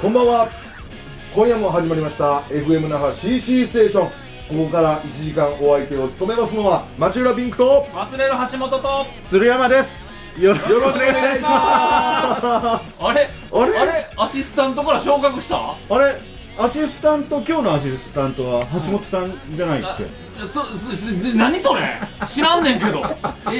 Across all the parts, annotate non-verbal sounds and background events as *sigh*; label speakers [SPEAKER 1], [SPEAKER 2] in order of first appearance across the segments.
[SPEAKER 1] こんばんは今夜も始まりました FM 那覇 CC ステーションここから1時間お相手を務めますのは町浦ピンクと
[SPEAKER 2] 忘れる橋本と
[SPEAKER 3] 鶴山ですよろしく
[SPEAKER 1] よろしくお願いします
[SPEAKER 2] あれ
[SPEAKER 3] あれ
[SPEAKER 2] あれアシスタントから昇格したあ
[SPEAKER 3] あれアシスタント今日のアシスタントは橋本さんじゃないっけ
[SPEAKER 2] そそそ何それ知らんねん
[SPEAKER 3] *laughs*
[SPEAKER 2] けど、え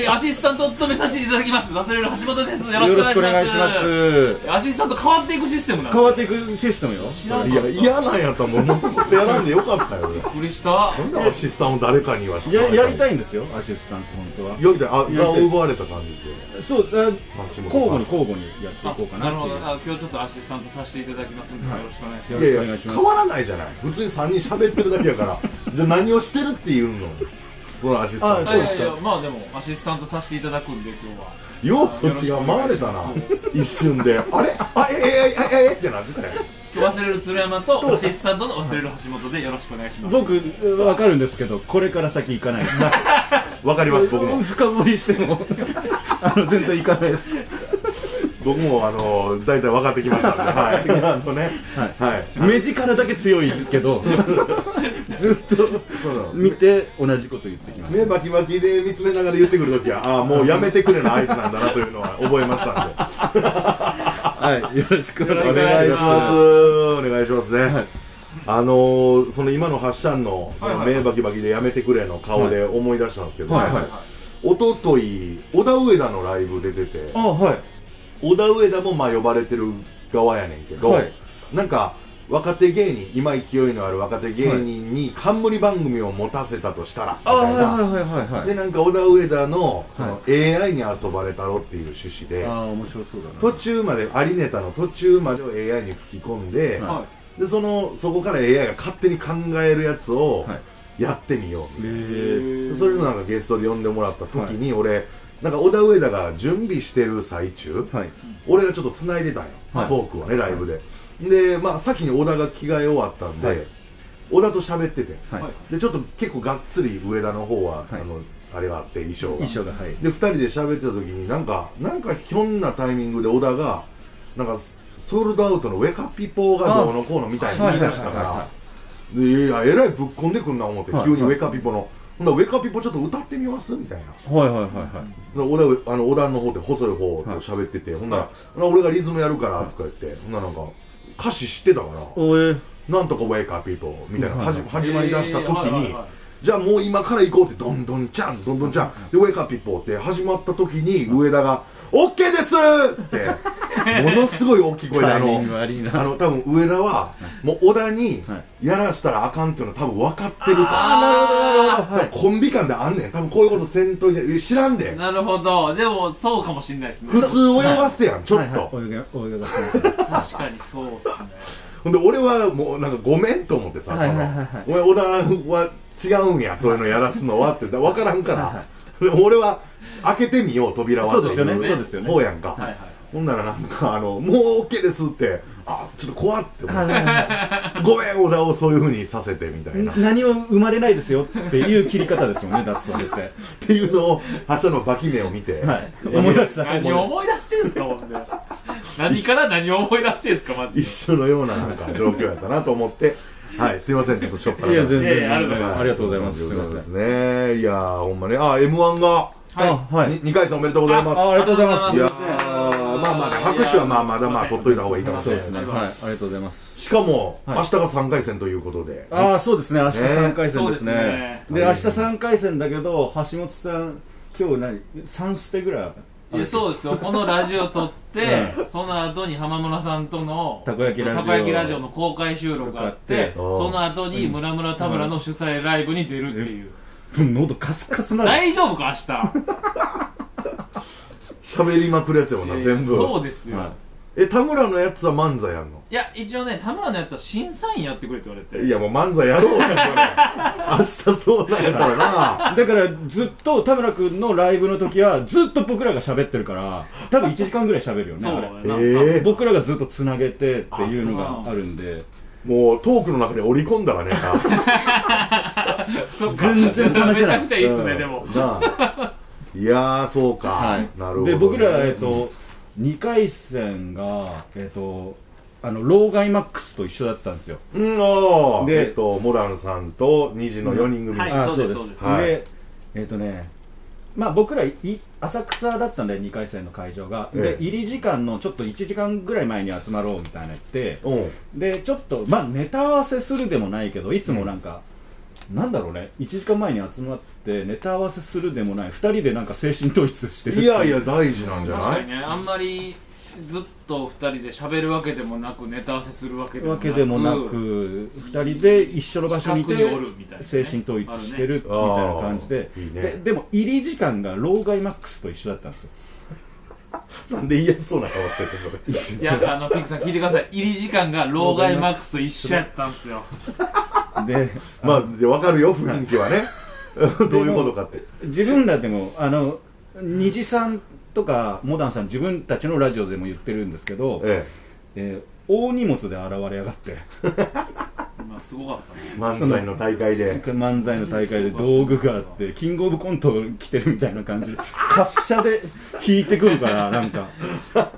[SPEAKER 2] ーアシスタントを務めさせていただきます忘れる橋本ですよ
[SPEAKER 3] よ
[SPEAKER 2] ろ
[SPEAKER 3] ろ
[SPEAKER 2] し
[SPEAKER 3] し
[SPEAKER 2] く
[SPEAKER 3] く
[SPEAKER 2] お
[SPEAKER 3] お
[SPEAKER 2] 願
[SPEAKER 3] 願
[SPEAKER 2] い
[SPEAKER 3] い
[SPEAKER 2] し
[SPEAKER 3] し
[SPEAKER 2] ま
[SPEAKER 3] ますす
[SPEAKER 2] アシスタント変わっていくシステムなの
[SPEAKER 3] 変
[SPEAKER 2] びっ
[SPEAKER 3] わっていくシステムよ
[SPEAKER 2] 知らん
[SPEAKER 1] いや嫌なんやと思うやらんでよかったよ俺
[SPEAKER 2] くりした
[SPEAKER 1] なんでアシスタントを誰かに言わして
[SPEAKER 3] ややりた
[SPEAKER 1] い
[SPEAKER 3] いんですよアシスタント本当は
[SPEAKER 1] やり
[SPEAKER 3] りた
[SPEAKER 1] たいあ
[SPEAKER 3] い
[SPEAKER 1] 座を奪われた感じして
[SPEAKER 3] そうあ
[SPEAKER 1] 橋本
[SPEAKER 3] 交互に交互にやっていこうかな
[SPEAKER 2] る
[SPEAKER 3] って
[SPEAKER 2] ほ
[SPEAKER 3] い
[SPEAKER 2] ど
[SPEAKER 3] う
[SPEAKER 2] あ今日ちょっとアシスタントさせていただきますんで、
[SPEAKER 3] はい
[SPEAKER 2] よろしくお願いし
[SPEAKER 3] よろしくお願
[SPEAKER 1] いや
[SPEAKER 2] ま
[SPEAKER 1] いや
[SPEAKER 3] いしま
[SPEAKER 1] 変
[SPEAKER 3] す
[SPEAKER 1] わらないじゃない普通に3人喋ってるだけやからじゃあ何をしてるって言うのそのアシスタン
[SPEAKER 3] あ
[SPEAKER 1] ト
[SPEAKER 2] す
[SPEAKER 3] そで
[SPEAKER 2] いうや
[SPEAKER 3] すか
[SPEAKER 2] いやいやまあでもアシスタントさせていただくんで今日は
[SPEAKER 1] ようそっちが回れたな一瞬であれあええええええってなってたよ
[SPEAKER 2] 今日忘れる鶴山とアシスタントの忘れる橋本でよろしくお願いします
[SPEAKER 3] 僕わかるんですけどこれから先行かないです
[SPEAKER 1] わかります僕も
[SPEAKER 3] 深掘りして
[SPEAKER 1] *laughs*
[SPEAKER 3] もあの全然行かないです
[SPEAKER 1] 僕もあの大体分かってきましたんで *laughs* はいあのね
[SPEAKER 3] はい
[SPEAKER 1] はい
[SPEAKER 3] 目力だけ強いけ
[SPEAKER 1] *laughs*
[SPEAKER 3] どずっと
[SPEAKER 1] そうなの
[SPEAKER 3] 見て同じこと言ってきます
[SPEAKER 1] 目バキバキで見つめながら言ってくるときはああもうやめてくれな合図なんだなというのは覚えましたんで
[SPEAKER 3] はいよろしくお
[SPEAKER 2] 願い
[SPEAKER 1] *laughs* お
[SPEAKER 2] します
[SPEAKER 1] 願いします。お願いしますね。あのーその今のハッシャンのその
[SPEAKER 2] はいはいはい
[SPEAKER 1] 目バキバキでやめてくれの顔で思い出したんですけど、
[SPEAKER 3] はいはい
[SPEAKER 1] おととい小田上田のライブ出てて
[SPEAKER 3] あはい
[SPEAKER 1] 小田上田もまあ呼ばれてる側やねんけど、
[SPEAKER 3] はい
[SPEAKER 1] なんか若手芸人今勢いのある若手芸人に冠番組を持たせたとしたらみ
[SPEAKER 3] あ
[SPEAKER 1] たいな、
[SPEAKER 3] はいはいはいはいは
[SPEAKER 1] で
[SPEAKER 3] い
[SPEAKER 1] なんか小田上田のその AI に遊ばれたろっていう趣旨で、
[SPEAKER 3] ああ面白そうだな
[SPEAKER 1] 途中までありネタの途中までを AI に吹き込んで、
[SPEAKER 3] は
[SPEAKER 2] は
[SPEAKER 1] でそのそこから AI が勝手に考えるやつを
[SPEAKER 3] は
[SPEAKER 1] やってみようみ
[SPEAKER 3] え
[SPEAKER 1] たいな、
[SPEAKER 2] い、
[SPEAKER 3] ー、
[SPEAKER 2] へー
[SPEAKER 1] それのなんかゲストで呼んでもらった時に俺、なんか小田上田が準備してる最中
[SPEAKER 3] はい
[SPEAKER 1] 俺がちょっと繋いでたんよ、
[SPEAKER 3] はい
[SPEAKER 1] トークをねライブで、でまあ先に小田が着替え終わったんで、
[SPEAKER 3] はい
[SPEAKER 1] 小田と喋ってて
[SPEAKER 3] はい、
[SPEAKER 2] はい
[SPEAKER 1] でちょっと結構がっつり上田の方は、
[SPEAKER 3] はい
[SPEAKER 1] あのあれがあって衣装が
[SPEAKER 3] 衣装がはい
[SPEAKER 1] で2人で喋ってた時になんかなんかひょんなタイミングで小田がなんかソールドアウトのウェカピポがどうのこうのみたいに言い出した
[SPEAKER 3] は
[SPEAKER 1] からでいやえらいぶっこんでくんな思って
[SPEAKER 3] はい
[SPEAKER 1] 急にウェカピポのほんならウェカピポちょっと歌ってみますみたいな
[SPEAKER 3] はいはいはいは
[SPEAKER 1] で小田あの小田の方で細い方と喋ってて、ほんならほんなら俺がリズムやるからとか言って、ほんならなんか歌詞知ってたから
[SPEAKER 3] いおえー、
[SPEAKER 1] なんとかウェイカーピーポーみたいな、
[SPEAKER 3] はい
[SPEAKER 1] はじ始まりだした時
[SPEAKER 2] えーはいはい
[SPEAKER 1] に
[SPEAKER 2] はい、
[SPEAKER 1] じゃあもう今から行こうって、どんどんちゃん、どんどんちゃん、でウェイカーピーポーって始まった時に、上田が、オッケーですって、ものすごい大きい声で、あ
[SPEAKER 3] タイミ
[SPEAKER 1] の
[SPEAKER 3] ング、悪いな
[SPEAKER 1] あの多分上田は、もう小田に
[SPEAKER 3] はい
[SPEAKER 1] やらしたらあかんっていうの多分分かってるか
[SPEAKER 3] あーなるほどな
[SPEAKER 2] あ
[SPEAKER 1] ら、
[SPEAKER 3] るほ
[SPEAKER 1] コンビ感であんねん、多分こういうことせんといて、知らんで、
[SPEAKER 2] なるほどでもそうかもしれないですね
[SPEAKER 1] 普通泳がすやん、ちょ
[SPEAKER 3] は
[SPEAKER 1] っ
[SPEAKER 3] い
[SPEAKER 1] と。
[SPEAKER 3] はい泳げ泳げがします *laughs* ね
[SPEAKER 2] 確かにそうですね
[SPEAKER 1] ほんで俺はもうなんかごめんと思ってさ、
[SPEAKER 3] はいはいはいはい
[SPEAKER 1] その俺小田は違うんやそういうのやらすのはってだ分からんから、でも俺は開けてみよう扉は
[SPEAKER 3] そうですよね
[SPEAKER 1] ってい
[SPEAKER 3] そうですよね
[SPEAKER 1] 方やんか、
[SPEAKER 2] はいはい
[SPEAKER 1] ほんならなんかあのもう OK ですってあちょっと怖って思
[SPEAKER 3] は
[SPEAKER 1] っ
[SPEAKER 3] い
[SPEAKER 1] て
[SPEAKER 3] はいはい
[SPEAKER 1] ごめん小田をそういうふうにさせてみたいなっ
[SPEAKER 3] 何も生まれないですよっていう切り方ですよね、ダッツさんって。
[SPEAKER 1] ていうのを発射のバキ目を見て、
[SPEAKER 3] はい。 *laughs* 思い出した。
[SPEAKER 2] 何を思い出してんすかほんで何から何を思い出してんすかマジで
[SPEAKER 1] 一緒のようななんか状況やったなと思ってはいすいませんちょっとしょっぱ
[SPEAKER 3] いや、
[SPEAKER 1] な
[SPEAKER 3] 全
[SPEAKER 2] いやいや
[SPEAKER 3] 然。
[SPEAKER 2] ありがとうございます
[SPEAKER 3] ありがとうございます。すみません
[SPEAKER 1] で。すねいやーほんまねあ m 1が
[SPEAKER 2] はい
[SPEAKER 3] あ、はい。
[SPEAKER 1] 2回戦おめでとうございます
[SPEAKER 3] あありがとうございます。
[SPEAKER 1] いや
[SPEAKER 3] す
[SPEAKER 1] ーまあまあね拍手はまあまだまあ取っといた方がいいかもし
[SPEAKER 3] そう
[SPEAKER 1] れ
[SPEAKER 3] で
[SPEAKER 1] ない
[SPEAKER 3] す
[SPEAKER 1] です
[SPEAKER 3] ね。
[SPEAKER 1] ね
[SPEAKER 3] はい。ありがとうございます。
[SPEAKER 1] しかも、
[SPEAKER 3] はい
[SPEAKER 1] 明日が3回戦ということで
[SPEAKER 3] ああ、そうですね。明日
[SPEAKER 1] ね
[SPEAKER 3] 3回戦です
[SPEAKER 2] そうです
[SPEAKER 3] ね
[SPEAKER 2] ね。
[SPEAKER 3] で、明日3回戦だけど、橋本さん、今日何 ?3 ステぐらい
[SPEAKER 2] いやそうですよこのラジオ撮ってその後に浜村さんとの
[SPEAKER 3] たこ焼きラジオ
[SPEAKER 2] たこ焼きラジオの公開収録があって
[SPEAKER 1] あー
[SPEAKER 2] その後に村村田村の主催ライブに出るっていう
[SPEAKER 3] 喉カスカスなの。
[SPEAKER 2] 大丈夫か明
[SPEAKER 1] 喋りまくるやつやもん
[SPEAKER 2] 日
[SPEAKER 1] な
[SPEAKER 2] いや
[SPEAKER 1] 全部
[SPEAKER 2] そうですよ
[SPEAKER 3] はい
[SPEAKER 1] え田村のやつは漫才やんの
[SPEAKER 2] いや一応ね田村のやつは審査員やってくれって言われて
[SPEAKER 1] いやもう漫才やろ
[SPEAKER 3] *laughs*
[SPEAKER 1] うよそれ明日そうなんやったらな
[SPEAKER 3] だからずっと田村君のライブの時はずっと僕らが喋ってるから多分1時間ぐらい喋るよね
[SPEAKER 2] そう
[SPEAKER 3] あ
[SPEAKER 2] や
[SPEAKER 3] れ
[SPEAKER 2] な
[SPEAKER 1] ええ
[SPEAKER 3] 僕らがずっとつなげてっていうのがあるんで *laughs*
[SPEAKER 1] もうトークの中に織り込んだらね
[SPEAKER 2] そそっか
[SPEAKER 3] 全然こなせない
[SPEAKER 2] めちゃくちゃいいっすねでも
[SPEAKER 1] なあいやーそうか、
[SPEAKER 3] はい、
[SPEAKER 1] なるほどね、
[SPEAKER 3] で僕ら、えっと、2回戦が、えっと、あの老害マックスと一緒だったんですよ、
[SPEAKER 1] うんおー
[SPEAKER 3] で
[SPEAKER 1] えっとモダンさんと二時の四人組、
[SPEAKER 2] はい
[SPEAKER 3] あ
[SPEAKER 2] そうですそうです
[SPEAKER 1] はい
[SPEAKER 3] でえっとねまあ僕らい浅草だったんで2回戦の会場が、
[SPEAKER 1] ええ
[SPEAKER 3] で入り時間のちょっと1時間ぐらい前に集まろうみたいなのやって
[SPEAKER 1] うん
[SPEAKER 3] でちょっとまあネタ合わせするでもないけどいつもなんか、なんだろうね1時間前に集まってネタ合わせするでもない2人でなんか精神統一してる
[SPEAKER 1] いやいや大事なんじゃ
[SPEAKER 2] 確
[SPEAKER 1] な
[SPEAKER 2] か
[SPEAKER 1] い
[SPEAKER 2] にねあんまりずっと二人で喋るわけでもなくネタ合わせするわけでも
[SPEAKER 3] わ
[SPEAKER 2] な
[SPEAKER 3] け
[SPEAKER 2] く
[SPEAKER 3] でもなく2人で一緒の場所にいて
[SPEAKER 2] 近くにおるみたいなね
[SPEAKER 3] 精神統一してるみたいな感じで
[SPEAKER 1] あるねあーいいね
[SPEAKER 3] ででも入り時間が老害マックスと一緒だったんですよ
[SPEAKER 1] なんで嫌そうな顔してるの
[SPEAKER 2] いやあのピンクさん聞いてください入り時間が老害マックスと一緒やったんすよ
[SPEAKER 3] で
[SPEAKER 1] *laughs* まあでわかるよ雰囲気はね *laughs* どういうことかって
[SPEAKER 3] 自分らでもあの虹さんとかモダンさん自分たちのラジオでも言ってるんですけど、
[SPEAKER 1] え
[SPEAKER 3] えー大荷物で現れやがって
[SPEAKER 2] まあすごかったね
[SPEAKER 1] え漫才の大会で
[SPEAKER 3] 漫才の大会で道具があってキングオブコント来てるみたいな感じで滑車で引いてくるからなんかうわ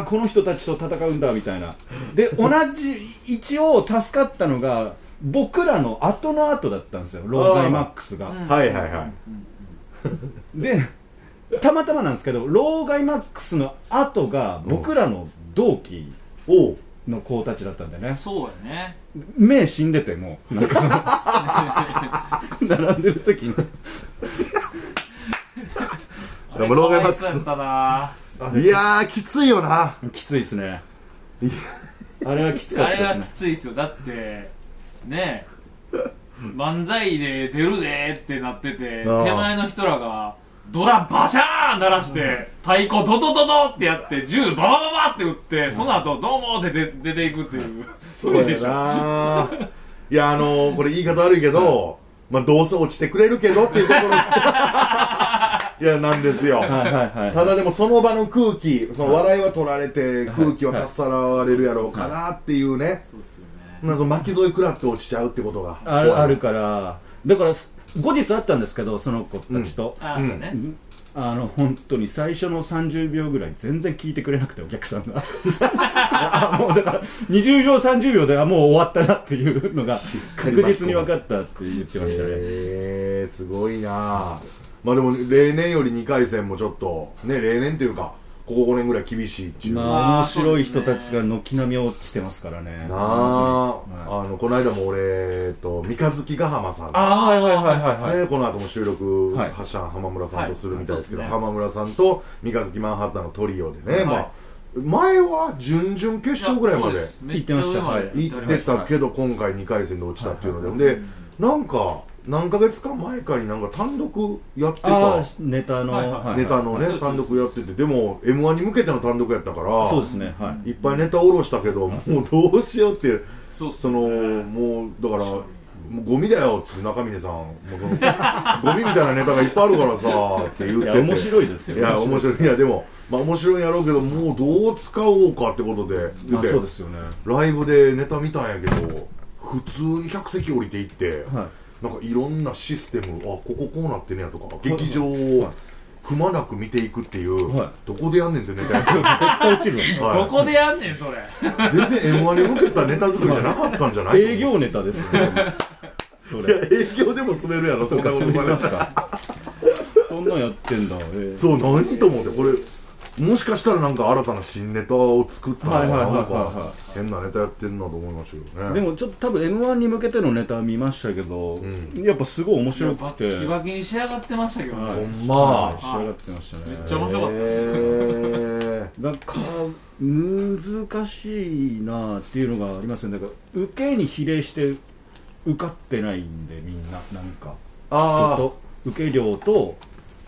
[SPEAKER 3] ーこの人たちと戦うんだみたいなで同じ一応助かったのが僕らの後の後だったんですよローザイマックスが、
[SPEAKER 2] うん
[SPEAKER 1] はいはいはい
[SPEAKER 3] でたまたまなんですけど老害マックスの後が僕らの同期
[SPEAKER 1] おう
[SPEAKER 3] の子たちだったんでね
[SPEAKER 2] そうやね
[SPEAKER 3] 目死んでてもうなんかその *laughs* 並んでる時に
[SPEAKER 1] でも老害マックス
[SPEAKER 2] あれかわいそうやったない
[SPEAKER 1] やーきついよな
[SPEAKER 3] きついですねあれはきつか
[SPEAKER 2] あ
[SPEAKER 3] った
[SPEAKER 2] れ
[SPEAKER 3] です
[SPEAKER 2] が
[SPEAKER 3] ね
[SPEAKER 2] きついですよだってねえ漫才で出るでーってなってて手
[SPEAKER 1] ああ
[SPEAKER 2] 前の人らがドラバシャーン鳴らして太鼓ドドドドってやって銃ババババって撃ってその後どうもーって出出ていくっていう
[SPEAKER 1] そうや
[SPEAKER 2] でしょ
[SPEAKER 1] ないやあのー、これ言い方悪いけど、まあどうせ落ちてくれるけどっていうとこ
[SPEAKER 2] *laughs*
[SPEAKER 1] ろいやなんですよ
[SPEAKER 3] はいはい
[SPEAKER 1] た
[SPEAKER 3] は
[SPEAKER 1] だでもその場の空気その笑いは取られて空気はかっさらわれるやろうかなっていうね
[SPEAKER 2] そうっすよね
[SPEAKER 1] まあその巻き添え食らって落ちちゃうってことが
[SPEAKER 3] いあるあるからだから後日あったんですけどその子たちと、
[SPEAKER 2] ああそうね
[SPEAKER 3] あの本当に最初の30秒ぐらい全然聞いてくれなくてお客さ
[SPEAKER 1] *laughs*
[SPEAKER 3] んがあもうだから20秒30秒ではもう終わったなっていうのが
[SPEAKER 1] かり
[SPEAKER 3] 確実に分かったって言ってましたね
[SPEAKER 1] へえすごいなまあでも例年より2回戦もちょっとね例年というかここ5年ぐらい厳しいっていうな
[SPEAKER 3] まあ面白い人
[SPEAKER 2] そうです
[SPEAKER 3] たちが
[SPEAKER 2] ね
[SPEAKER 3] 軒並み落ちてますからね
[SPEAKER 1] あ、
[SPEAKER 3] は
[SPEAKER 1] あのこの間も俺、えっと、三日月ヶ浜さん
[SPEAKER 3] あーはいはいはいはいはい
[SPEAKER 1] ね、この後も収録、
[SPEAKER 3] はい
[SPEAKER 1] はしゃん浜村さんとするみたいですけど、
[SPEAKER 2] はい
[SPEAKER 1] 浜村さんと三日月マンハッタンのトリオでね、
[SPEAKER 2] はい
[SPEAKER 1] まあ、前は準々決勝ぐらいま
[SPEAKER 2] そう
[SPEAKER 1] です
[SPEAKER 2] めっちゃ上手い
[SPEAKER 1] 行ってたけど、今回2回戦で落ちたっていうので、でなんか、何ヶ月か前かになんか単独やって
[SPEAKER 3] あ
[SPEAKER 1] た
[SPEAKER 3] ーネタの、
[SPEAKER 2] はいはい
[SPEAKER 3] はいはい
[SPEAKER 1] ネタの
[SPEAKER 2] はいは
[SPEAKER 1] ね、
[SPEAKER 2] いそう
[SPEAKER 1] 単
[SPEAKER 2] です
[SPEAKER 1] 独やってて、でも、m 1に向けての単独やったから、
[SPEAKER 3] そうですねはい
[SPEAKER 1] いっぱいネタ下ろしたけど、もうどうしようって。
[SPEAKER 2] そうっす
[SPEAKER 1] そ
[SPEAKER 2] よ
[SPEAKER 1] の
[SPEAKER 2] ね
[SPEAKER 1] もうだからもうゴミだよって中峰さんもうそのゴミみたいなネタがいっぱいあるからさって言
[SPEAKER 3] い
[SPEAKER 1] って
[SPEAKER 3] や
[SPEAKER 1] て
[SPEAKER 3] 面白いですよ
[SPEAKER 1] いや面白いいやでもまあ面白いんやろうけどもうどう使おうかってことで
[SPEAKER 3] まあ
[SPEAKER 1] で
[SPEAKER 3] そうですよね
[SPEAKER 1] *laughs*
[SPEAKER 3] は
[SPEAKER 1] ライブでネタ見たんやけど普通に客席降りていって、なんかいろんなシステムあこここうなってんねやとか劇場をくまなく見ていくっていう、
[SPEAKER 3] はい
[SPEAKER 1] どこでやんねんってネタ
[SPEAKER 3] *laughs*
[SPEAKER 1] やけ
[SPEAKER 3] い絶対落ちるわ
[SPEAKER 1] ど、
[SPEAKER 2] ど
[SPEAKER 1] は
[SPEAKER 2] こでやんねんそれ
[SPEAKER 1] い、全然 m 1に向けたネタ作りじゃなかったんじゃない
[SPEAKER 3] 営業ネタですよ
[SPEAKER 1] *laughs*
[SPEAKER 3] ねそ
[SPEAKER 1] いや
[SPEAKER 3] れ
[SPEAKER 1] 営業でも滑るやろそんなこと言われたら
[SPEAKER 3] か *laughs* そんなんやってんだ、えー
[SPEAKER 1] そう何と思ってこれもしかしたらなんか新たな新ネタを作ったのか
[SPEAKER 3] はいはいはいは
[SPEAKER 1] なん
[SPEAKER 3] いはい
[SPEAKER 1] か変なネタやってんなと思いましたけど
[SPEAKER 3] で
[SPEAKER 1] ね
[SPEAKER 3] もちょっと多分 m 1に向けてのネタ見ましたけど、
[SPEAKER 1] ん
[SPEAKER 3] やっぱすごい面白
[SPEAKER 2] バ
[SPEAKER 3] くて
[SPEAKER 2] ッキバキに仕上がってましたけど
[SPEAKER 3] は
[SPEAKER 1] ほ
[SPEAKER 2] ね
[SPEAKER 1] んま
[SPEAKER 3] 仕上がってましたね
[SPEAKER 2] めっちゃ面白かったです
[SPEAKER 1] へ
[SPEAKER 3] だから難しいなあっていうのがありますよねだから受けに比例して受かってないんでみんななんか
[SPEAKER 1] あ
[SPEAKER 3] ちょっと受け量と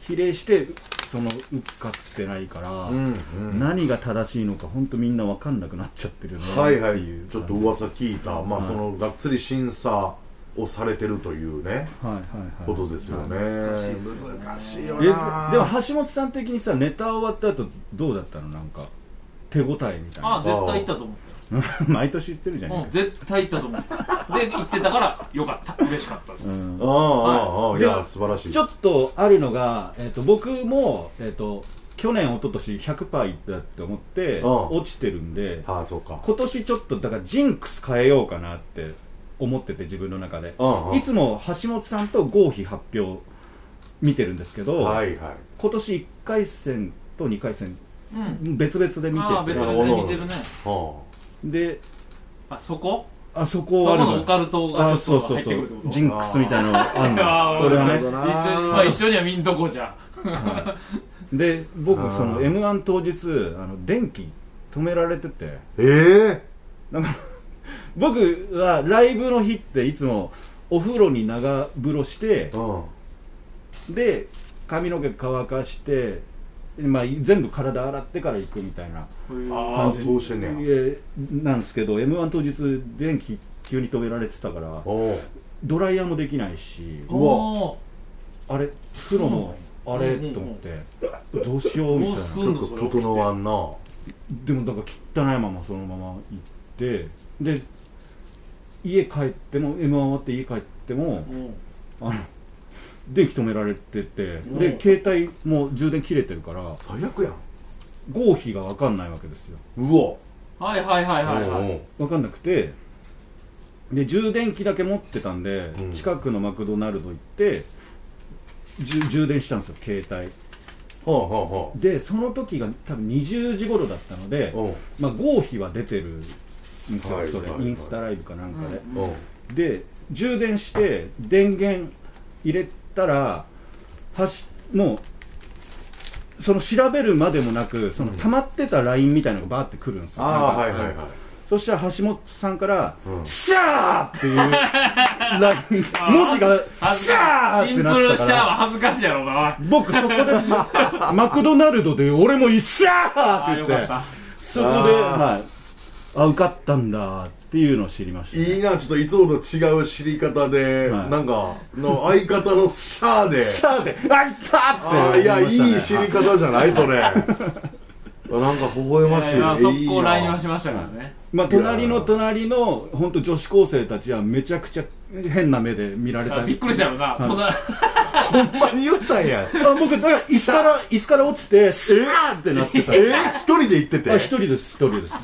[SPEAKER 3] 比例してその受かってないから、
[SPEAKER 1] あうんうん
[SPEAKER 3] 何が正しいのか本当みんな分かんなくなっちゃってるよね
[SPEAKER 1] はいは
[SPEAKER 3] っ
[SPEAKER 1] い
[SPEAKER 3] ていう
[SPEAKER 1] ちょっと噂聞いたま
[SPEAKER 3] は
[SPEAKER 1] あ
[SPEAKER 3] い
[SPEAKER 1] そのがっつり審査をされてるというね
[SPEAKER 3] はいはいはい
[SPEAKER 1] ことですよね難しいよ
[SPEAKER 3] えでも
[SPEAKER 1] な
[SPEAKER 3] 橋本さん的にさネタ終わった後どうだったのなんか手応えみたいな
[SPEAKER 2] あ絶対行ったと思っ
[SPEAKER 3] *laughs* 毎年言ってるじゃない
[SPEAKER 2] うん、絶対行ったと思う。で、行ってたから、よかった。嬉しかったです。
[SPEAKER 3] う
[SPEAKER 2] うん
[SPEAKER 3] ん
[SPEAKER 1] ああ、ああ、い
[SPEAKER 3] で
[SPEAKER 1] や
[SPEAKER 3] は、
[SPEAKER 1] 素晴らしい。
[SPEAKER 3] ちょっとあるのが、えっと僕も、えっと去年、一昨年100%いったって思って、
[SPEAKER 1] うん
[SPEAKER 3] 落ちてるんで、
[SPEAKER 1] ああ、そうか。
[SPEAKER 3] 今年ちょっとだからジンクス変えようかなって思ってて、自分の中で。
[SPEAKER 1] うんうん
[SPEAKER 3] いつも橋本さんと合否発表見てるんですけど、
[SPEAKER 1] はいはい。
[SPEAKER 3] 今年1回戦と2回戦、
[SPEAKER 2] ん。
[SPEAKER 3] 別々で見
[SPEAKER 2] ああ、
[SPEAKER 3] て
[SPEAKER 2] 別
[SPEAKER 3] て
[SPEAKER 1] 々
[SPEAKER 2] 々に似てるね。
[SPEAKER 1] は
[SPEAKER 3] で、
[SPEAKER 2] あ、そこ
[SPEAKER 3] あそ
[SPEAKER 2] そ
[SPEAKER 3] こ
[SPEAKER 2] こ
[SPEAKER 3] ある
[SPEAKER 2] のオ
[SPEAKER 3] の
[SPEAKER 2] カルトが
[SPEAKER 3] あ
[SPEAKER 2] ち
[SPEAKER 3] そ
[SPEAKER 2] ょ
[SPEAKER 3] う
[SPEAKER 2] っと
[SPEAKER 3] そう
[SPEAKER 2] 入って
[SPEAKER 3] そ
[SPEAKER 2] くる
[SPEAKER 3] う
[SPEAKER 2] って *laughs* こと
[SPEAKER 3] ジンクスみたいなのあん
[SPEAKER 2] *laughs* あ
[SPEAKER 3] の
[SPEAKER 2] ー
[SPEAKER 3] 俺は
[SPEAKER 1] な
[SPEAKER 3] ね
[SPEAKER 1] るほど
[SPEAKER 2] 一
[SPEAKER 1] な
[SPEAKER 2] 緒に、まあ一緒にはみんとこじゃ。
[SPEAKER 3] はいで僕そ
[SPEAKER 1] あ
[SPEAKER 3] の
[SPEAKER 1] ー
[SPEAKER 3] m 1当日あの電気止められてて
[SPEAKER 1] い。え
[SPEAKER 3] なんか *laughs* 僕はライブの日っていつもお風呂に長風呂して
[SPEAKER 1] え。うん。
[SPEAKER 3] で髪の毛乾かして、まあ、全部体洗ってから行くみたいな
[SPEAKER 1] ああ、そうしてんねや。
[SPEAKER 3] えーなんですけど m 1当日電気急に止められてたから
[SPEAKER 1] おう
[SPEAKER 3] ドライヤーもできないし
[SPEAKER 1] うわ
[SPEAKER 2] お
[SPEAKER 3] あれ風呂もあれ
[SPEAKER 2] うんうんうん
[SPEAKER 3] と思ってどうしようみたいな
[SPEAKER 2] どうす
[SPEAKER 1] ちょっと整わんな。
[SPEAKER 3] でもだから汚いままそのまま行ってで家帰っても m 1終わって家帰っても
[SPEAKER 2] うん
[SPEAKER 3] あの電気止められてて
[SPEAKER 2] う
[SPEAKER 3] で
[SPEAKER 2] ん
[SPEAKER 3] 携帯も充電切れてるから
[SPEAKER 1] 最悪やん。
[SPEAKER 3] 合否が分かんないわけですよ
[SPEAKER 1] うわ。
[SPEAKER 2] はいはいはいはい
[SPEAKER 1] お
[SPEAKER 2] は
[SPEAKER 1] う
[SPEAKER 2] い。
[SPEAKER 3] 分かんなくてで充電器だけ持ってたんで、
[SPEAKER 1] うん
[SPEAKER 3] 近くのマクドナルド行ってじゅ充電したんですよ携
[SPEAKER 1] おうはあはあはあ
[SPEAKER 3] 帯でその時が多分20時頃だったので、
[SPEAKER 1] うん。
[SPEAKER 3] まあ、合否は出てるんですよ、
[SPEAKER 1] はい
[SPEAKER 3] それ、
[SPEAKER 1] はいはい
[SPEAKER 3] インスタライブかなんかで、
[SPEAKER 1] うん。
[SPEAKER 3] で充電して電源入れたらはしもうその調べるまでもなくその溜まってた LINE みたいなのがバーってくるんですよ、
[SPEAKER 1] あ
[SPEAKER 3] なん
[SPEAKER 1] あ、
[SPEAKER 3] か
[SPEAKER 1] はいはいはい。
[SPEAKER 3] そしたら橋本さんから
[SPEAKER 1] う
[SPEAKER 3] 「
[SPEAKER 1] ん
[SPEAKER 3] シャー!」っていう LINE 文字が「
[SPEAKER 2] 恥ず
[SPEAKER 3] シャ
[SPEAKER 2] か
[SPEAKER 3] ー!」っ
[SPEAKER 2] シン
[SPEAKER 3] て
[SPEAKER 2] プ
[SPEAKER 3] なって
[SPEAKER 2] ル
[SPEAKER 3] た
[SPEAKER 2] シャ
[SPEAKER 3] か
[SPEAKER 2] ーは
[SPEAKER 3] ら
[SPEAKER 2] 恥ずかしいやろうな。
[SPEAKER 3] 僕そこでマクドナルドで俺も「シャ
[SPEAKER 2] あ
[SPEAKER 3] ー!」っ
[SPEAKER 2] あ、
[SPEAKER 3] て言
[SPEAKER 2] よ
[SPEAKER 3] って
[SPEAKER 2] かった。
[SPEAKER 3] そこで、
[SPEAKER 1] あー
[SPEAKER 3] はい、あ受かったんだっていうのを知りましたね、
[SPEAKER 1] いいな、ちょっといつもと違う知り方で、
[SPEAKER 3] はい
[SPEAKER 1] なんか、の相方のシャーで。
[SPEAKER 3] シャーで「あいった!」って
[SPEAKER 1] ああ、いや、いい知り方じゃない、それ。なんか微笑ましい。
[SPEAKER 2] まあ速
[SPEAKER 1] いい
[SPEAKER 2] 攻
[SPEAKER 1] な
[SPEAKER 2] LINE はしましたからね。
[SPEAKER 3] まあ、隣の隣の本当女子高生たちはめちゃくちゃ変な目で見られ
[SPEAKER 2] あ
[SPEAKER 3] た
[SPEAKER 2] びっくりしたやろうな。こんな
[SPEAKER 1] ほんまに言ったんや。
[SPEAKER 3] あ僕だから椅子から椅子から落ちてシャーってなってた
[SPEAKER 1] えー、一人で行ってて。
[SPEAKER 3] あ一人です一人です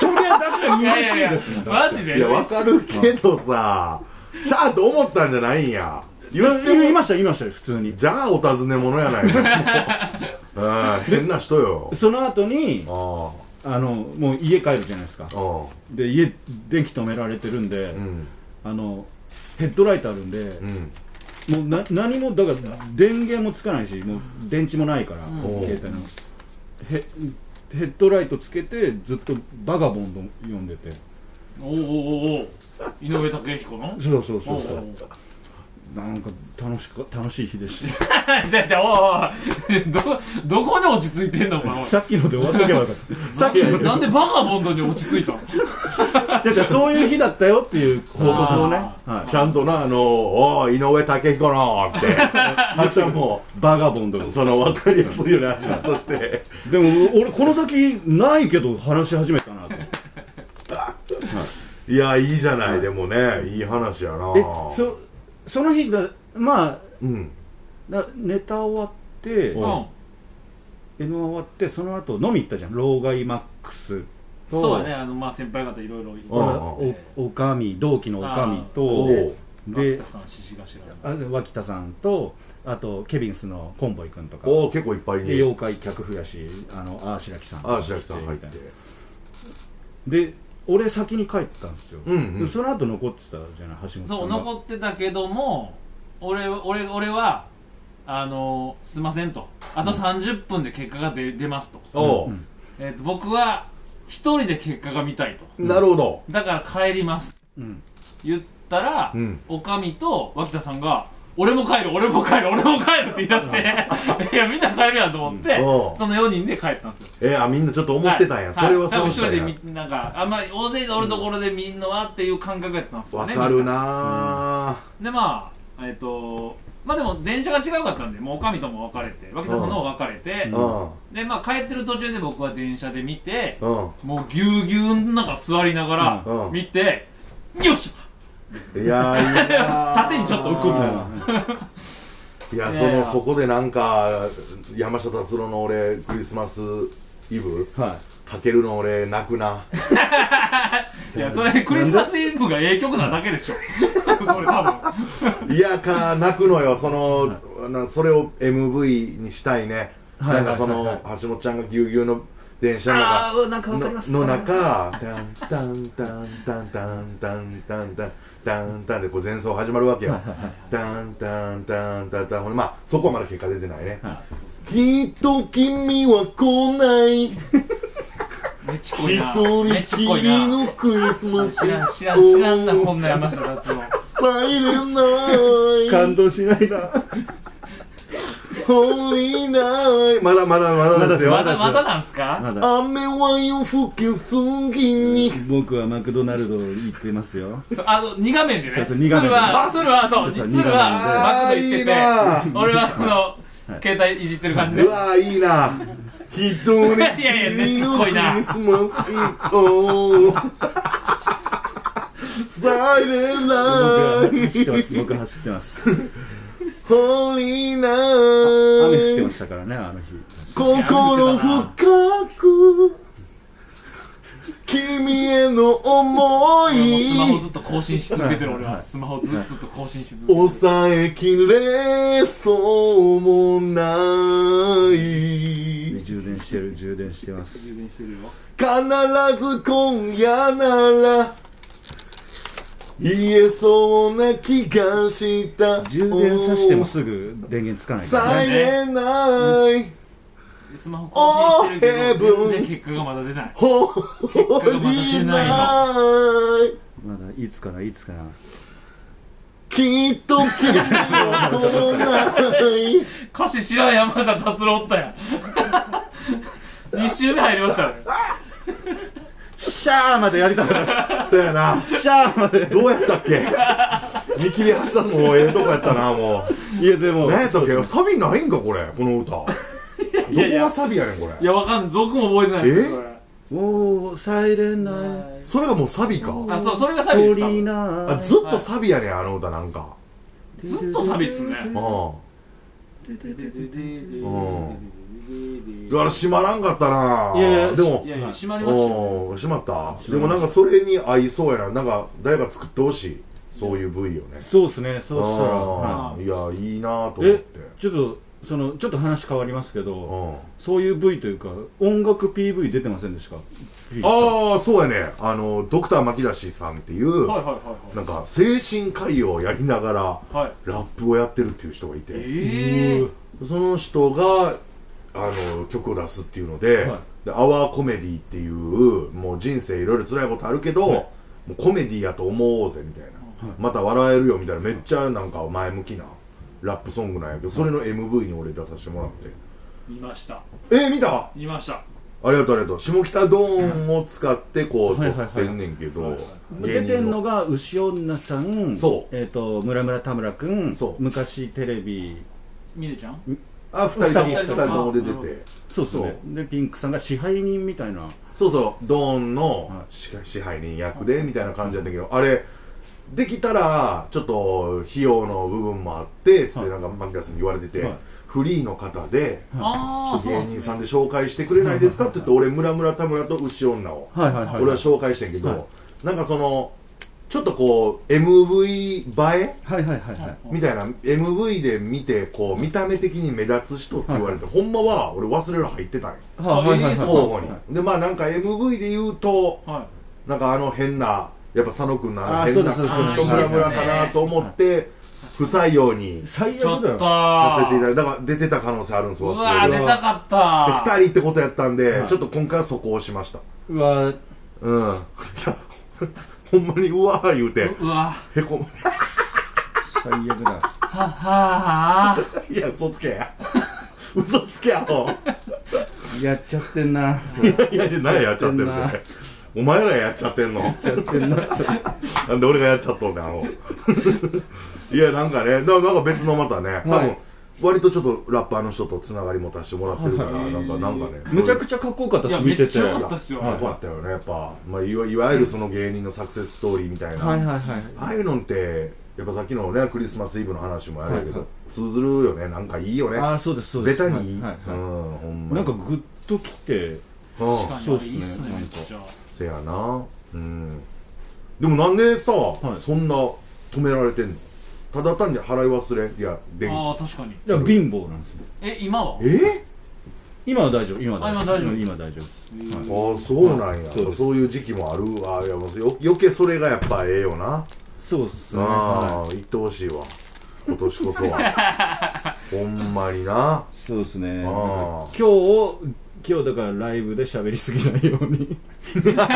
[SPEAKER 3] それはだって嬉
[SPEAKER 2] いやい
[SPEAKER 3] しい
[SPEAKER 2] やい
[SPEAKER 3] ですも
[SPEAKER 2] や
[SPEAKER 3] んだっ
[SPEAKER 2] マ
[SPEAKER 3] て
[SPEAKER 2] ジ
[SPEAKER 1] い
[SPEAKER 2] で
[SPEAKER 1] や、わかるけどさ、シャーと思ったんじゃないんや。言って
[SPEAKER 3] でも言い
[SPEAKER 1] も、
[SPEAKER 3] ました言いましたよ普通に
[SPEAKER 1] じゃあお尋ね者やない
[SPEAKER 2] *laughs*
[SPEAKER 1] か。うん、変な人よ。
[SPEAKER 3] その後に
[SPEAKER 1] ああ、
[SPEAKER 3] あのもう家帰るじゃないですか
[SPEAKER 1] あ
[SPEAKER 3] で家電気止められてるんで、
[SPEAKER 1] あ、うん、
[SPEAKER 3] あのヘッドライトあるんで、
[SPEAKER 1] うん。
[SPEAKER 3] もうな何もだから電源もつかないしもう電池もないから、
[SPEAKER 1] ん
[SPEAKER 3] 携帯のヘヘッドライトつけてずっと「バガボンド」読んでて
[SPEAKER 2] おおおお井上武彦の
[SPEAKER 3] そうそうそう
[SPEAKER 2] おう
[SPEAKER 3] そ
[SPEAKER 2] お *laughs*
[SPEAKER 3] うなんか楽しか楽しい日で *laughs* し
[SPEAKER 2] うじゃあじゃあおいおい *laughs* どどこに落ち着いてんのお前
[SPEAKER 3] たさっきので終わっとけばよか *laughs* ったさっきの
[SPEAKER 2] なんでバカボンドに落ち着いたの
[SPEAKER 3] だからそういう日だったよっていう報告をね、
[SPEAKER 2] あ
[SPEAKER 3] は
[SPEAKER 1] ちゃんとな、あの、おい井上武彦のって、
[SPEAKER 2] *laughs*
[SPEAKER 1] 発射も、
[SPEAKER 3] い、バガボンドです
[SPEAKER 1] その、わかりやすいような発射として。
[SPEAKER 3] でも俺この先ないけど話し始めたなと思って
[SPEAKER 1] いや、いいじゃない、でもね、いい話やな。
[SPEAKER 3] えそその日がまあ
[SPEAKER 1] うん。
[SPEAKER 3] なネタ終わって、
[SPEAKER 1] う
[SPEAKER 2] うんん
[SPEAKER 3] M1 終わってその後飲み行ったじゃん老害マックスと
[SPEAKER 2] そうだねあのまあ先輩方いろいろいて
[SPEAKER 1] うん
[SPEAKER 3] おおかみ同期のおかみ
[SPEAKER 1] お
[SPEAKER 3] と
[SPEAKER 1] う
[SPEAKER 3] で
[SPEAKER 2] 脇田さん獅子頭の
[SPEAKER 3] あ脇田さんとあとケビンスのコンボイ君とか
[SPEAKER 1] おう結構いっぱい
[SPEAKER 3] で
[SPEAKER 1] に。
[SPEAKER 3] 妖怪客増やしあのあー白木さんとか
[SPEAKER 1] あ、白木さん入って
[SPEAKER 3] みたい。なで俺先に帰ったんですよ、
[SPEAKER 1] うんうん
[SPEAKER 3] でその後残ってたじゃない橋本さ
[SPEAKER 2] そうん
[SPEAKER 3] が
[SPEAKER 2] 残ってたけども俺は俺俺はあのすいませんとあと30分で結果が出出ますと,、
[SPEAKER 1] お
[SPEAKER 3] う
[SPEAKER 1] うん
[SPEAKER 2] えーと僕は一人で結果が見たいと
[SPEAKER 1] なるほど。
[SPEAKER 2] だから帰ります
[SPEAKER 3] うん
[SPEAKER 2] 言ったら、
[SPEAKER 1] うん
[SPEAKER 2] おかみと脇田さんが「俺も帰る俺も帰る俺も帰る」って言い出
[SPEAKER 1] *laughs*
[SPEAKER 2] していやみんな帰るやんと思って、
[SPEAKER 1] うんうん
[SPEAKER 2] その4人で帰ったんですよ
[SPEAKER 1] えーあ、みんなちょっと思ってたんや。
[SPEAKER 2] はい
[SPEAKER 1] それは
[SPEAKER 2] 多
[SPEAKER 1] そう
[SPEAKER 2] 分
[SPEAKER 1] したん
[SPEAKER 2] 一
[SPEAKER 1] や。
[SPEAKER 2] 人でみなんかあんまり大勢でおるところで見んのはっていう感覚やったんですよ
[SPEAKER 1] わ
[SPEAKER 2] ね
[SPEAKER 1] かるな
[SPEAKER 2] でまあえっ、とまあでも電車が違うかったんでもう女将とも別れて脇田さんのも別れて、
[SPEAKER 1] う
[SPEAKER 2] でまあ帰ってる途中で僕は電車で見て、
[SPEAKER 1] んうん
[SPEAKER 2] もうぎゅうぎゅうの中座りながら
[SPEAKER 1] うん
[SPEAKER 2] 見て、よっし
[SPEAKER 1] いやーいいなー
[SPEAKER 2] *laughs* 縦にちょっと浮くみたいない
[SPEAKER 1] や
[SPEAKER 2] い
[SPEAKER 1] そ
[SPEAKER 2] やいや
[SPEAKER 1] のそこでなんか山下達郎の俺クリスマスイブ
[SPEAKER 3] は
[SPEAKER 1] かけるの俺泣くな
[SPEAKER 2] ゃいやそれクリスマスイブがええ曲なだけでしょそれ多分
[SPEAKER 1] いやか泣くのよその、なそれを MV にしたいね、
[SPEAKER 3] はい
[SPEAKER 1] なんかそ
[SPEAKER 3] は
[SPEAKER 1] の、
[SPEAKER 3] いはい
[SPEAKER 1] 橋本ちゃんがぎゅうぎゅうの電車の中
[SPEAKER 3] ああなんかわかります
[SPEAKER 1] のの中タンタンタンタンタンタンタンタンタンタンでこう前奏始まるわけよタンタンタンタンタンほんでまあそこはまだ結果出てないね
[SPEAKER 3] は
[SPEAKER 1] きっと君は来ない
[SPEAKER 2] めっちゃ濃いな
[SPEAKER 1] 一
[SPEAKER 2] めっ
[SPEAKER 1] 人
[SPEAKER 2] ちゃ
[SPEAKER 1] き
[SPEAKER 2] 濃い
[SPEAKER 1] り
[SPEAKER 2] な
[SPEAKER 1] のクリスマス
[SPEAKER 2] 知らん知らん知らんなこんな山下達郎
[SPEAKER 1] サイレンナ
[SPEAKER 3] い
[SPEAKER 1] イ
[SPEAKER 3] 感動しないな
[SPEAKER 1] ホーリーナイまだまだまだです
[SPEAKER 2] ま
[SPEAKER 1] よ
[SPEAKER 2] だまだなんすか
[SPEAKER 3] まだ
[SPEAKER 1] 雨は夜更けすぎに
[SPEAKER 3] 僕はマクドナルド行ってますよ
[SPEAKER 2] そうあの2画面でね
[SPEAKER 3] そうそう
[SPEAKER 2] れ
[SPEAKER 3] 二画面で
[SPEAKER 2] はそれはそうそ
[SPEAKER 3] そうそう
[SPEAKER 2] れは
[SPEAKER 1] あ
[SPEAKER 2] バッ
[SPEAKER 1] ー
[SPEAKER 2] クで言っ
[SPEAKER 1] い
[SPEAKER 2] て
[SPEAKER 1] い
[SPEAKER 2] て
[SPEAKER 1] な
[SPEAKER 2] 俺はあの携帯いじってる感じで
[SPEAKER 1] うわーいいな一人
[SPEAKER 2] *laughs*
[SPEAKER 1] きりのクリスマスイブお
[SPEAKER 2] *laughs*
[SPEAKER 1] サイレン
[SPEAKER 3] 僕
[SPEAKER 1] ナ
[SPEAKER 3] は
[SPEAKER 1] イ
[SPEAKER 3] 走ってます僕は走ってます
[SPEAKER 1] ホーリー
[SPEAKER 3] 雨降ってま
[SPEAKER 1] ナイ
[SPEAKER 3] したからねあの日
[SPEAKER 1] 心深く君への思
[SPEAKER 2] もうスマ
[SPEAKER 1] い
[SPEAKER 2] ホずっと更新し続けてる俺
[SPEAKER 3] は
[SPEAKER 2] はいスマホずっと更新し続けてる
[SPEAKER 1] 抑えきれそうもない
[SPEAKER 3] 充電してる充電してます
[SPEAKER 2] 充電してるよ
[SPEAKER 1] 必ず今夜なら言えそうな気がした
[SPEAKER 3] 充電さしてもすぐ電源つかないから、
[SPEAKER 1] さえない
[SPEAKER 2] でスマホ更新してるけど全然結果がまだ出ない
[SPEAKER 1] ほ
[SPEAKER 2] 果がまだ
[SPEAKER 1] り
[SPEAKER 2] 出
[SPEAKER 1] な
[SPEAKER 2] な
[SPEAKER 3] まだ
[SPEAKER 1] い
[SPEAKER 2] い
[SPEAKER 3] いつかないつかな
[SPEAKER 1] きっときっと来ない
[SPEAKER 2] 歌詞知らん山下達郎おっ
[SPEAKER 1] *laughs*
[SPEAKER 2] たやん2周目入りましたね
[SPEAKER 3] シャーまでやりたかった
[SPEAKER 1] そうやな
[SPEAKER 3] シャーまで
[SPEAKER 1] どうやったっけ見切り発車もうええとこやったなも
[SPEAKER 3] いやでも
[SPEAKER 1] う何やったっけサビないんかこれこの歌どこ
[SPEAKER 2] いやいや
[SPEAKER 1] がサビやねんこ
[SPEAKER 2] い
[SPEAKER 1] れ
[SPEAKER 2] やわかんない僕も覚えてないですよ
[SPEAKER 3] おーサイレン
[SPEAKER 2] こ
[SPEAKER 3] ナイ
[SPEAKER 2] れ
[SPEAKER 1] それがもうサビか
[SPEAKER 2] あそうそれがサビで
[SPEAKER 3] ト
[SPEAKER 2] す
[SPEAKER 3] リ
[SPEAKER 2] 多
[SPEAKER 3] ー
[SPEAKER 2] 分
[SPEAKER 3] ナ
[SPEAKER 1] あずっとサビやねんあの歌なんか
[SPEAKER 2] ずっとサビっすね
[SPEAKER 1] うん
[SPEAKER 2] ん
[SPEAKER 1] だから閉まらんかったない
[SPEAKER 3] やいや
[SPEAKER 1] でも
[SPEAKER 2] いやいや閉まりましたよ
[SPEAKER 1] おー閉まったでもなんかそれに合いそうやななんか誰か作ってほしいそういう部位をね
[SPEAKER 3] そうっすねそうしたらは
[SPEAKER 1] あーいやいいなと
[SPEAKER 3] いえ
[SPEAKER 1] 思って
[SPEAKER 3] ちょっとそのちょっと話変わりますけ
[SPEAKER 1] う
[SPEAKER 3] ど
[SPEAKER 1] ん
[SPEAKER 3] そういう V というか音楽 PV 出てませんでした
[SPEAKER 1] ああそうやねあのドクター牧田氏さんっていう
[SPEAKER 2] はいはいはい
[SPEAKER 1] なんか精神科医をやりながら
[SPEAKER 2] はいはい
[SPEAKER 1] ラップをやってるっていう人がいて
[SPEAKER 2] ええ
[SPEAKER 1] その人があの曲を出すっていうので,、
[SPEAKER 3] はい
[SPEAKER 1] でアワーコメディっていうもう人生いろいろ辛いことあるけど、
[SPEAKER 3] はい
[SPEAKER 1] もうコメディやと思おうぜみたいな、また笑えるよみたいなめっちゃなんか前向きなラップソングなんやけどそれの MV に俺出させてもらって、
[SPEAKER 2] 見ました
[SPEAKER 1] えー、見た
[SPEAKER 2] 見ました
[SPEAKER 1] ありがとうありがとう下北ドーンを使ってこう
[SPEAKER 3] は
[SPEAKER 1] 撮
[SPEAKER 3] いはいはい
[SPEAKER 1] ってんねんけど、
[SPEAKER 2] はいはい
[SPEAKER 1] 芸
[SPEAKER 3] 出
[SPEAKER 1] 人
[SPEAKER 3] てんのが牛女さん
[SPEAKER 1] そう
[SPEAKER 3] えっ、と村村田村くん
[SPEAKER 1] そう
[SPEAKER 3] 昔テレビ
[SPEAKER 2] ミネちゃん
[SPEAKER 1] あ二人とも
[SPEAKER 3] 二
[SPEAKER 1] 二
[SPEAKER 3] 人と
[SPEAKER 1] 人
[SPEAKER 3] も
[SPEAKER 1] とも出て
[SPEAKER 2] あなる
[SPEAKER 1] て
[SPEAKER 3] そうそう、ね、でピンクさんが支配人みたいな
[SPEAKER 1] そうそうドーン
[SPEAKER 3] は
[SPEAKER 1] の支支配人役でみたいな感じだったけどあれできたらちょっと費用の部分もあってつってなんか牧田さんに言われてて、
[SPEAKER 3] はい
[SPEAKER 1] フリーの方でち
[SPEAKER 2] あ
[SPEAKER 1] ょ
[SPEAKER 2] あ
[SPEAKER 1] っと
[SPEAKER 2] そうな
[SPEAKER 1] 芸
[SPEAKER 2] ん
[SPEAKER 1] 人
[SPEAKER 2] です
[SPEAKER 1] さ
[SPEAKER 2] ね
[SPEAKER 1] んで紹介してくれないですかって言って俺村村田村と牛女を
[SPEAKER 3] はいはいはい
[SPEAKER 1] 俺は紹介してんけど、
[SPEAKER 3] はい
[SPEAKER 1] なんかそのちょっとこう MV 映え
[SPEAKER 3] はいはいはいはい
[SPEAKER 1] みたいな MV で見てこう見た目的に目立つ人って言われて、ほんまは俺忘れる入ってたんよ
[SPEAKER 3] ははいはいはい
[SPEAKER 2] そう
[SPEAKER 1] 交互
[SPEAKER 3] はい
[SPEAKER 1] にでまあなんか MV で言うと
[SPEAKER 2] は
[SPEAKER 1] なんかあの変なやっぱ佐野君のあ
[SPEAKER 3] あー
[SPEAKER 1] の変な
[SPEAKER 3] そうです
[SPEAKER 1] 感じ
[SPEAKER 2] そう
[SPEAKER 1] と
[SPEAKER 2] です
[SPEAKER 1] ムラムラかなと思って不採用に
[SPEAKER 3] 最
[SPEAKER 2] いちょ
[SPEAKER 3] 悪
[SPEAKER 2] っ
[SPEAKER 3] だ
[SPEAKER 2] と
[SPEAKER 3] よ
[SPEAKER 1] させていただいて
[SPEAKER 2] ー
[SPEAKER 1] だから出てた可能性あるんです
[SPEAKER 2] う
[SPEAKER 1] よ
[SPEAKER 2] わー
[SPEAKER 1] 忘れ
[SPEAKER 2] 出
[SPEAKER 1] る
[SPEAKER 2] たかった
[SPEAKER 1] で2人ってことやったんで、
[SPEAKER 3] はい
[SPEAKER 1] ちょっと今回はそこをしました
[SPEAKER 3] うわー
[SPEAKER 1] うん *laughs* いやほんまにうわー言うて
[SPEAKER 2] うわ
[SPEAKER 1] へこむ *laughs*
[SPEAKER 3] 最悪だ
[SPEAKER 2] ははは
[SPEAKER 1] いや嘘つけ
[SPEAKER 3] *laughs*
[SPEAKER 1] や嘘つけやほ
[SPEAKER 3] やっちゃってんな
[SPEAKER 1] *laughs* やいやいや何ややっちゃってるん
[SPEAKER 3] やっ
[SPEAKER 1] で
[SPEAKER 3] て
[SPEAKER 1] すお前らやっちゃってんの
[SPEAKER 3] やって
[SPEAKER 1] *laughs*
[SPEAKER 3] んな
[SPEAKER 1] なんで俺がやっちゃっとんねん
[SPEAKER 3] *laughs*
[SPEAKER 1] あのいやなんかねななんか別のまたね、多
[SPEAKER 3] はい
[SPEAKER 1] 分割とちょっとラッパーの人とつながり持たせてもらってるから、
[SPEAKER 2] はい
[SPEAKER 1] なんかなんかね
[SPEAKER 3] むちゃくちゃかっこよかった
[SPEAKER 2] い
[SPEAKER 3] し
[SPEAKER 2] や
[SPEAKER 3] 見
[SPEAKER 2] め
[SPEAKER 3] て
[SPEAKER 2] ってちゃ良
[SPEAKER 1] い
[SPEAKER 2] か
[SPEAKER 1] や
[SPEAKER 2] ったっすよ、
[SPEAKER 1] よかったよねやっぱ、まあ、いわいわゆるその芸人のサクセスストーリーみたいな、
[SPEAKER 3] はいはいはい
[SPEAKER 1] ああいうのってやっぱさっきのねクリスマスイブの話もあるけど、
[SPEAKER 3] はいは
[SPEAKER 1] 通ずるよねなんかいいよね
[SPEAKER 3] ああそうですそうで
[SPEAKER 1] ベ
[SPEAKER 3] す
[SPEAKER 1] タにいい、
[SPEAKER 3] はいはいは
[SPEAKER 1] うんほん
[SPEAKER 3] いな
[SPEAKER 1] ま
[SPEAKER 3] ん
[SPEAKER 1] に
[SPEAKER 3] かグッときて
[SPEAKER 1] うん
[SPEAKER 2] 確かにあれいいっす
[SPEAKER 3] そうっ
[SPEAKER 2] ね
[SPEAKER 3] すね
[SPEAKER 2] めっちゃ
[SPEAKER 1] せやなうんでもなんでさ、
[SPEAKER 3] い
[SPEAKER 1] そんな止められてんのただ単に払い忘れいや電
[SPEAKER 2] ああ
[SPEAKER 1] 気
[SPEAKER 2] ー確かに
[SPEAKER 3] いや貧乏なんですよ
[SPEAKER 2] え今は
[SPEAKER 1] え
[SPEAKER 3] 今は大丈夫今は大丈夫
[SPEAKER 2] あ
[SPEAKER 3] 今は大丈夫です
[SPEAKER 2] うん
[SPEAKER 1] ああそうなんや、
[SPEAKER 3] そうです
[SPEAKER 1] そういう時期もあるわいやもうよ余計それがやっぱええよな、
[SPEAKER 3] そうっすね
[SPEAKER 1] あ
[SPEAKER 3] は
[SPEAKER 1] あ言ってほしいわ今年こそは
[SPEAKER 3] *laughs*
[SPEAKER 1] ほんまにない
[SPEAKER 3] そうですね今
[SPEAKER 1] あー
[SPEAKER 3] 日を今日だからライブで喋りすぎないように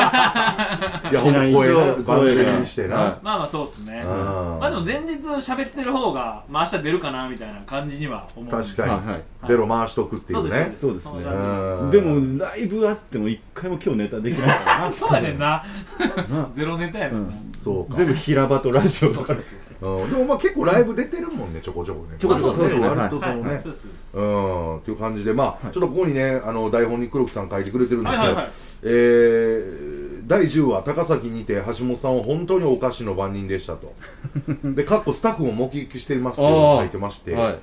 [SPEAKER 1] いや
[SPEAKER 3] し
[SPEAKER 1] ほん
[SPEAKER 3] な
[SPEAKER 1] ま
[SPEAKER 3] い
[SPEAKER 1] 声な
[SPEAKER 3] と
[SPEAKER 1] 万全にしてな、
[SPEAKER 3] は
[SPEAKER 2] まあまあそうっすね
[SPEAKER 1] うん
[SPEAKER 2] まあでも前日喋ってる方がまあ明日出るかなみたいな感じには思う
[SPEAKER 1] 確
[SPEAKER 3] はい
[SPEAKER 1] かに、
[SPEAKER 3] はい
[SPEAKER 2] はい
[SPEAKER 1] ベロ回しとくってい
[SPEAKER 2] そう
[SPEAKER 1] う
[SPEAKER 2] で
[SPEAKER 1] ね
[SPEAKER 2] す
[SPEAKER 3] そうですね
[SPEAKER 2] の
[SPEAKER 1] う
[SPEAKER 2] 感
[SPEAKER 1] ん
[SPEAKER 3] でもライブあっても一回も今日ネタできないから
[SPEAKER 1] *laughs*
[SPEAKER 2] じそうやねんな *laughs*
[SPEAKER 3] な
[SPEAKER 2] ゼロネタやねん
[SPEAKER 3] う
[SPEAKER 2] な
[SPEAKER 1] そうか
[SPEAKER 3] 全部平場とラジオ
[SPEAKER 2] そう
[SPEAKER 3] と
[SPEAKER 2] そ
[SPEAKER 3] か
[SPEAKER 2] う
[SPEAKER 3] で
[SPEAKER 2] そう
[SPEAKER 1] うん、でもまあ結構ライブ出てるもんねちょこちょこね
[SPEAKER 3] ちょこ
[SPEAKER 2] ちょこそうですね
[SPEAKER 1] 割とそ
[SPEAKER 2] は
[SPEAKER 1] の
[SPEAKER 2] い
[SPEAKER 1] ね、
[SPEAKER 2] はいそうですそうです
[SPEAKER 1] うん、という感じで、まあ、
[SPEAKER 3] はい
[SPEAKER 1] ちょっとここにね、あの台本に黒木さん書いてくれてるんですけど、
[SPEAKER 2] はいはいはい
[SPEAKER 1] えー第10話、高崎にて橋本さんは本当にお菓子の番人でしたと、で、かっこスタッフも目撃していますっていうのを書いてまして、
[SPEAKER 3] はい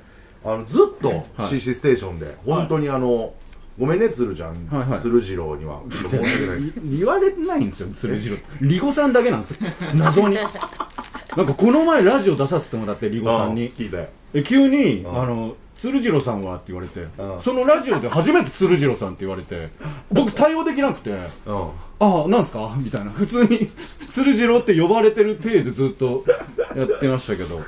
[SPEAKER 1] あのずっと CC ステーションで、本当にあの、ごめんね、鶴ちゃん、
[SPEAKER 3] はいはい
[SPEAKER 1] 鶴次郎には、ちょっと申し訳ないで
[SPEAKER 3] *laughs*
[SPEAKER 1] す。
[SPEAKER 3] い言われてないんですよ鶴次郎リゴさんだけなんですよ謎
[SPEAKER 1] *laughs*
[SPEAKER 3] になんかこの前ラジオ出させてもらってリゴさん
[SPEAKER 1] うん
[SPEAKER 3] に
[SPEAKER 1] 聞いたよ。
[SPEAKER 3] え急に、
[SPEAKER 1] うん
[SPEAKER 3] あの鶴次郎さんはって言われて、
[SPEAKER 1] ん
[SPEAKER 3] そのラジオで初めて鶴次郎さんって言われ *laughs* て僕対応できなくて
[SPEAKER 1] うん
[SPEAKER 3] ああなんですかみたいな普通に鶴次郎って呼ばれてる体でずっとやってましたけど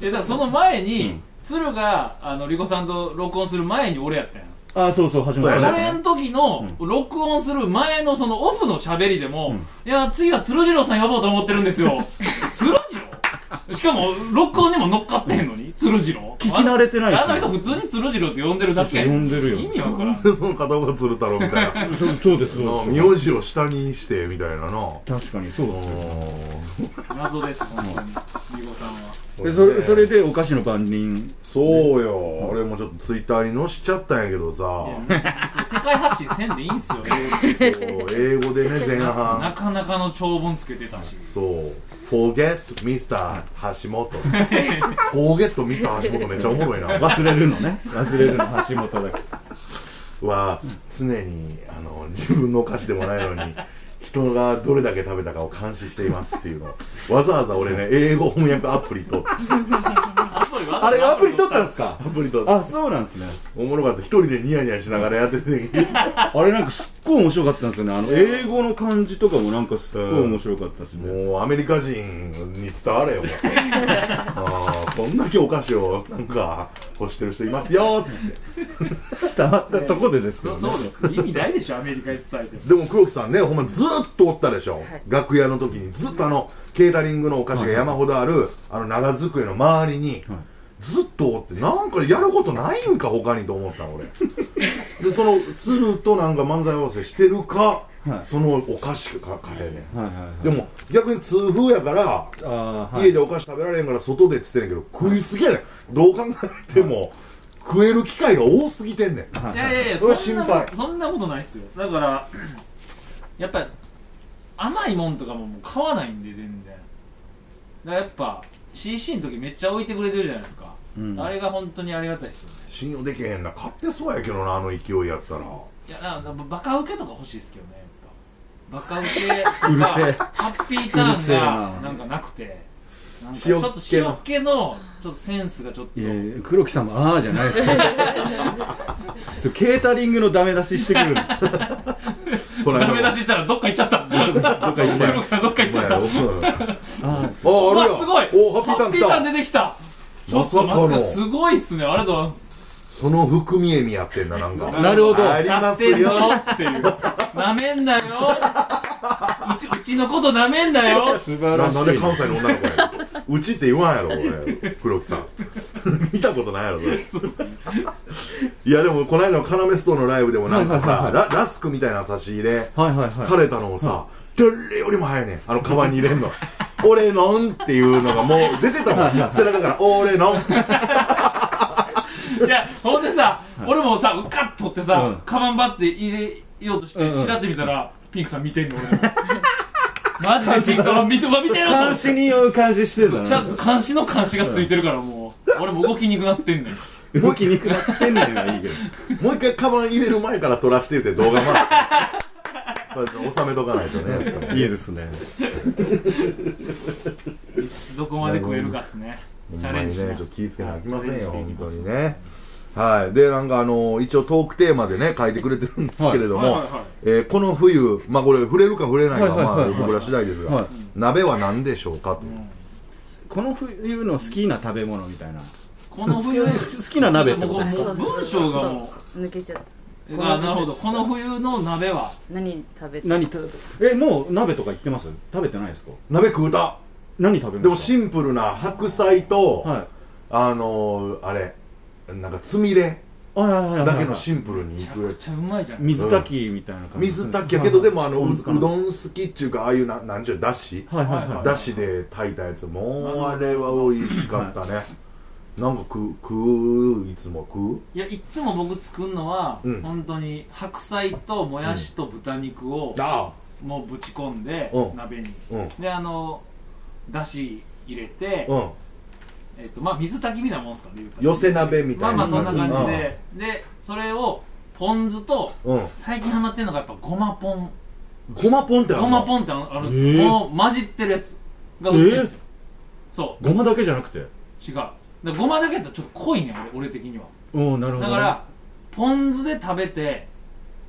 [SPEAKER 2] えだからその前に、
[SPEAKER 3] うん
[SPEAKER 2] 鶴があのリコさんと録音する前に俺やったや
[SPEAKER 3] *laughs*
[SPEAKER 2] ん
[SPEAKER 3] ああそうそう始ま
[SPEAKER 1] そ
[SPEAKER 3] っ
[SPEAKER 1] う
[SPEAKER 3] た
[SPEAKER 1] や
[SPEAKER 2] それの時の、録音する前のそのオフの喋りでも、いや次は鶴次郎さん呼ぼうと思ってるんですよ鶴次郎しかも録音にも乗っかってへんのに鶴次郎
[SPEAKER 3] 聞き慣れてないし
[SPEAKER 2] あの人普通に鶴次郎って呼んでるだけ
[SPEAKER 3] そうそう呼んでるよ
[SPEAKER 2] 意味わからん
[SPEAKER 1] で *laughs* その片岡鶴太郎みたいな
[SPEAKER 3] そうそうです
[SPEAKER 1] あ
[SPEAKER 3] そうです
[SPEAKER 1] 名字を下にしてみたいなな
[SPEAKER 3] 確かにそうですよ
[SPEAKER 2] 謎です本当にリコさんは
[SPEAKER 3] でそれそれでお菓子の番人
[SPEAKER 1] そうよ、俺もちょっとツイッターに載しちゃったんやけどさ
[SPEAKER 2] いやそう世界発信せんでいいんすよ
[SPEAKER 1] そう英語でね前
[SPEAKER 2] な
[SPEAKER 1] 半
[SPEAKER 2] かなかの長文つけてたし
[SPEAKER 1] そう「Forget Mr. 橋本」「Forget Mr. 橋本」めっちゃおもろいな
[SPEAKER 3] 忘れるの *laughs* ね忘れるの橋本だけ
[SPEAKER 1] は常にあの自分のお菓子でもないのに人がどれだけ食べたかを監視していますっていうのわざわざ俺ね英語翻訳アプリと
[SPEAKER 3] あれアプリ取ったんですか
[SPEAKER 1] アプリと
[SPEAKER 3] あそうなんですね
[SPEAKER 1] おもろかった一人でニヤニヤしながらやってて
[SPEAKER 3] あれなんかすっごい面白かったんですよねあの英語の感じとかもなんかすっごい面白かったですね、
[SPEAKER 1] もうアメリカ人に伝われよ、もうあーこんだけお菓子をなんか欲してる人いま
[SPEAKER 3] *laughs*
[SPEAKER 1] すよっつって
[SPEAKER 3] 伝わったとこでですけ
[SPEAKER 2] そ
[SPEAKER 3] ど
[SPEAKER 2] う
[SPEAKER 3] ね
[SPEAKER 2] そうです意味ないでしょアメリカに伝え
[SPEAKER 3] *laughs*
[SPEAKER 2] ても
[SPEAKER 1] でも黒木さんねほんまずっとおったでしょ、楽屋の時にずっとあのケータリングのお菓子が山ほどある、あの長机の周りに、
[SPEAKER 3] はい
[SPEAKER 1] ずっとおってなんかやることないんか他にと思ったの
[SPEAKER 3] *laughs*
[SPEAKER 1] 俺でその鶴となんか漫才合わせしてるか、
[SPEAKER 3] はい
[SPEAKER 1] そのお菓子か買えねん
[SPEAKER 3] はいはいはい
[SPEAKER 1] でも逆に痛風やから
[SPEAKER 3] あーはい
[SPEAKER 1] 家でお菓子食べられへんから外でっつってんねんけど食いすぎやねんどう考えても食える機会が多すぎてんねん
[SPEAKER 3] はい
[SPEAKER 2] やいやいや
[SPEAKER 1] そ
[SPEAKER 2] そ
[SPEAKER 1] れは
[SPEAKER 2] ん
[SPEAKER 1] 心
[SPEAKER 2] な
[SPEAKER 1] 配
[SPEAKER 2] ことそんなことないっすよだからやっぱ甘いもんとかももう買わないんで全然だからやっぱ CC の時めっちゃ置いてくれてるじゃないですか、
[SPEAKER 3] うん
[SPEAKER 2] あれが本当にありがたいですよね
[SPEAKER 1] 信用できへんな買ってそうやけどなあの勢いやったら
[SPEAKER 2] いやなんかバカウケとか欲しいですけどねやっぱバカウケ
[SPEAKER 3] うる
[SPEAKER 2] が
[SPEAKER 3] せえ
[SPEAKER 2] ハッピータ
[SPEAKER 3] うる
[SPEAKER 2] ーン
[SPEAKER 3] せえ
[SPEAKER 2] が
[SPEAKER 3] な
[SPEAKER 2] なんかなくてなんかちょ
[SPEAKER 1] 塩
[SPEAKER 2] っと
[SPEAKER 1] っ気の
[SPEAKER 2] 塩っ気のちょっとセンスがちょっと
[SPEAKER 3] いやいや黒木さんもああじゃない
[SPEAKER 1] *laughs*
[SPEAKER 3] ですよケータリングのダメ出ししてくる
[SPEAKER 1] こ
[SPEAKER 2] ダメ出ししたらどっか行っちゃったどっ
[SPEAKER 1] か行っちゃった
[SPEAKER 2] さんどっか行っちゃった
[SPEAKER 1] お前
[SPEAKER 2] *laughs*
[SPEAKER 3] あ
[SPEAKER 1] おあ
[SPEAKER 2] わ
[SPEAKER 1] あるや
[SPEAKER 2] すごい
[SPEAKER 1] おハッピーターン来た
[SPEAKER 2] 出てきたちょ
[SPEAKER 1] ま
[SPEAKER 2] っ
[SPEAKER 1] さか
[SPEAKER 2] と
[SPEAKER 1] の
[SPEAKER 2] なんかすごいっすねありがとうございます
[SPEAKER 1] その含み笑みやってんだなんか
[SPEAKER 3] あなるほど
[SPEAKER 1] あります
[SPEAKER 2] やってんぞ
[SPEAKER 1] よ
[SPEAKER 2] っていうなめんなようちうちのことなめんなよ
[SPEAKER 3] 素晴
[SPEAKER 1] な
[SPEAKER 3] らしい
[SPEAKER 1] なんで関西の女の子やうちって言わんやろ俺黒木さん *laughs* 見たことないやろそ
[SPEAKER 2] *laughs*
[SPEAKER 1] れいやでもこの間のカナメストのライブでもなんかさ
[SPEAKER 3] はいはい
[SPEAKER 1] ララスクみたいな差し入れ
[SPEAKER 3] はいはい
[SPEAKER 1] さ
[SPEAKER 3] は
[SPEAKER 1] れたのをさ、誰よりも早いねんあのカバンに入れ
[SPEAKER 2] *laughs*
[SPEAKER 1] んの俺のんっていうのがもう出てたもん背中から俺のん
[SPEAKER 2] *laughs* いやほんでさ俺もさうかっとって
[SPEAKER 3] う
[SPEAKER 2] さ
[SPEAKER 3] ん
[SPEAKER 2] カバンバって入れようとし
[SPEAKER 3] うんう
[SPEAKER 2] て
[SPEAKER 3] ん
[SPEAKER 2] ちらって見たらピンクさん見てんの俺 *laughs* もマジでピンクさんは見てうわ見てると思
[SPEAKER 3] 監
[SPEAKER 2] って
[SPEAKER 3] 視に酔う感じしてるん
[SPEAKER 2] ちゃ
[SPEAKER 3] だ
[SPEAKER 2] ん
[SPEAKER 3] な
[SPEAKER 2] と監視の監視がついてるからもう俺も動きにくくなってんねん
[SPEAKER 3] 動きにくなってんねんがいいけど
[SPEAKER 1] もう一回カバン入れる前から撮らしてって動画回して
[SPEAKER 2] *laughs*
[SPEAKER 1] これ収めとかないとね
[SPEAKER 3] いいですね
[SPEAKER 2] どこまで食えるかっすねチャレンジ
[SPEAKER 1] ほ
[SPEAKER 2] し
[SPEAKER 1] んま
[SPEAKER 2] な
[SPEAKER 1] にねちょっと気ぃつけなきゃいけません
[SPEAKER 2] はいチ
[SPEAKER 1] よ
[SPEAKER 2] ャレン
[SPEAKER 1] 本
[SPEAKER 2] ジしていき
[SPEAKER 1] 当
[SPEAKER 2] ます
[SPEAKER 1] にねはいでなんかあの一応トークテーマでね書いてくれてるんですけれども、
[SPEAKER 2] はいはいはい
[SPEAKER 1] えーこの冬まあこれ触れるか触れないかは
[SPEAKER 3] はいはいは
[SPEAKER 1] ま
[SPEAKER 3] いは
[SPEAKER 1] あ
[SPEAKER 3] い
[SPEAKER 1] 僕ら次第ですが、
[SPEAKER 3] はい
[SPEAKER 1] 鍋は何でしょうかと、
[SPEAKER 3] この冬の好きな食べ物みたいな
[SPEAKER 2] この冬
[SPEAKER 3] 好きな鍋ってこと
[SPEAKER 2] もうもう文章がも
[SPEAKER 4] う抜けちゃう
[SPEAKER 2] うあなるほどこの冬の鍋は
[SPEAKER 4] 何食べて
[SPEAKER 3] 何食べえもう鍋とか行ってます食べてないですか
[SPEAKER 1] 鍋食うた
[SPEAKER 3] 何食べます
[SPEAKER 1] でもシンプルな白菜と、
[SPEAKER 3] はい
[SPEAKER 1] あのー、あれなんかつみれ
[SPEAKER 3] あはいはいはいはい
[SPEAKER 1] だけのシンプルに
[SPEAKER 2] め
[SPEAKER 1] い
[SPEAKER 2] ちゃ
[SPEAKER 1] くや
[SPEAKER 2] く
[SPEAKER 1] つ
[SPEAKER 2] ちゃうまいじゃん
[SPEAKER 3] 水炊きみたいな感じ
[SPEAKER 1] 水炊きやけどでもあのうう
[SPEAKER 3] どん
[SPEAKER 1] どん好きっちゅうかああいうななんちゅうだし
[SPEAKER 3] はいはいはい
[SPEAKER 1] だしで炊いたやつもうあれは美味しかったね *laughs* なんか食う食ういつも食う
[SPEAKER 2] いやいつも僕作るのは、
[SPEAKER 1] うん
[SPEAKER 2] 本当に白菜ともやしと豚肉を、
[SPEAKER 1] あ
[SPEAKER 2] もうぶち込んで、
[SPEAKER 1] うん
[SPEAKER 2] 鍋に
[SPEAKER 1] うん
[SPEAKER 2] であのだし入れて、
[SPEAKER 1] うん
[SPEAKER 2] えっとまあ、水炊きみたいなもんですかね言うたら
[SPEAKER 1] 寄せ鍋み
[SPEAKER 2] ま
[SPEAKER 1] た
[SPEAKER 2] あ
[SPEAKER 1] い
[SPEAKER 2] ま
[SPEAKER 1] な
[SPEAKER 2] あそんな感じで、でそれをポン酢と
[SPEAKER 1] うんうん
[SPEAKER 2] 最近ハマってるのがやっぱごまポン
[SPEAKER 1] ごまポンってある
[SPEAKER 2] ご
[SPEAKER 1] の
[SPEAKER 2] まポンってあのあるんですよ、
[SPEAKER 3] えー
[SPEAKER 2] もう混じってるやつが売ってるんですよ、そ
[SPEAKER 3] ごまだけじゃなくて
[SPEAKER 2] う違うだからごまだけやったらちょっと濃いねん俺俺的には
[SPEAKER 3] おおなるほど
[SPEAKER 2] だからポン酢で食べて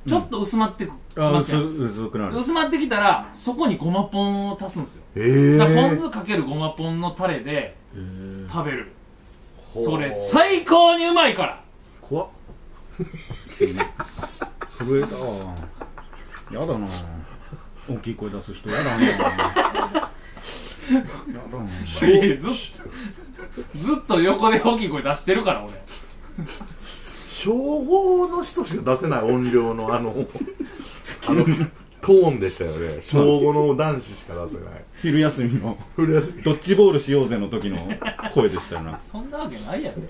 [SPEAKER 2] ちょっと薄まってく、
[SPEAKER 3] あ
[SPEAKER 2] ま
[SPEAKER 3] 薄
[SPEAKER 2] すやん
[SPEAKER 3] 薄くなる
[SPEAKER 2] 薄まってきたらそこにごまポンを足すんですよ
[SPEAKER 1] え
[SPEAKER 2] だからポン
[SPEAKER 1] ー
[SPEAKER 2] 酢かけるごまポンのタレで食べる
[SPEAKER 1] ほう
[SPEAKER 2] それ最高にうまいから
[SPEAKER 1] 怖っ
[SPEAKER 3] 震えたわやだな大きい声出す人やだなやだない
[SPEAKER 2] や *laughs* いやずっとずっと横で大きい声出してるから俺
[SPEAKER 1] 称号の人しか出せない音量のあのあのトーンでしたよね小5の男子しか出せない
[SPEAKER 3] 昼休みの
[SPEAKER 1] フレーズ
[SPEAKER 3] ドッジボールしようぜの時の声でしたよな
[SPEAKER 2] そんなわけないやろ
[SPEAKER 3] び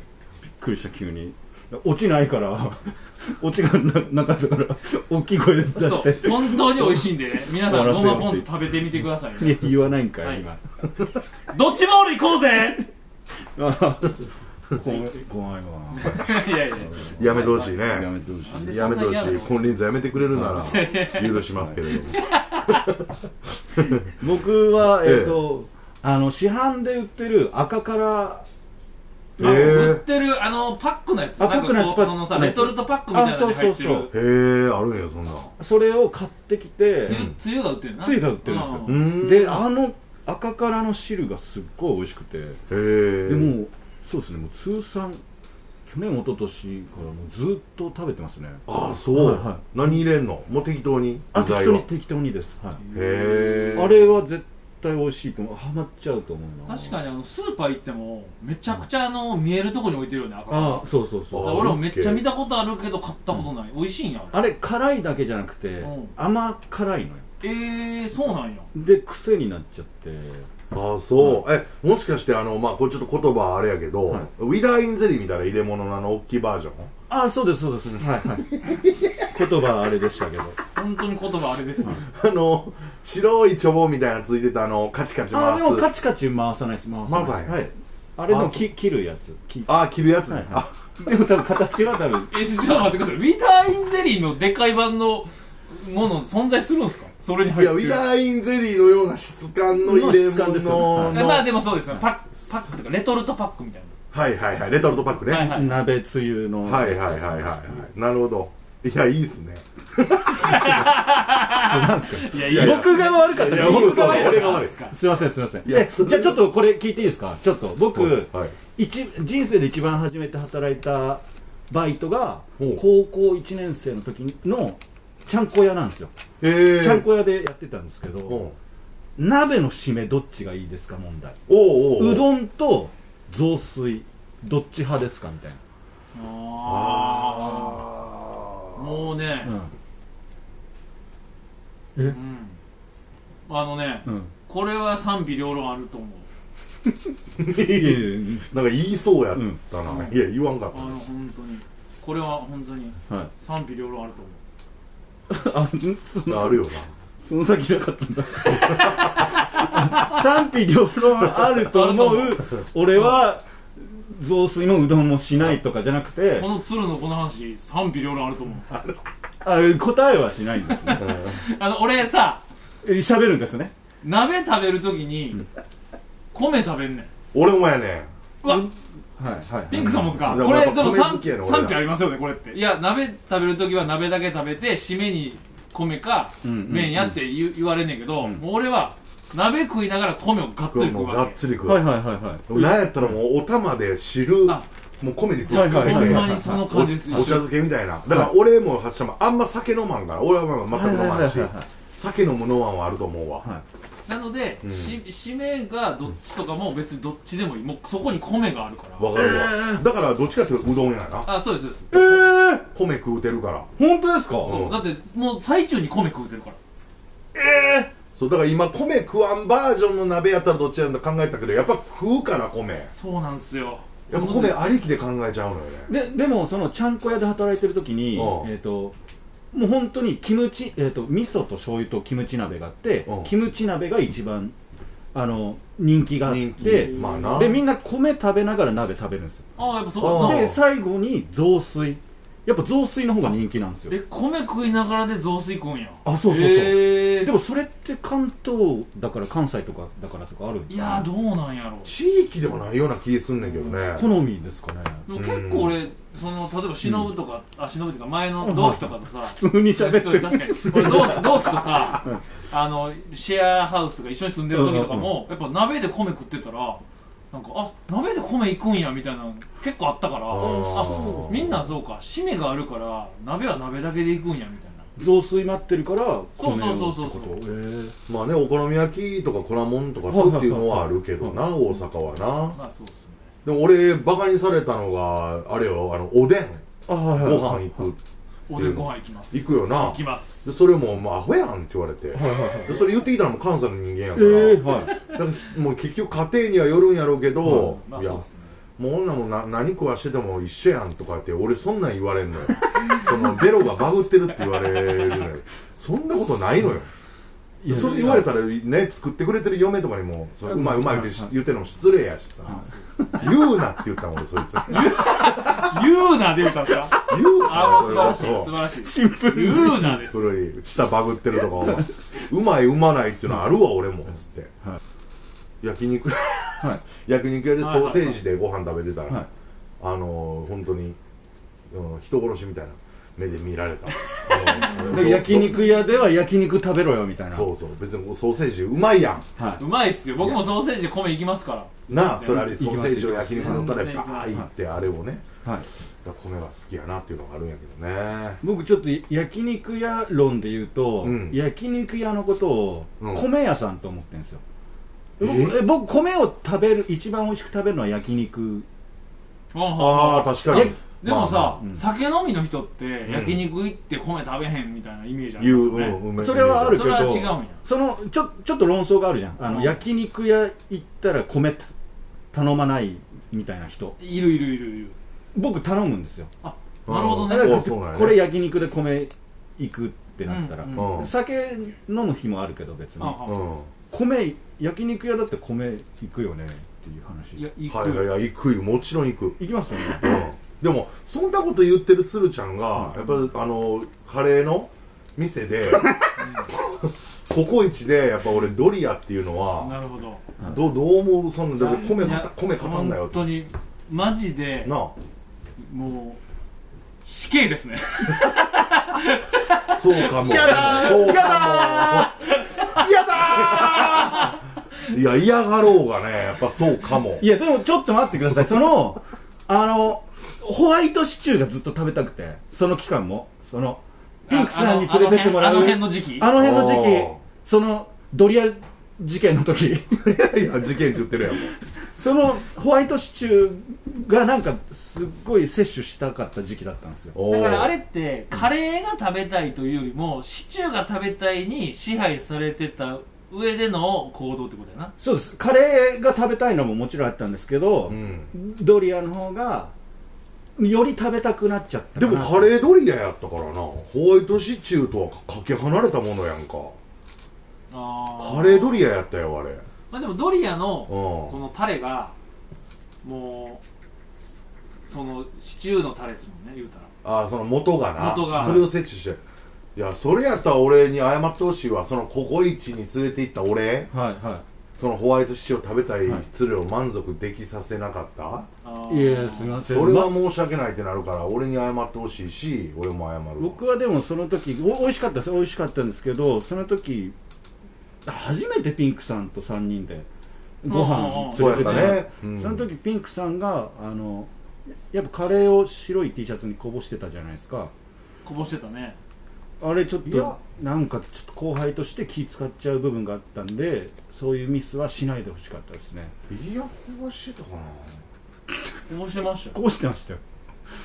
[SPEAKER 3] っくりした急に落ちないから落ちがななかったから大きい声で出
[SPEAKER 2] そ
[SPEAKER 3] して
[SPEAKER 2] う本当に美味しいんでね皆さん
[SPEAKER 3] 終わら
[SPEAKER 2] ご
[SPEAKER 3] せよ
[SPEAKER 2] ま
[SPEAKER 3] う
[SPEAKER 2] ポン酢食べてみてください
[SPEAKER 3] いや言わないんかい、
[SPEAKER 2] はい
[SPEAKER 3] 今
[SPEAKER 2] どっちボール行こうぜ *laughs*
[SPEAKER 3] あ怖い怖いわ
[SPEAKER 2] いやいや
[SPEAKER 1] やめてほしいね
[SPEAKER 3] やめてほし
[SPEAKER 2] なん
[SPEAKER 3] い
[SPEAKER 2] で
[SPEAKER 1] やめてほしい金輪際やめてくれるな
[SPEAKER 3] *laughs*
[SPEAKER 1] ら許しますけれども
[SPEAKER 3] 僕は
[SPEAKER 1] ええ
[SPEAKER 3] えっ、と、あの市販で売ってる赤から
[SPEAKER 2] あの
[SPEAKER 1] へえ
[SPEAKER 2] 売ってるあのパックのやつ
[SPEAKER 3] あパックのやつ
[SPEAKER 2] なんかこ
[SPEAKER 3] パッ
[SPEAKER 2] う
[SPEAKER 3] ク
[SPEAKER 2] そのさ
[SPEAKER 3] のや
[SPEAKER 2] レ
[SPEAKER 3] つ
[SPEAKER 2] トルトパックみたいなのに入ってる
[SPEAKER 3] あそうそう
[SPEAKER 1] へえあるんやそんなん
[SPEAKER 3] それを買ってきて
[SPEAKER 2] つゆつゆが売ってるな
[SPEAKER 3] つゆが売ってるんですよ
[SPEAKER 2] う
[SPEAKER 1] うーん
[SPEAKER 3] であの赤からの汁がすっごい美味しくて
[SPEAKER 1] へえ
[SPEAKER 3] でもうそうですねもう通算去年一昨年からもうずっと食べてますね
[SPEAKER 1] ああそう、
[SPEAKER 3] はいは
[SPEAKER 1] 何入れんのもう適当に
[SPEAKER 3] あ
[SPEAKER 1] 具
[SPEAKER 3] 適
[SPEAKER 1] 材
[SPEAKER 3] 当
[SPEAKER 1] は
[SPEAKER 3] に適当にです、はい
[SPEAKER 1] へえ
[SPEAKER 3] あれは絶対美味しいと思うハマっちゃうと思うな
[SPEAKER 2] 確かにあのスーパー行ってもめちゃくちゃあの見えるとこに置いてるよね赤
[SPEAKER 3] ああそうそうそう
[SPEAKER 1] あ
[SPEAKER 2] 俺もめっちゃ見たことあるけど買ったことない、美味しいんやあれ
[SPEAKER 3] あれ辛いだけじゃなくて、
[SPEAKER 2] うん
[SPEAKER 3] 甘辛いのよ
[SPEAKER 2] えー、そうなんや
[SPEAKER 3] で癖になっちゃって
[SPEAKER 1] ああそう、えもしかしてあのまあこれちょっと言葉あれやけど、
[SPEAKER 3] はい
[SPEAKER 1] ウィダーインゼリーみたいな入れ物のあの大きいバージョン *laughs*
[SPEAKER 3] ああそうですそうですはいはい言葉はあれでしたけど
[SPEAKER 2] 本当に言葉あれですよ *laughs*
[SPEAKER 1] あの白いチョボみたいなのついてたあのカチカチ
[SPEAKER 3] あ
[SPEAKER 1] 回
[SPEAKER 3] あ
[SPEAKER 1] す
[SPEAKER 3] でもカチカチ回さないです回さないです
[SPEAKER 1] 回さない
[SPEAKER 3] はいあれの
[SPEAKER 1] 回
[SPEAKER 3] き切るやつ切
[SPEAKER 1] ああ切るやつね、
[SPEAKER 3] はいはい
[SPEAKER 1] あ
[SPEAKER 3] でも多分形は多分
[SPEAKER 2] えちょっと待ってくださいウィダーインゼリーのでかい版のもの存在するんですかそれに
[SPEAKER 1] い
[SPEAKER 2] 入っ
[SPEAKER 1] や
[SPEAKER 2] て
[SPEAKER 1] ウ
[SPEAKER 2] る
[SPEAKER 1] ィダーインゼリーのような質感の入れ
[SPEAKER 3] の質感で
[SPEAKER 1] 物
[SPEAKER 3] すよ
[SPEAKER 1] の、
[SPEAKER 3] は
[SPEAKER 2] えまあでもそうですねパックパックとかレトルトパックみたい
[SPEAKER 1] はいはいはいレトルトパックね、
[SPEAKER 2] な、
[SPEAKER 1] はい、
[SPEAKER 2] はいはい
[SPEAKER 3] 鍋つゆの
[SPEAKER 1] はいはいはいはいなるほどいやいいっすね
[SPEAKER 2] いやい
[SPEAKER 1] いや
[SPEAKER 2] や
[SPEAKER 1] いや
[SPEAKER 3] 僕が悪かったから
[SPEAKER 1] いや
[SPEAKER 3] 僕が悪かっ
[SPEAKER 1] 俺
[SPEAKER 3] た
[SPEAKER 1] が悪い
[SPEAKER 3] すいませんすいません
[SPEAKER 1] いや
[SPEAKER 3] えじ
[SPEAKER 1] そ
[SPEAKER 3] ゃ
[SPEAKER 1] れ
[SPEAKER 3] あちょっとこれ聞いていいですかちょっと僕、
[SPEAKER 1] はい
[SPEAKER 3] 一人生で一番初めて働いたバイトが
[SPEAKER 1] ほう
[SPEAKER 3] 高校1年生の時のちゃんこ屋なんですよ、
[SPEAKER 1] えー、
[SPEAKER 3] ちゃんこ屋でやってたんですけ
[SPEAKER 1] お
[SPEAKER 3] ど、
[SPEAKER 1] う
[SPEAKER 3] 鍋の締めどっちがいいですか問題
[SPEAKER 1] おうおう
[SPEAKER 3] うどんと雑炊どっち派ですかみたいな、
[SPEAKER 2] あ
[SPEAKER 1] あ
[SPEAKER 2] ーもうね、
[SPEAKER 3] うん
[SPEAKER 2] うんあのね、
[SPEAKER 3] *laughs* うん
[SPEAKER 2] これは賛否両論あると思う
[SPEAKER 3] いやいやい
[SPEAKER 1] なんか言いそうやったな、いや言わんかっ
[SPEAKER 2] あの本当にこれは本当に
[SPEAKER 3] やはい
[SPEAKER 2] 賛否両論あると思う
[SPEAKER 3] あそ
[SPEAKER 1] た
[SPEAKER 3] の
[SPEAKER 1] あるよ
[SPEAKER 3] その先なかったんだ賛否両論あると思う
[SPEAKER 2] ある
[SPEAKER 3] 俺は雑炊もうどんもしないとかじゃなくて
[SPEAKER 2] この鶴のこの話賛否両論あると思う
[SPEAKER 3] あ答えはしないんですね
[SPEAKER 1] な、うん
[SPEAKER 2] あの俺さ
[SPEAKER 3] え喋るんですね
[SPEAKER 2] 鍋食べるときに米食べんねん
[SPEAKER 1] 俺もやね
[SPEAKER 2] うわ
[SPEAKER 3] はいはいはい
[SPEAKER 2] ピンクさんもっすか、
[SPEAKER 1] いや
[SPEAKER 2] こ
[SPEAKER 1] や
[SPEAKER 2] れ
[SPEAKER 1] っ
[SPEAKER 2] で
[SPEAKER 1] ぱ
[SPEAKER 2] も
[SPEAKER 1] 米
[SPEAKER 2] 賛
[SPEAKER 1] 好きやな俺ら
[SPEAKER 2] 賛否ありますよねこれっていや鍋食べるときは鍋だけ食べて締めに米か
[SPEAKER 3] うんうん
[SPEAKER 2] 麺やって言,、う言われんねんけど、
[SPEAKER 3] うん
[SPEAKER 2] もう俺は鍋食いながら米をガッ
[SPEAKER 1] こ
[SPEAKER 2] と
[SPEAKER 1] れ
[SPEAKER 2] いく
[SPEAKER 1] もうが
[SPEAKER 2] わ
[SPEAKER 1] っ
[SPEAKER 2] け
[SPEAKER 1] つり食う、
[SPEAKER 3] はいはいはいはい
[SPEAKER 1] なんやったらもうお玉で汁も
[SPEAKER 2] あ
[SPEAKER 1] う米にぶっ
[SPEAKER 3] は
[SPEAKER 1] か
[SPEAKER 3] い
[SPEAKER 1] けて、
[SPEAKER 3] はい
[SPEAKER 2] ほ
[SPEAKER 3] はいは
[SPEAKER 2] ん
[SPEAKER 3] い
[SPEAKER 2] まにその
[SPEAKER 1] おお
[SPEAKER 2] 感じです
[SPEAKER 1] 茶漬けみたいなだから俺もはしゃもあんま酒飲まんから俺はまあ全く飲まんし
[SPEAKER 3] はいはいはいはい
[SPEAKER 1] 酒飲むノワンはあると思うわ、
[SPEAKER 3] は
[SPEAKER 2] なので、
[SPEAKER 1] うん
[SPEAKER 2] し締めがどっちとかも別にどっちでもいいもうそこに米があるから
[SPEAKER 1] わかるわ、
[SPEAKER 3] えー
[SPEAKER 1] だからどっちかっていうとうどんやな
[SPEAKER 2] あそうですそうです、
[SPEAKER 3] えー、
[SPEAKER 1] 米食うてるから
[SPEAKER 3] 本当ですか
[SPEAKER 1] うん
[SPEAKER 2] だってもう最中に米食うてるから
[SPEAKER 1] そうだから今米食わんバージョンの鍋やったらどっちやんだ考えたけどやっぱ食うから米やっ
[SPEAKER 2] そうなんですよ
[SPEAKER 1] ぱ米ありきで考えちゃうのよね
[SPEAKER 3] ででもそのちゃんこ屋で働いてる時に
[SPEAKER 1] うん
[SPEAKER 3] えっ、ともう本当にキムチえっ、と味噌と醤油とキムチ鍋があって
[SPEAKER 1] うん
[SPEAKER 3] キムチ鍋が一番あの人気があっ
[SPEAKER 1] 人気
[SPEAKER 3] て
[SPEAKER 1] まあな
[SPEAKER 3] でみんな米食べながら鍋食べるんですよ
[SPEAKER 2] ああやっぱそう
[SPEAKER 1] あ
[SPEAKER 2] な
[SPEAKER 1] ー
[SPEAKER 3] で最後に雑炊やっぱ雑炊の方が人気なんですよ
[SPEAKER 2] え米食いながらで雑炊食うんや
[SPEAKER 3] あそうそうそう、
[SPEAKER 2] へー
[SPEAKER 3] でもそれって関東だから関西とかだからとかあるんで
[SPEAKER 2] い
[SPEAKER 3] すか
[SPEAKER 2] やーどうなんやろ
[SPEAKER 1] 地域ではないような気すんねんけどね、
[SPEAKER 3] 好みですかね
[SPEAKER 2] でも結構俺その例えば忍とか、あ忍とか前の同期とかとさ
[SPEAKER 3] *laughs* 普通に喋って
[SPEAKER 2] そう
[SPEAKER 3] る
[SPEAKER 2] *laughs* 確かに俺同
[SPEAKER 3] *laughs*
[SPEAKER 2] 期同期とさあのシェアハウスが一緒に住んでる時とかも、やっぱ鍋で米食ってたらなんかあ鍋で米いくんやみたいなの結構あったからあ
[SPEAKER 1] ー
[SPEAKER 2] みんなそうか締めがあるから鍋は鍋だけでいくんやみたいな
[SPEAKER 3] 雑炊待ってるから
[SPEAKER 2] そう
[SPEAKER 3] 米を
[SPEAKER 2] そうそうそ
[SPEAKER 3] っ
[SPEAKER 2] う
[SPEAKER 3] てことへー
[SPEAKER 1] まあねお好み焼きとか粉もんとか食うっていうのはあるけどな大阪はな
[SPEAKER 2] まあそうっすね
[SPEAKER 1] でも俺バカにされたのがあれよあのおでん
[SPEAKER 3] あはい
[SPEAKER 1] ご
[SPEAKER 3] はい
[SPEAKER 1] 飯行く
[SPEAKER 2] おでご飯行きます
[SPEAKER 1] 行くよな
[SPEAKER 2] 行きます
[SPEAKER 1] でそれも「まあアホやん」って言われてでそれ言ってきたのも関西の人間やから,、
[SPEAKER 3] ええ
[SPEAKER 2] *laughs*
[SPEAKER 3] はい
[SPEAKER 1] だからもう結局家庭にはよるんやろうけど、
[SPEAKER 2] まあ
[SPEAKER 1] いや
[SPEAKER 2] そう
[SPEAKER 1] も
[SPEAKER 2] っすね
[SPEAKER 1] う女もな何食わしてても一緒やんとかって俺そんなん言われんのよそのベロがバグってるって言われるのよそんなことないのよ
[SPEAKER 3] いや
[SPEAKER 1] それ言われたらね作ってくれてる嫁とかにも「それうまいうまい」って言ってるのも失礼やしさ言うなって言ったもん俺そいつ
[SPEAKER 2] 言うなで言うたんすか
[SPEAKER 1] 言う
[SPEAKER 2] あもう素晴らしい
[SPEAKER 1] そう
[SPEAKER 2] 素晴らしい
[SPEAKER 3] シンプル
[SPEAKER 2] 言うなです
[SPEAKER 1] それに舌バグってるとかお前うまいうまないっていうのはあるわ俺もつって、
[SPEAKER 3] は
[SPEAKER 1] 焼肉、
[SPEAKER 3] い
[SPEAKER 1] *laughs* 焼肉屋でソーセージでご飯食べてたら、
[SPEAKER 3] はい
[SPEAKER 1] あのー、本当に、うん、人殺しみたいな目で見られたあのー
[SPEAKER 3] で焼肉屋では焼肉食べろよみたいな
[SPEAKER 1] そうそう別にソーセージうまいやん
[SPEAKER 3] は
[SPEAKER 2] うまいっすよ僕もソーセージで米いきますから
[SPEAKER 1] なあそれあれソ
[SPEAKER 3] 行き
[SPEAKER 1] ー
[SPEAKER 3] ます
[SPEAKER 1] セージを焼肉のったら
[SPEAKER 2] 行きます
[SPEAKER 1] バーいってあれをね
[SPEAKER 3] い、はい、
[SPEAKER 1] だから米が好きやなっていうのがあるんやけどね
[SPEAKER 3] 僕ちょっと焼肉屋論で言うと、
[SPEAKER 1] うん
[SPEAKER 3] 焼肉屋のことを
[SPEAKER 1] うん
[SPEAKER 3] 米屋さんと思ってるんですよ、
[SPEAKER 1] え
[SPEAKER 3] 僕え僕米を食べる一番美味しく食べるのは焼肉
[SPEAKER 1] ああ確かに
[SPEAKER 3] え
[SPEAKER 2] でもさ、
[SPEAKER 3] あうん
[SPEAKER 2] 酒飲みの人って焼肉行って米食べへんみたいなイメージあり
[SPEAKER 1] 言
[SPEAKER 2] ます
[SPEAKER 1] う
[SPEAKER 2] よね、
[SPEAKER 1] うんうめ
[SPEAKER 3] それはあるけど
[SPEAKER 2] それは違うんや
[SPEAKER 3] そのちょちょっと論争があるじゃんあの、
[SPEAKER 2] うん
[SPEAKER 3] 焼肉屋行ったら米た頼まないみたいな人
[SPEAKER 2] いるいるいるいる
[SPEAKER 3] 僕頼むんですよ
[SPEAKER 1] うん
[SPEAKER 2] なるほどね
[SPEAKER 3] だから
[SPEAKER 1] おうそうなんやね
[SPEAKER 3] これ焼肉で米行くってなったら、
[SPEAKER 2] うん
[SPEAKER 1] うん
[SPEAKER 3] 酒飲む日もあるけど別に
[SPEAKER 2] ああ
[SPEAKER 1] うん
[SPEAKER 3] 米焼肉屋だって米行くよねっていう話
[SPEAKER 2] いや行く、
[SPEAKER 1] はいはいはい行くよもちろん行く
[SPEAKER 3] 行きますよね
[SPEAKER 1] でもそんなこと言ってる鶴ちゃんが、
[SPEAKER 3] うん
[SPEAKER 1] やっぱあのカレーの店でココイチでやっぱ俺ドリアっていうのは
[SPEAKER 2] なるほど
[SPEAKER 1] どうどう思うそんなだから米
[SPEAKER 2] い
[SPEAKER 1] か
[SPEAKER 2] や
[SPEAKER 1] た米かたんだよっ
[SPEAKER 2] 本
[SPEAKER 1] て
[SPEAKER 2] 当にマジで
[SPEAKER 1] な
[SPEAKER 2] もう死刑ですね
[SPEAKER 1] あそうかも
[SPEAKER 3] やだー
[SPEAKER 1] そうか
[SPEAKER 3] やだ
[SPEAKER 1] もいや嫌がろうがねやっぱそうかも
[SPEAKER 3] いやでもちょっと待ってくださいそのあのホワイトシチューがずっと食べたくてその期間もそのピンクさんに連れてってもらう
[SPEAKER 2] あのあの辺の時期
[SPEAKER 3] あの辺の時期
[SPEAKER 1] おー
[SPEAKER 3] そのドリア事件の時 *laughs*
[SPEAKER 1] いや事件って言ってるやん
[SPEAKER 3] そのホワイトシチューがなんかすっごい摂取したかった時期だったんですよ
[SPEAKER 1] おー
[SPEAKER 2] だからあれってカレーが食べたいというよりもシチューが食べたいに支配されてた上での行動ってことやな
[SPEAKER 3] そうですカレーが食べたいのももちろんあったんですけど、
[SPEAKER 1] うん
[SPEAKER 3] ドリアの方がより食べたくなっちゃった
[SPEAKER 1] で
[SPEAKER 3] かな
[SPEAKER 1] もカレードリアやったからなホワイトシチューとはかかけ離れたものやんか
[SPEAKER 2] あ
[SPEAKER 1] カレー
[SPEAKER 2] ド
[SPEAKER 1] ドリアやったよあれ
[SPEAKER 2] まあでもドリアのこ
[SPEAKER 1] う
[SPEAKER 2] のタレがもうそのシチューのタレですもんね言うたら
[SPEAKER 1] んああその元がな
[SPEAKER 2] 元が
[SPEAKER 1] それを摂取していやそれやったら俺に謝ってほしいわそのココイチに連れて行った俺
[SPEAKER 3] はいは
[SPEAKER 1] そのホワイトシチューを食べたい
[SPEAKER 3] はい
[SPEAKER 1] 連れを満足できさせなかった、
[SPEAKER 2] あ
[SPEAKER 3] い
[SPEAKER 2] ー
[SPEAKER 3] いやすみません
[SPEAKER 1] それは申し訳ないってなるから俺に謝ってほしいし俺も謝るわ
[SPEAKER 3] 僕はでもその時お美味しかったです美味しかったんですけどその時初めてピンクさんと3人でご飯
[SPEAKER 1] そうや
[SPEAKER 3] 連
[SPEAKER 1] っ
[SPEAKER 3] れて
[SPEAKER 1] たね、
[SPEAKER 3] て
[SPEAKER 1] うん
[SPEAKER 3] その時ピンクさんがあのやっぱカレーを白い T シャツにこぼしてたじゃないですか
[SPEAKER 2] こぼしてたね
[SPEAKER 3] あれちょっ
[SPEAKER 1] いや
[SPEAKER 3] となんかちょっと後輩として気使っちゃう部分があったんでそういうミスはしないでほしかったですね
[SPEAKER 1] いやこぼしてたかな
[SPEAKER 2] こぼしてましたよ
[SPEAKER 3] こぼしてましたよ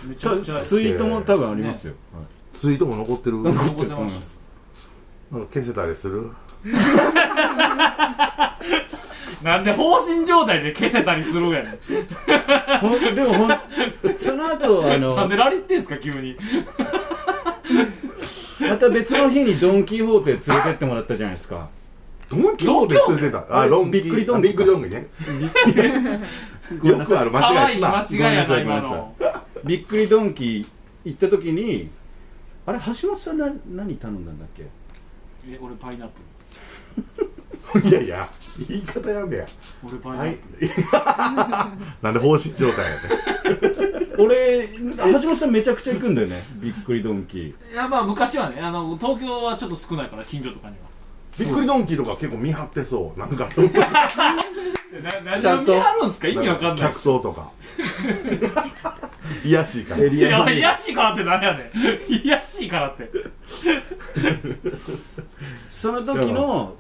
[SPEAKER 2] めち
[SPEAKER 3] ツ
[SPEAKER 2] ゃくちゃ
[SPEAKER 3] イートも多分ありますよ、
[SPEAKER 1] ツイートも残ってる
[SPEAKER 3] は
[SPEAKER 1] ないんか
[SPEAKER 2] こぼしてました
[SPEAKER 1] 消せたりする
[SPEAKER 2] なんで放心状態で消せたりするんやねん
[SPEAKER 3] ほんでもほんその後あの
[SPEAKER 2] なんでラリってんすか急に
[SPEAKER 3] また別の日にドン・キホーテ連れてってもらったじゃないですか
[SPEAKER 1] ドンキホーテ連れてたあ
[SPEAKER 3] あれ
[SPEAKER 1] ロンキ
[SPEAKER 3] びっくりドンキ
[SPEAKER 1] あびっくりドンキね
[SPEAKER 3] *laughs* ごめん
[SPEAKER 1] よ
[SPEAKER 3] なさい
[SPEAKER 1] くある
[SPEAKER 2] か
[SPEAKER 1] 間
[SPEAKER 2] わ
[SPEAKER 1] 違えてた
[SPEAKER 2] いい間違いや
[SPEAKER 3] ご
[SPEAKER 2] な
[SPEAKER 3] めんな
[SPEAKER 2] 今
[SPEAKER 3] さい
[SPEAKER 2] の
[SPEAKER 3] びっくりドンキ行った時にあれ橋本さんな何頼んだんだっけ
[SPEAKER 2] え俺パイナップ
[SPEAKER 1] いやいや言い方やべや
[SPEAKER 2] ル俺パイナ
[SPEAKER 1] は
[SPEAKER 2] ッ
[SPEAKER 1] *laughs* い
[SPEAKER 2] プル
[SPEAKER 1] なんで放心状態やね
[SPEAKER 3] 俺橋本さんめちゃくちゃ行くんだよねびっくりドンキ
[SPEAKER 2] いやまあ昔はねあの東京はちょっと少ないから近所とかには
[SPEAKER 1] *laughs* びっくりドンキとか結構見張ってそうなん *laughs* かそういう
[SPEAKER 2] な
[SPEAKER 3] ちゃ
[SPEAKER 2] 何を
[SPEAKER 3] ん
[SPEAKER 2] 見
[SPEAKER 3] と
[SPEAKER 2] 張るんすか意味わかんない
[SPEAKER 1] 客層と *laughs* かいやしいから
[SPEAKER 3] エ
[SPEAKER 2] い
[SPEAKER 3] リア
[SPEAKER 2] や、
[SPEAKER 3] マ
[SPEAKER 2] い
[SPEAKER 3] ネー
[SPEAKER 2] やしいからって何やねん。 *laughs* いやしいからって。
[SPEAKER 3] その時の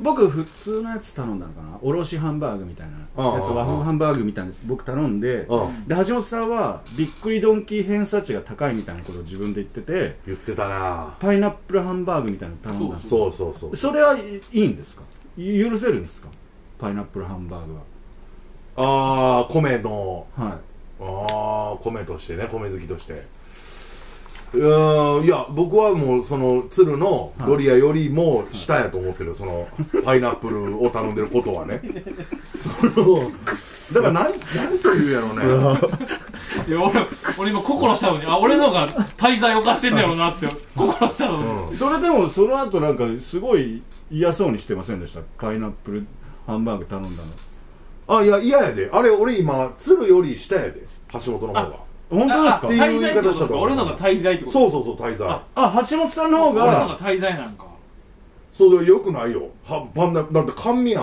[SPEAKER 3] 僕普通のやつ頼んだのかなおろしハンバーグみたいなやつ
[SPEAKER 1] ああ
[SPEAKER 3] 和風ハンバーグみたいなやつ僕頼んで
[SPEAKER 1] うん
[SPEAKER 3] で橋本さんはびっくりドンキ偏差値が高いみたいなことを自分で言ってて
[SPEAKER 1] 言ってたな
[SPEAKER 3] パイナップルハンバーグみたいなの頼んだんです
[SPEAKER 1] そうそうそう
[SPEAKER 3] それはいいんですかゆ許せるんですかパイナップルハンバーグは
[SPEAKER 1] ああ米の
[SPEAKER 3] は
[SPEAKER 1] ああ米としてね米好きとしてうーんいや僕はもうその鶴のドリアよりも下やと思ってる、そのパイナップルを頼んでることは *laughs* ねそのだからなんなんというやろうね
[SPEAKER 2] いや、俺、俺今心したのに、あ、俺のが滞在を犯してんだろうなって、心したのに。
[SPEAKER 1] う
[SPEAKER 3] い
[SPEAKER 1] ん
[SPEAKER 3] それでもその後なんかすごい嫌そうにしてませんでしたパイナップルハンバーグ頼んだの
[SPEAKER 1] あいや嫌やであれ俺今鶴より下やで橋本の方が
[SPEAKER 3] 本当ですか
[SPEAKER 2] あ
[SPEAKER 1] っていう
[SPEAKER 2] 滞
[SPEAKER 1] 言い
[SPEAKER 2] 在って
[SPEAKER 1] 方し
[SPEAKER 2] ことで
[SPEAKER 1] た
[SPEAKER 2] す
[SPEAKER 1] と
[SPEAKER 2] か
[SPEAKER 1] 思う
[SPEAKER 2] 俺のが滞在ってこと
[SPEAKER 1] そうそうそう滞在
[SPEAKER 2] あ
[SPEAKER 3] あ橋本さんの方
[SPEAKER 2] 俺のが
[SPEAKER 3] が
[SPEAKER 2] 滞在なんか。
[SPEAKER 1] それよくないよはバンダだって甘味や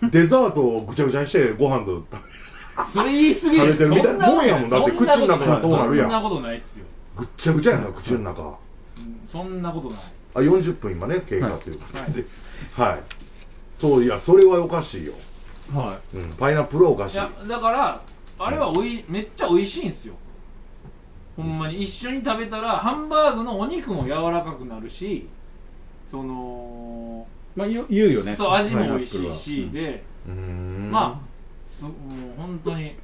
[SPEAKER 1] もんデザートをぐちゃぐちゃにしてご飯と
[SPEAKER 2] それ言い過ぎでしょ。
[SPEAKER 1] 食べてるみたいなもんやもん
[SPEAKER 2] そ
[SPEAKER 1] だって口の中が
[SPEAKER 2] そ
[SPEAKER 1] そ
[SPEAKER 2] ん
[SPEAKER 1] う
[SPEAKER 2] な
[SPEAKER 1] な
[SPEAKER 2] こと
[SPEAKER 1] るやん
[SPEAKER 2] ないそんなことないっすよ。
[SPEAKER 1] ぐっちゃぐちゃやな口の中
[SPEAKER 2] うんそんなことない。
[SPEAKER 1] あ40分今ね経過という感じではい、そういやそれはおかしいよ、
[SPEAKER 3] は
[SPEAKER 1] うん、パイナップルはおか
[SPEAKER 2] い
[SPEAKER 1] しい
[SPEAKER 2] や、だから、あれはおい、めっちゃ美味しいんすよ。ほんまに一緒に食べたら、ハンバーグのお肉も柔らかくなるし、その、
[SPEAKER 3] いまあ言う言うよね
[SPEAKER 2] そう味も美味しいし、
[SPEAKER 3] パイナップルは
[SPEAKER 2] で、
[SPEAKER 1] うーん
[SPEAKER 2] まあそもう本当に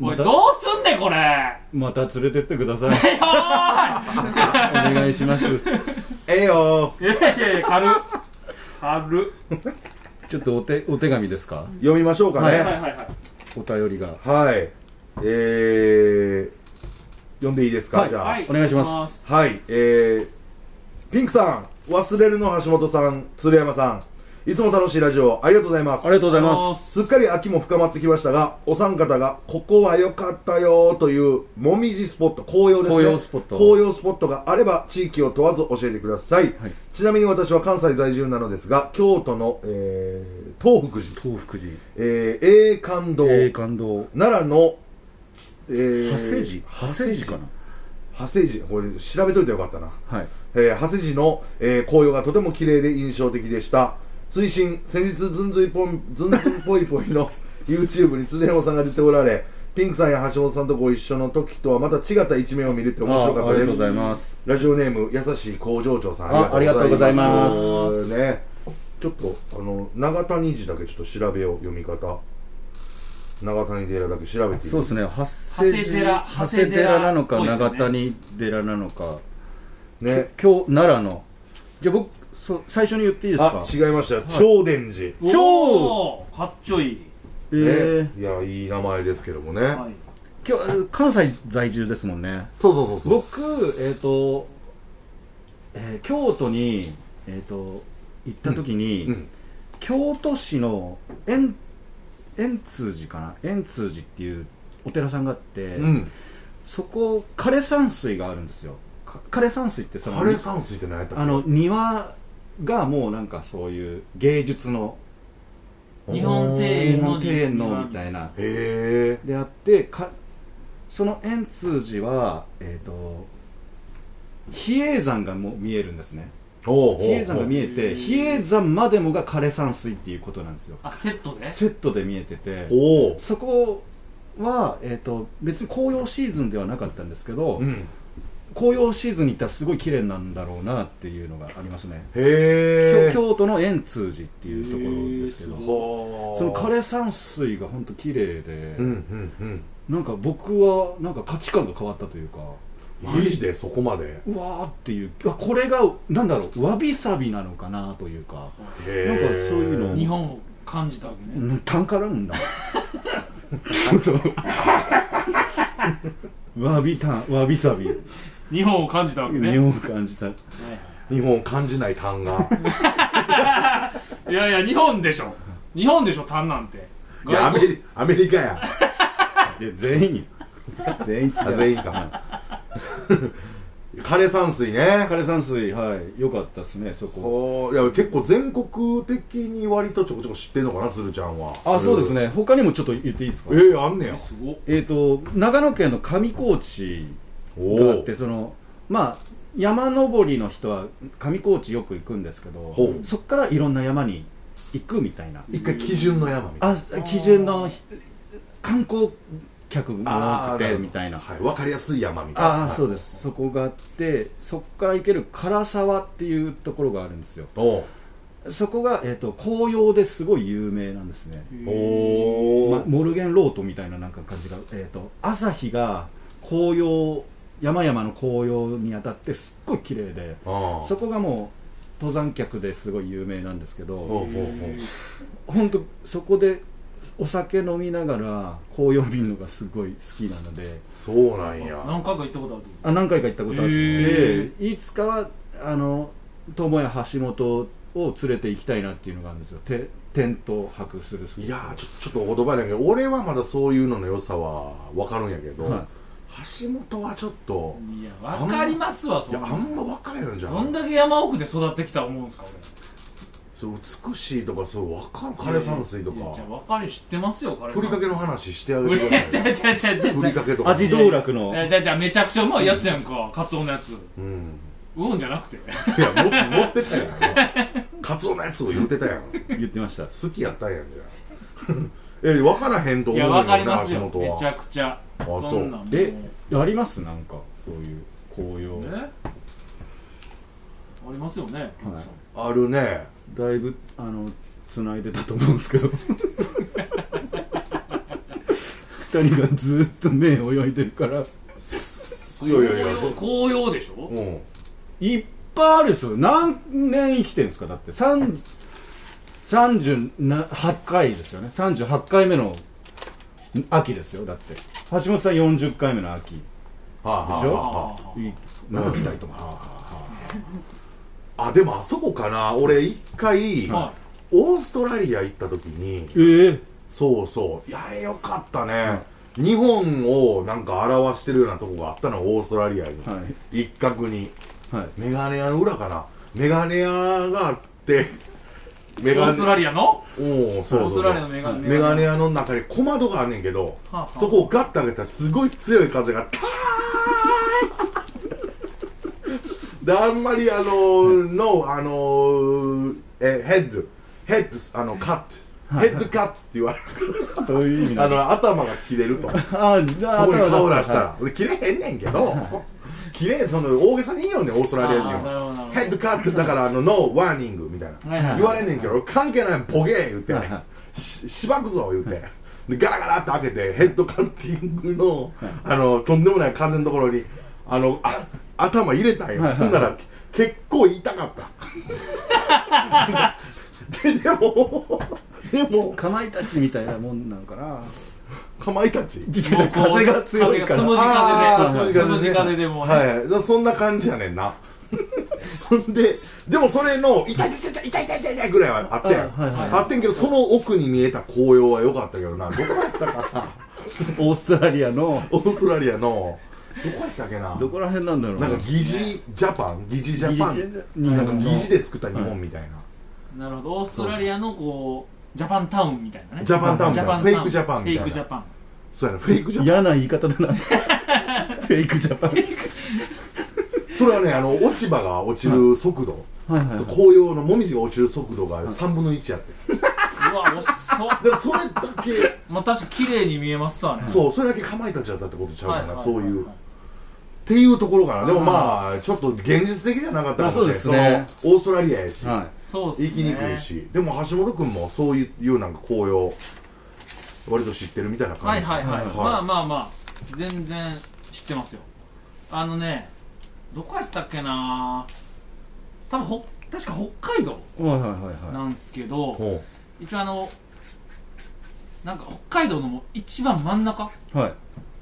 [SPEAKER 2] お
[SPEAKER 3] ま
[SPEAKER 2] い
[SPEAKER 3] た
[SPEAKER 2] どうすんねんこれ
[SPEAKER 3] うんまた連れてってください
[SPEAKER 2] *laughs* おー
[SPEAKER 3] お願いします
[SPEAKER 1] ええよ
[SPEAKER 2] いいやいやいや軽っ軽っ
[SPEAKER 3] ちょっとお手お手紙ですか
[SPEAKER 1] 読みましょうか
[SPEAKER 3] は
[SPEAKER 1] ね
[SPEAKER 2] はいはいはい
[SPEAKER 3] お便りが
[SPEAKER 1] はい、えー、読んでいいですか、
[SPEAKER 3] はい
[SPEAKER 1] じゃあ
[SPEAKER 2] はい
[SPEAKER 3] お願いします
[SPEAKER 2] す
[SPEAKER 1] はい、えー、ピンクさん忘れるの橋本さん鶴山さんいつも楽しいラジオありがとうございます
[SPEAKER 3] ありがとうございます
[SPEAKER 1] すっかり秋も深まってきましたがお三方がここは良かったよというもみじスポット紅葉ですね
[SPEAKER 3] 紅葉スポット
[SPEAKER 1] 紅葉スポットがあれば地域を問わず教えてください、
[SPEAKER 3] はい
[SPEAKER 1] ちなみに私は関西在住なのですが京都の、えー東福寺、
[SPEAKER 3] 東福寺
[SPEAKER 1] えー、栄寛堂、
[SPEAKER 3] 栄感動
[SPEAKER 1] 奈良の、えー
[SPEAKER 3] 長谷寺長谷寺か
[SPEAKER 1] 長谷寺これ調べといてよかったな
[SPEAKER 3] なはい
[SPEAKER 1] えー、長谷寺の、えー紅葉がとても綺麗で印象的でした追伸先日ずんずいぽんずんずんぽいぽいの *laughs* YouTube に常山さんが出ておられピンクさんや橋本さんとご一緒の時とはまた違った一面を見れて面白かったです
[SPEAKER 3] ます
[SPEAKER 1] ラジオネーム優しい工場長さん
[SPEAKER 3] あありがとうございます
[SPEAKER 1] ねちょっとあの長谷寺だけちょっと調べよう読み方長谷寺だけ調べて
[SPEAKER 3] そうです
[SPEAKER 1] ね
[SPEAKER 3] ね発
[SPEAKER 2] 長谷寺
[SPEAKER 3] 長谷寺なのか
[SPEAKER 2] 多いっすね
[SPEAKER 3] 長谷寺なのか
[SPEAKER 1] ね
[SPEAKER 3] 今日奈良のじゃあ僕そう最初に言っていいです
[SPEAKER 1] あ
[SPEAKER 3] か
[SPEAKER 1] 違いました長伝寺
[SPEAKER 3] 超
[SPEAKER 2] おーかっちょいい、
[SPEAKER 3] えー
[SPEAKER 1] ね、いやいい名前ですけどもね、
[SPEAKER 2] はい、
[SPEAKER 3] 今日関西在住ですもんね
[SPEAKER 1] そうそうそう
[SPEAKER 3] 僕えっ、と、えー京都にえっ、と行った時に、
[SPEAKER 1] うん
[SPEAKER 3] 京都市の円円通寺かな円通寺っていうお寺さんがあって、
[SPEAKER 1] うん
[SPEAKER 3] そこ枯山水があるんですよか枯山水ってその
[SPEAKER 1] 枯山水って何やったっけ
[SPEAKER 3] あの庭がもうなんかそういう芸術の
[SPEAKER 2] 日本庭
[SPEAKER 3] 日
[SPEAKER 2] 園
[SPEAKER 3] 本
[SPEAKER 2] の
[SPEAKER 3] 庭園のみたいな
[SPEAKER 1] へえ
[SPEAKER 3] であってかその円通寺はえっ、と比叡山がもう見えるんですね
[SPEAKER 1] おうおう
[SPEAKER 3] 比叡山が見え
[SPEAKER 2] へ
[SPEAKER 3] て
[SPEAKER 2] ー
[SPEAKER 3] 比叡山までもが枯山水っていうことなんですよ
[SPEAKER 2] あセットで
[SPEAKER 3] セットで見えてて
[SPEAKER 1] おう
[SPEAKER 3] そこは、えー、と別に紅葉シーズンではなかったんですけど、
[SPEAKER 1] うん
[SPEAKER 3] 紅葉シーズンに行ったらすごい綺麗なんだろうなっていうのがありますね、
[SPEAKER 1] へえ
[SPEAKER 3] 京京都の円通寺っていうところですけど、
[SPEAKER 2] へー
[SPEAKER 1] はあ
[SPEAKER 3] その枯山水が本当綺麗で、
[SPEAKER 1] うんうんうん
[SPEAKER 3] なんか僕はなんか価値観が変わったというか
[SPEAKER 1] マジでそこまでへ
[SPEAKER 3] うわーっていうあこれがなんだろうわびさびなのかなというかな
[SPEAKER 1] え
[SPEAKER 3] んかそういうの
[SPEAKER 2] 日本を感じたわけね、
[SPEAKER 3] うん単価なんだ *laughs* ちょっとわびたんわびさび
[SPEAKER 2] 日本を感じたわけね
[SPEAKER 3] 日本を感じた
[SPEAKER 2] はい
[SPEAKER 1] 日本感じない
[SPEAKER 3] *laughs*
[SPEAKER 1] 単が
[SPEAKER 2] いやいや、日本でしょ。日本でしょ、タンなんて。
[SPEAKER 1] いやアメ
[SPEAKER 2] 外国
[SPEAKER 1] リアメリカや
[SPEAKER 3] いや全員に全員違う
[SPEAKER 1] あ全員
[SPEAKER 3] *laughs*
[SPEAKER 1] か枯山水ね
[SPEAKER 3] 枯山水はい良かったですねそこ
[SPEAKER 1] はあいや結構全国的に割とちょこちょこ知ってんのかな鶴ちゃんは
[SPEAKER 3] あそうですね他にもちょっと言っていいですか
[SPEAKER 1] ええあんねや
[SPEAKER 2] すごっ。
[SPEAKER 3] えっ、と長野県の上高地
[SPEAKER 1] お
[SPEAKER 3] があっ
[SPEAKER 1] お
[SPEAKER 3] てそのまあ山登りの人は上高地よく行くんですけど
[SPEAKER 1] ほ
[SPEAKER 3] そこからいろんな山に行くみたいな
[SPEAKER 1] 一回基準の山みたい
[SPEAKER 3] あ基準のひ観光客
[SPEAKER 1] な
[SPEAKER 3] が多くてみたいな
[SPEAKER 1] はい、分かりやすい山みたいな
[SPEAKER 3] ああそう
[SPEAKER 1] で
[SPEAKER 3] ですそこがあってそこから行ける唐沢っていうところがあるんですよ
[SPEAKER 1] おう
[SPEAKER 3] そこが、えー、と紅葉ですごい有名なんですね、
[SPEAKER 1] お
[SPEAKER 3] ま
[SPEAKER 1] お、
[SPEAKER 3] モルゲンロートみたいななんか感じが、えー、と朝日が紅葉山々の紅葉に当たってすっごい綺麗で
[SPEAKER 1] ああ
[SPEAKER 3] そこがもう登山客ですごい有名なんですけど
[SPEAKER 1] ほうほうほう
[SPEAKER 3] 本当そこでお酒飲みながら紅葉見るのがすごい好きなので
[SPEAKER 1] そうなんや
[SPEAKER 2] 何回か行ったことある
[SPEAKER 3] あ何回か行ったことあって、
[SPEAKER 2] へ
[SPEAKER 3] いつかはあの友や橋本を連れて行きたいなっていうのがあるんですよてテント泊する
[SPEAKER 1] いやーちょちょっとお言葉だけど俺はまだそういうのの良さは分かるんやけど、
[SPEAKER 3] は
[SPEAKER 1] 橋本はちょっと
[SPEAKER 2] いや、わかりますわ、
[SPEAKER 1] い
[SPEAKER 2] そ
[SPEAKER 1] や
[SPEAKER 2] ん
[SPEAKER 1] あ
[SPEAKER 2] なん
[SPEAKER 1] ま分からへんじゃ
[SPEAKER 2] どん
[SPEAKER 1] ん
[SPEAKER 2] だけ山奥で育ってきた思うんですか、
[SPEAKER 1] そう美しいとかそう分かる
[SPEAKER 2] 俺。
[SPEAKER 1] 枯山水と
[SPEAKER 2] いやじゃあ、
[SPEAKER 1] か
[SPEAKER 2] わかり知ってますよ、枯
[SPEAKER 1] ふりか
[SPEAKER 2] 山
[SPEAKER 1] けの話してあげ
[SPEAKER 2] 水。
[SPEAKER 1] てくだ
[SPEAKER 2] じゃ
[SPEAKER 1] さい
[SPEAKER 2] あ、じゃあ、じゃあ、じゃあ、
[SPEAKER 1] ふ
[SPEAKER 2] じゃ
[SPEAKER 1] りかけとか
[SPEAKER 3] 味道楽の
[SPEAKER 2] あ、じゃあ、じゃあ、めちゃくちゃうまいやつやんか、カツオのやつ。
[SPEAKER 1] うん
[SPEAKER 2] うんじゃなくて。
[SPEAKER 1] いやも持ってたやんカツオのやつを言ってたやん
[SPEAKER 3] 言ってました
[SPEAKER 1] 好きやったんやんじゃあ *laughs* え分からへんと思
[SPEAKER 2] い
[SPEAKER 1] う
[SPEAKER 2] や、
[SPEAKER 1] よ
[SPEAKER 2] わか
[SPEAKER 1] な
[SPEAKER 2] ります
[SPEAKER 1] 橋
[SPEAKER 2] よ、
[SPEAKER 1] 本
[SPEAKER 2] めち
[SPEAKER 1] は
[SPEAKER 2] ゃくちゃ。
[SPEAKER 1] そ
[SPEAKER 2] そ
[SPEAKER 1] うん
[SPEAKER 2] なんもう
[SPEAKER 3] えありますなんかそういう紅葉、
[SPEAKER 2] ねありますよね、
[SPEAKER 3] はい
[SPEAKER 1] あるね
[SPEAKER 3] だいぶあの繋いでたと思うんですけど二人がずっと目泳いでるから
[SPEAKER 1] いやいやいやそう
[SPEAKER 2] 紅葉でしょ、
[SPEAKER 1] うん
[SPEAKER 3] いっぱいあるでしょ何年生きてるんですかだって三38回ですよね38回目の秋ですよだって橋本さん40回目の秋
[SPEAKER 1] はあはあ
[SPEAKER 3] でしょ
[SPEAKER 1] はあはあ
[SPEAKER 2] ああ
[SPEAKER 3] い
[SPEAKER 1] うん
[SPEAKER 3] なんか二人とも、
[SPEAKER 1] あでもあそこかな俺一回、
[SPEAKER 2] は
[SPEAKER 1] オーストラリア行った時に
[SPEAKER 3] ええ
[SPEAKER 1] そうそういやあれよかったね、日本をなんか表してるようなとこがあったのオーストラリアに、
[SPEAKER 3] はい
[SPEAKER 1] 一角に
[SPEAKER 3] はい
[SPEAKER 1] メガネ屋の裏かなメガネ屋があってメ
[SPEAKER 2] い、オ
[SPEAKER 1] ガ
[SPEAKER 2] ースト
[SPEAKER 1] ネ
[SPEAKER 2] ラリアの
[SPEAKER 1] おおそう
[SPEAKER 2] オー
[SPEAKER 1] そう
[SPEAKER 2] ス
[SPEAKER 1] そ
[SPEAKER 2] ト
[SPEAKER 1] う
[SPEAKER 2] ラリアのメガネ
[SPEAKER 1] メガネ屋の中に小窓があんねんけど
[SPEAKER 2] はあはあ
[SPEAKER 1] そこをガッと上げたらすごい強い風がキャーであんまりあのー、のあのー、えヘッドヘッドあのカットヘッドカットって言われる
[SPEAKER 3] どういう意味
[SPEAKER 1] あ
[SPEAKER 3] なの
[SPEAKER 1] の頭が切れるとそ
[SPEAKER 3] ああじゃ
[SPEAKER 1] こに顔出した
[SPEAKER 3] は
[SPEAKER 1] らで切れへんねんけど切れその大げさにいいよねオーストラリア人
[SPEAKER 2] あーな
[SPEAKER 1] は
[SPEAKER 2] るほどなる
[SPEAKER 1] ヘッドカットだからあのノーワーニングみたい
[SPEAKER 2] はいは
[SPEAKER 1] ない言われんねんけど関係ないボケー言って
[SPEAKER 3] はいは
[SPEAKER 1] ししばくぞ言ってでガラガラって開けてヘッドカッティングのあのとんでもない風のところにあのあ頭入れたんよ
[SPEAKER 3] はいはい
[SPEAKER 1] ほんなら結構痛かった
[SPEAKER 3] *laughs*
[SPEAKER 1] ででもでも
[SPEAKER 3] かまいたちみたいなもんなんかな
[SPEAKER 1] かまいたち
[SPEAKER 3] 風が強いから
[SPEAKER 2] 風がつむじ
[SPEAKER 1] あ
[SPEAKER 2] 風
[SPEAKER 1] ー
[SPEAKER 2] でつむじ風でもうね、
[SPEAKER 1] はい、だからそんな感じやねんな *laughs* ほんででもそれの痛い痛い痛い痛い痛い痛い痛いぐらいはあったやん
[SPEAKER 3] あはいはい
[SPEAKER 1] あってんけどその奥に見えた紅葉は良かったけどなどこやったかな
[SPEAKER 3] オーストラリアの
[SPEAKER 1] オーストラリアのどこやったっけな
[SPEAKER 3] どこら辺なんだろう
[SPEAKER 1] なんか疑似ジャパン疑似ジャパ
[SPEAKER 3] 疑似
[SPEAKER 1] ン
[SPEAKER 3] 日本
[SPEAKER 1] な
[SPEAKER 3] の
[SPEAKER 1] んか疑似で作った日本みたいな、
[SPEAKER 2] なるほどオーストラリアのこうジャパンタウンみたいなね
[SPEAKER 1] ジャパンタウンみたいなフェイクジャパン
[SPEAKER 2] フェ
[SPEAKER 1] み
[SPEAKER 2] イ
[SPEAKER 1] たいな
[SPEAKER 2] クジャパン
[SPEAKER 1] そうやなフェイクジャパン
[SPEAKER 3] 嫌な言い方だ
[SPEAKER 2] *laughs*
[SPEAKER 3] なフェイクジャパン
[SPEAKER 1] それはねあの落ち葉が落ちる速度、
[SPEAKER 3] はいはいはい
[SPEAKER 1] 紅葉の紅葉が落ちる速度が3分の1やって、
[SPEAKER 2] うわ遅っ
[SPEAKER 1] だからそれだけ
[SPEAKER 2] まあ確かに綺麗に見えますわね
[SPEAKER 1] そう、それだけかまいたちだったってことちゃうか
[SPEAKER 2] はいはい
[SPEAKER 1] な、
[SPEAKER 2] はい
[SPEAKER 1] そういう。っていうところかな。でもまあ、ちょっと現実的じゃなかったか
[SPEAKER 3] あ
[SPEAKER 1] もしれない。
[SPEAKER 3] そうですね
[SPEAKER 1] そのオーストラリアやし、
[SPEAKER 3] は
[SPEAKER 2] そうっすね
[SPEAKER 1] 行きにくいし。でも橋本君もそういうなんか紅葉、割と知ってるみたいな
[SPEAKER 2] は
[SPEAKER 1] 感
[SPEAKER 2] い
[SPEAKER 1] じ。
[SPEAKER 2] はいはい、
[SPEAKER 1] はい
[SPEAKER 2] まあまあまあ全然知ってますよあのねどこやったっけな多分ほ確か北海道
[SPEAKER 3] いはいはいは
[SPEAKER 2] なんですけど、
[SPEAKER 1] ほう
[SPEAKER 2] 一応あのなんか北海道のもう一番真ん中
[SPEAKER 3] いはい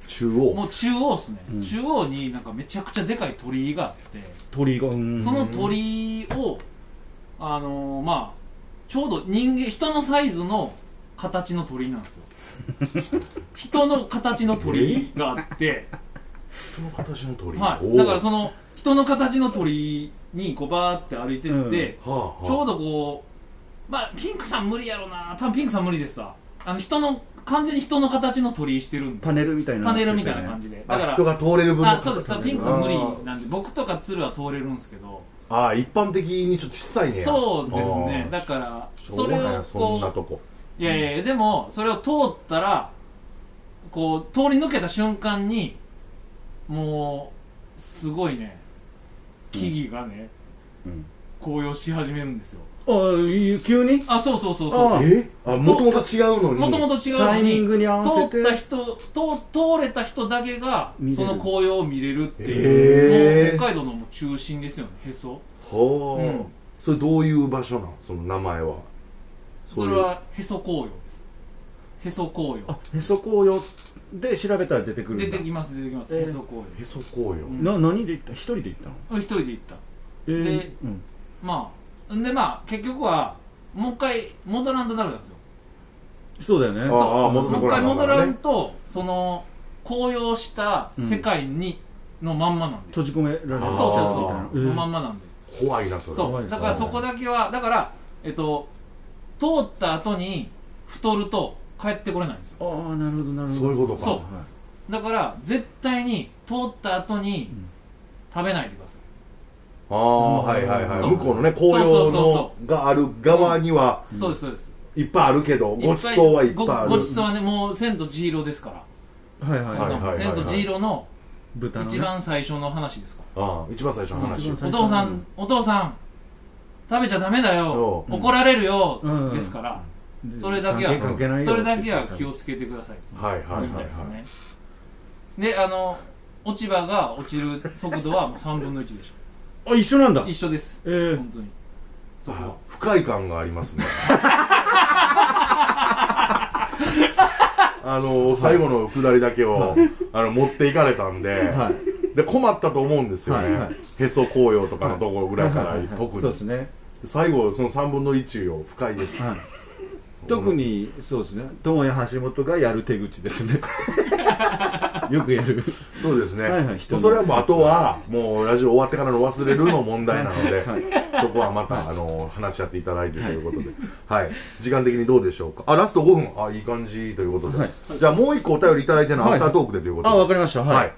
[SPEAKER 1] 中央。
[SPEAKER 2] もう中央っすね、
[SPEAKER 3] うん
[SPEAKER 2] 中央になんかめちゃくちゃでかい鳥居があって
[SPEAKER 3] 鳥がうん
[SPEAKER 2] その鳥居をあのー、まあちょうど人間人のサイズの形の鳥居なんです
[SPEAKER 1] *laughs*
[SPEAKER 2] よ人の形の鳥居があって
[SPEAKER 1] その形の鳥居。
[SPEAKER 2] はい、
[SPEAKER 1] おう
[SPEAKER 2] だからその人の形の鳥にこうバーって歩いてって、
[SPEAKER 3] うん
[SPEAKER 2] ち
[SPEAKER 1] はあはあ
[SPEAKER 2] ょうどこうまあピンクさん無理やろな多分ピンクさん無理ですわあの人の完全に人の形の鳥してるんで
[SPEAKER 3] パネルみたいな
[SPEAKER 2] パネルみたいな感じでだ
[SPEAKER 1] あ
[SPEAKER 2] か
[SPEAKER 1] 人
[SPEAKER 2] ら
[SPEAKER 1] が通れる分の
[SPEAKER 2] あそうです多分ピンクさん無理
[SPEAKER 1] あー
[SPEAKER 2] なんで僕とか鶴は通れるんですけど
[SPEAKER 1] ああ、一般的にちょっと小さいね。
[SPEAKER 2] そうですね
[SPEAKER 1] ああ
[SPEAKER 2] だから
[SPEAKER 1] しょ
[SPEAKER 2] そう
[SPEAKER 1] が
[SPEAKER 2] れ
[SPEAKER 1] ない
[SPEAKER 2] を
[SPEAKER 1] なそんな
[SPEAKER 2] こと
[SPEAKER 1] こ。
[SPEAKER 2] ういやいやいやでもそれを通ったらこう通り抜けた瞬間にもうすごいね木々がね、
[SPEAKER 3] うん
[SPEAKER 2] 紅葉し始めるんですよ
[SPEAKER 3] あい急に
[SPEAKER 2] あそうそうそうそ
[SPEAKER 3] あ
[SPEAKER 1] えあ、もともと違うの
[SPEAKER 2] う
[SPEAKER 1] に。
[SPEAKER 2] もともと違う
[SPEAKER 3] タイミン
[SPEAKER 2] のに
[SPEAKER 3] グに合わせ
[SPEAKER 2] 通
[SPEAKER 3] て
[SPEAKER 2] った人通通れた人だけが
[SPEAKER 3] 見れる
[SPEAKER 2] その紅葉を見れるってい
[SPEAKER 1] へー
[SPEAKER 2] う、もう北海道のもう中心ですよねへそ
[SPEAKER 1] ほう、
[SPEAKER 2] うん
[SPEAKER 1] それどういう場所なんその名前は
[SPEAKER 2] それはへそ紅葉ですへそ紅葉
[SPEAKER 3] あへそ紅葉で調べたら出てくる
[SPEAKER 2] 出
[SPEAKER 3] んだ
[SPEAKER 2] てきます出てきます、
[SPEAKER 3] えー
[SPEAKER 2] へそ紅葉
[SPEAKER 1] へそ紅葉、
[SPEAKER 2] うん
[SPEAKER 3] な何で行った一人で行ったの
[SPEAKER 2] 俺一人で行った
[SPEAKER 3] え
[SPEAKER 2] で
[SPEAKER 3] うん
[SPEAKER 2] まあんでまあ結局はもう一回戻らんとダメなんですよ
[SPEAKER 3] そうだよね
[SPEAKER 1] ああ
[SPEAKER 3] そう
[SPEAKER 1] 戻って
[SPEAKER 2] もう
[SPEAKER 1] こな
[SPEAKER 2] 一回
[SPEAKER 1] い
[SPEAKER 2] 戻らんとその紅葉した世界に、のまんまなんで
[SPEAKER 3] 閉じ込められる
[SPEAKER 1] あー
[SPEAKER 2] そうそう
[SPEAKER 1] あ
[SPEAKER 2] そう、
[SPEAKER 3] ー
[SPEAKER 2] のまんまなんで、
[SPEAKER 1] 怖いなそれ
[SPEAKER 2] そ、
[SPEAKER 3] 怖いうですね
[SPEAKER 2] だからそこだけは、だから、えっと、通った後に太ると帰ってこれないんですよ。
[SPEAKER 3] ああなるほどなるほど
[SPEAKER 1] そういうことか
[SPEAKER 2] そう
[SPEAKER 3] は
[SPEAKER 2] だから、絶対に通った後に
[SPEAKER 3] うん
[SPEAKER 2] 食べないでください。
[SPEAKER 1] ああはいはいはい
[SPEAKER 2] そう
[SPEAKER 1] 向こうのね紅
[SPEAKER 2] そう
[SPEAKER 1] 葉
[SPEAKER 2] そう
[SPEAKER 1] の
[SPEAKER 2] そ
[SPEAKER 1] がある側には
[SPEAKER 2] そうです、そうです。
[SPEAKER 1] いっぱいあるけどごちそうはいっぱいあ
[SPEAKER 2] ご
[SPEAKER 1] る
[SPEAKER 2] ごちそうはね、もう、千と千尋ですから。
[SPEAKER 3] いはいはい
[SPEAKER 1] は
[SPEAKER 2] あ
[SPEAKER 1] い
[SPEAKER 2] の千と千尋の
[SPEAKER 3] 豚のね
[SPEAKER 2] 一番最初の話ですか
[SPEAKER 1] ああ一番最初の話、
[SPEAKER 3] うん
[SPEAKER 2] ら。お父さん、お父さん、食べちゃダメだよ、
[SPEAKER 1] うん
[SPEAKER 2] 怒られるよ、
[SPEAKER 3] うん
[SPEAKER 2] ですから、それだけは
[SPEAKER 3] 関係関係ないよ
[SPEAKER 2] それだけは気
[SPEAKER 3] を
[SPEAKER 2] をつけてください。
[SPEAKER 1] はいはいはい
[SPEAKER 2] みた
[SPEAKER 1] はいい
[SPEAKER 2] ですね、であの落ち葉が落ちる速度は
[SPEAKER 1] *laughs*
[SPEAKER 2] もう3分の1でし
[SPEAKER 3] あ一緒なんだ
[SPEAKER 2] ょ一緒です
[SPEAKER 3] えー
[SPEAKER 2] 本当にそこ
[SPEAKER 1] あ
[SPEAKER 2] は
[SPEAKER 1] 不快感がありますね *laughs* あの最後の下りだけをあの持っていかれたんで、
[SPEAKER 3] はい
[SPEAKER 1] で困ったと思うんですよね、
[SPEAKER 3] はいはい
[SPEAKER 1] へそ紅葉とかのところぐらいから、
[SPEAKER 3] はいはいはい
[SPEAKER 1] 特に
[SPEAKER 3] そうですね
[SPEAKER 1] 最後その3分の1を深いです
[SPEAKER 3] はい特にそうですね友也橋本がやる手口です
[SPEAKER 2] *laughs*
[SPEAKER 3] ねよくや
[SPEAKER 1] *laughs*
[SPEAKER 3] る
[SPEAKER 1] そうですね、
[SPEAKER 3] はいはい人の
[SPEAKER 1] それはもうあとはもうラジオ終わってからの忘れるの問題なので、
[SPEAKER 3] はい
[SPEAKER 1] そこはまた、あの話し合っていただいてということで、はい時間的にどうでしょうかあラスト5分あいい感じということで、
[SPEAKER 3] はい
[SPEAKER 1] じゃあもう一個お便りいただいての
[SPEAKER 3] はい
[SPEAKER 1] アフタートークでということで、
[SPEAKER 3] あわかりました
[SPEAKER 1] はい、
[SPEAKER 3] はい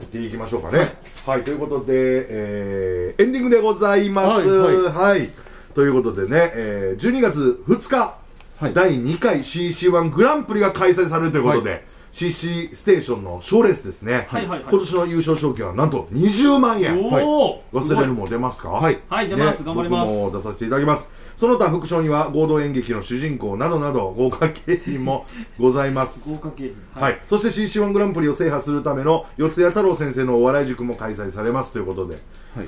[SPEAKER 1] 行っていきましょうかね。はい、ということで、えーエンディングでございます。は、
[SPEAKER 3] はいい
[SPEAKER 1] ということでね、えー12月2日、
[SPEAKER 3] はい
[SPEAKER 1] 第2回 CC1 グランプリが開催されるということで、 CC ステーションの賞レースですね、
[SPEAKER 2] はいはいはい
[SPEAKER 1] 今年の優勝賞金はなんと20万円
[SPEAKER 2] おお
[SPEAKER 1] 忘れるも出ますかはい
[SPEAKER 2] はい出ます頑張ります
[SPEAKER 1] 僕も出させていただきますその他副賞には合同演劇の主人公などなど豪華景品もございます
[SPEAKER 2] 豪華景品
[SPEAKER 1] はい、そして CC1 グランプリを制覇するための四谷太郎先生のお笑い塾も開催されますということで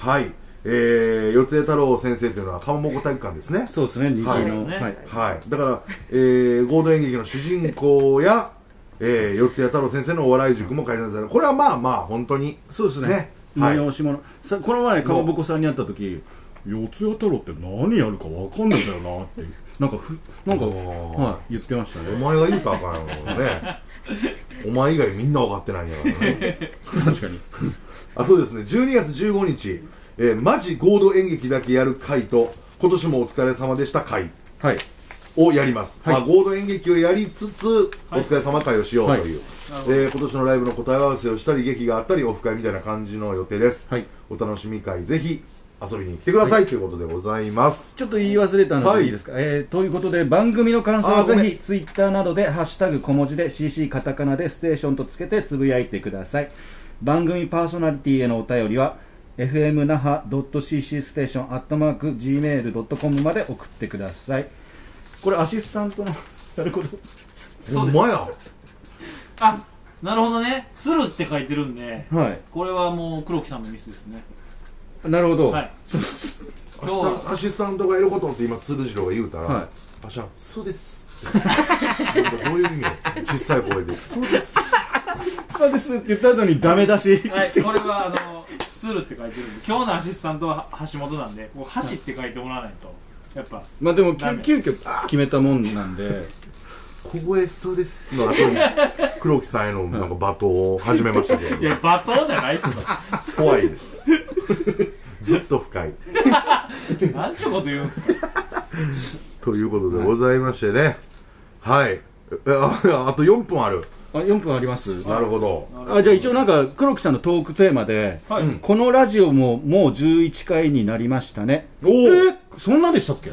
[SPEAKER 1] は、
[SPEAKER 3] はいい
[SPEAKER 1] えー、四谷太郎先生というのは顔もご体育館ですね
[SPEAKER 3] そうですね、二
[SPEAKER 1] はい
[SPEAKER 3] 階の。
[SPEAKER 2] そうですね
[SPEAKER 3] はい
[SPEAKER 1] はい、だから、えー、合同演劇の主人公や、えー、四谷太郎先生のお笑い塾も開催されるこれはまあまあ本当に
[SPEAKER 3] そうです
[SPEAKER 1] ね
[SPEAKER 3] ね。
[SPEAKER 1] はい
[SPEAKER 3] 催し物。さこの前、かまぼこさんに会った時、四谷太郎って何やるかわかんないんだよなっていう。なんかふ、なんか、
[SPEAKER 1] あー
[SPEAKER 3] はい、言ってました
[SPEAKER 1] お
[SPEAKER 3] ね。
[SPEAKER 1] 前が言うたらあかんや
[SPEAKER 3] *laughs*
[SPEAKER 1] ろねお前以外みんな分かってないんやからね
[SPEAKER 3] 確かに。
[SPEAKER 1] あとですね12月15日、えー、マジ合同演劇だけやる会と今年もお疲れ様でした会
[SPEAKER 3] はい。
[SPEAKER 1] をやります、
[SPEAKER 3] はい
[SPEAKER 1] まあ、合同演劇をやりつつ、
[SPEAKER 2] はい
[SPEAKER 1] お疲れ様会をしようという、
[SPEAKER 2] はい
[SPEAKER 1] えー今年のライブの答え合わせをしたり劇があったりオフ会みたいな感じの予定です、
[SPEAKER 3] はい。
[SPEAKER 1] お楽しみ会ぜひ遊びに来てください、ということでございます
[SPEAKER 3] ちょっと言い忘れたの
[SPEAKER 1] はい
[SPEAKER 3] でいいですか、えーということで番組の感想
[SPEAKER 1] あー
[SPEAKER 3] は
[SPEAKER 1] ごめん
[SPEAKER 3] ぜひツイッターなどで「ハッシュタグ小文字で CC カタカナでステーション」とつけてつぶやいてください番組パーソナリティへのお便りは fm 那覇 .cc ステーションアットマーク gmail.com まで送ってくださいこれアシスタントのやること
[SPEAKER 2] そうです
[SPEAKER 1] ほんまや
[SPEAKER 2] あなるほどね鶴って書いてるんで
[SPEAKER 3] はい
[SPEAKER 2] これはもう黒木さんのミスですね
[SPEAKER 3] なるほど、
[SPEAKER 2] はい
[SPEAKER 1] アシスタンアシスタントがいることって今鶴次郎が言うたら、
[SPEAKER 3] は
[SPEAKER 1] パシャンそうですなんかどういう意味よ小さい声でそうです
[SPEAKER 3] そうですって言った後にダメ出しして、
[SPEAKER 2] はいこれはあの鶴って書いてるんで今日のアシスタントは橋本なんでこう箸って書いてもらわないとやっぱ
[SPEAKER 3] *laughs* まあでも
[SPEAKER 2] ダメ
[SPEAKER 3] 急急遽決めたもんなん *laughs* で
[SPEAKER 1] 小声そうですの後に黒木さんへのなんか罵倒を始めましたけ
[SPEAKER 2] い
[SPEAKER 1] ど
[SPEAKER 2] や罵倒じゃないっすよ
[SPEAKER 1] 怖いですずっと不快
[SPEAKER 2] なんちゅうこと言うんすか
[SPEAKER 1] ということでございましてねはい、えああと4分ある
[SPEAKER 3] あ4分あります
[SPEAKER 1] なるほど
[SPEAKER 3] あじゃあ一応なんか黒木さんのトークテーマで
[SPEAKER 2] はい、
[SPEAKER 1] うん
[SPEAKER 3] このラジオももう11回になりましたね。
[SPEAKER 1] おお、
[SPEAKER 3] そんなでしたっけ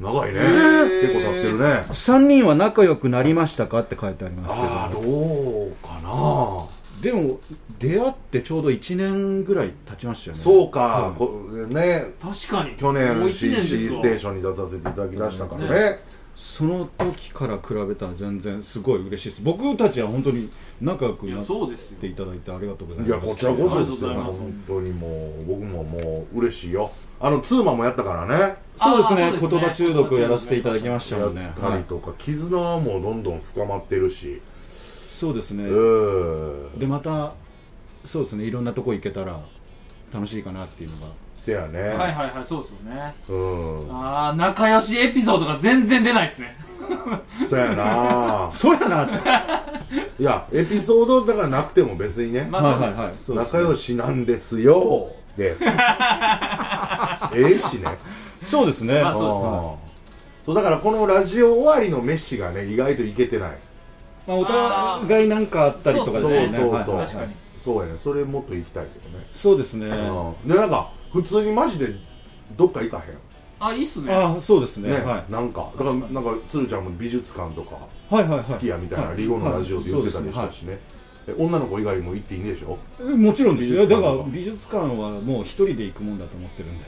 [SPEAKER 1] 長いね、
[SPEAKER 2] ー
[SPEAKER 1] 結構経ってるね
[SPEAKER 3] ?3 人は仲良くなりましたかって書いてありますけ
[SPEAKER 1] ああどうかな
[SPEAKER 3] ど。でも、出会ってちょうど1年ぐらい経ちましたよね。
[SPEAKER 1] そうか、
[SPEAKER 3] はい
[SPEAKER 1] こね
[SPEAKER 2] 確かに
[SPEAKER 1] 去年
[SPEAKER 2] もう一年です
[SPEAKER 1] CC
[SPEAKER 2] わ
[SPEAKER 1] ステーションに出させていただきましたからね
[SPEAKER 3] その時から比べたら全然すごい嬉しいです。僕たちは本当に仲良く
[SPEAKER 2] い
[SPEAKER 3] な
[SPEAKER 2] や
[SPEAKER 3] っ
[SPEAKER 2] そうですよ
[SPEAKER 3] ていただいてありがとうござい
[SPEAKER 1] いや
[SPEAKER 3] ます。
[SPEAKER 1] こちらこそです
[SPEAKER 2] あ
[SPEAKER 1] よ
[SPEAKER 2] りがとうございます
[SPEAKER 1] 本当にもう僕ももう嬉しいよあのツーマンもやったからね
[SPEAKER 3] そうです
[SPEAKER 2] あー
[SPEAKER 3] ね
[SPEAKER 2] そうですね
[SPEAKER 3] 言葉中毒をやらせていただきました
[SPEAKER 1] や
[SPEAKER 3] も
[SPEAKER 1] っ
[SPEAKER 3] んね。
[SPEAKER 1] た
[SPEAKER 3] は
[SPEAKER 1] り
[SPEAKER 3] い、
[SPEAKER 1] とか、絆はもうどんどん深まってるし
[SPEAKER 3] そうですね
[SPEAKER 1] う。ー
[SPEAKER 3] で、また、そうですね、いろんなとこ行けたら楽しいかなっていうのが。
[SPEAKER 1] せやね、
[SPEAKER 2] はいはいはいそうですよね
[SPEAKER 1] うん
[SPEAKER 2] ああ仲良しエピソードが全然出ないですね
[SPEAKER 1] そやな
[SPEAKER 3] そうやなって。
[SPEAKER 1] いやエピソードだからなくても別にね
[SPEAKER 2] まあ
[SPEAKER 3] はい
[SPEAKER 2] そう
[SPEAKER 3] はいはい。そうで
[SPEAKER 2] です、
[SPEAKER 3] す
[SPEAKER 1] 仲良しなんですよで
[SPEAKER 2] *laughs*
[SPEAKER 1] ええしね
[SPEAKER 3] そうですね。
[SPEAKER 2] まあそうです
[SPEAKER 1] あーそうだからこのラジオ終わりのメッシがね意外といけてない
[SPEAKER 3] まあ、お互いなんかあったりとか
[SPEAKER 2] そ
[SPEAKER 3] で
[SPEAKER 2] う
[SPEAKER 3] す
[SPEAKER 2] で
[SPEAKER 3] よ
[SPEAKER 2] すね
[SPEAKER 3] ね。
[SPEAKER 1] そうそう
[SPEAKER 3] はい
[SPEAKER 2] 確かに
[SPEAKER 1] そうやねそれもっと行きたいけどね、
[SPEAKER 3] そうですね。
[SPEAKER 1] うんでなんか普通にマジでどっか行かへ
[SPEAKER 2] あいいっすね
[SPEAKER 3] あ、そうですね。
[SPEAKER 1] んね、
[SPEAKER 3] はい
[SPEAKER 1] なんかだから
[SPEAKER 2] 確
[SPEAKER 1] な
[SPEAKER 2] か
[SPEAKER 1] んか鶴ちゃんも美術館とか
[SPEAKER 3] はいはいはい。
[SPEAKER 1] 好きやみたいな、
[SPEAKER 3] はい
[SPEAKER 1] リゴのラジオで言ってたりし
[SPEAKER 3] はい
[SPEAKER 1] たしね,、え女の子以外も行っていいんでしょ
[SPEAKER 3] そうですねはいもちろんですよ。
[SPEAKER 1] 美術
[SPEAKER 3] だ
[SPEAKER 1] 館
[SPEAKER 3] か
[SPEAKER 1] と
[SPEAKER 3] ら
[SPEAKER 1] か
[SPEAKER 3] 美術館はもう一人で行くもんだと思ってるんで。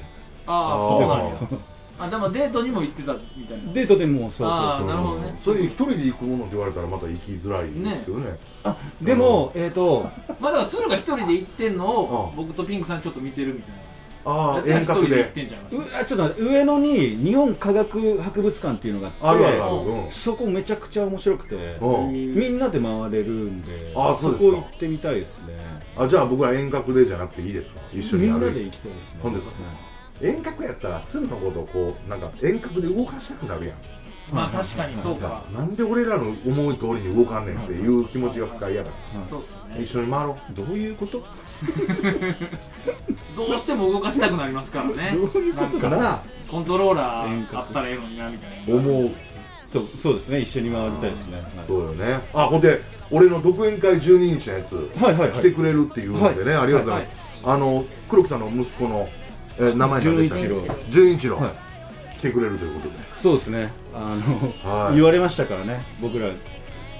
[SPEAKER 2] ああ
[SPEAKER 1] あー
[SPEAKER 2] そうなんやあでもデートにも行ってたみたいな
[SPEAKER 3] デートでもうそう
[SPEAKER 2] あ
[SPEAKER 3] そ
[SPEAKER 2] ー
[SPEAKER 3] う
[SPEAKER 2] なるほどね
[SPEAKER 1] そういう一人で行くものって言われたらまた行きづらいですよね
[SPEAKER 3] そう。でも、えっと、
[SPEAKER 2] まあだから鶴が一人で行ってんのを
[SPEAKER 1] う
[SPEAKER 2] 僕とピンクさんちょっと見てるみたい
[SPEAKER 1] ああ
[SPEAKER 2] な
[SPEAKER 1] 遠
[SPEAKER 2] 絶対一
[SPEAKER 1] 隔
[SPEAKER 2] 人で行っ
[SPEAKER 1] で
[SPEAKER 2] てんじゃないう
[SPEAKER 3] あちょっと待って、上野に日本科学博物館っていうのが
[SPEAKER 1] あ
[SPEAKER 3] っ
[SPEAKER 1] る
[SPEAKER 3] て
[SPEAKER 1] あるあるうん
[SPEAKER 3] そこめちゃくちゃ面白くて、
[SPEAKER 1] うん
[SPEAKER 3] みんなで回れるんで、
[SPEAKER 1] あーそうですか
[SPEAKER 3] こ行ってみたいですね。
[SPEAKER 1] あじゃあ僕ら遠隔でじゃなくていいですか一緒
[SPEAKER 3] み
[SPEAKER 1] に
[SPEAKER 3] んな
[SPEAKER 1] 歩い
[SPEAKER 3] で
[SPEAKER 1] て
[SPEAKER 3] 行きたいですね。
[SPEAKER 1] ほんで遠隔やったら鶴のことをこうなんか遠隔で動かしたくなるやん
[SPEAKER 2] まあ確かにそうか
[SPEAKER 1] なんで俺らの思い通りに動かんねんっていう気持ちが深いやか
[SPEAKER 2] そうっす
[SPEAKER 1] ら
[SPEAKER 2] ね
[SPEAKER 1] 一緒に回ろ
[SPEAKER 3] どういうこと
[SPEAKER 2] どうしても動かしたくなりますからね
[SPEAKER 3] どういうこと
[SPEAKER 1] う
[SPEAKER 3] か
[SPEAKER 1] かな
[SPEAKER 2] コントローラーあったらええのになみたいな
[SPEAKER 1] 思う
[SPEAKER 3] そうそうですね、一緒に回りたいですね。
[SPEAKER 1] そうよねあほんで俺の独演会12日のやつ
[SPEAKER 3] はいはいは
[SPEAKER 1] 来
[SPEAKER 3] い。
[SPEAKER 1] てくれるっていうのでね、ありがとうございます、あの黒木さんの息子の、えー名前何でしたっけ
[SPEAKER 3] 純一
[SPEAKER 1] 純一郎
[SPEAKER 3] はい
[SPEAKER 1] 来てくれるということで
[SPEAKER 3] そうですね。あの、
[SPEAKER 1] はい
[SPEAKER 3] 言われましたからね、僕ら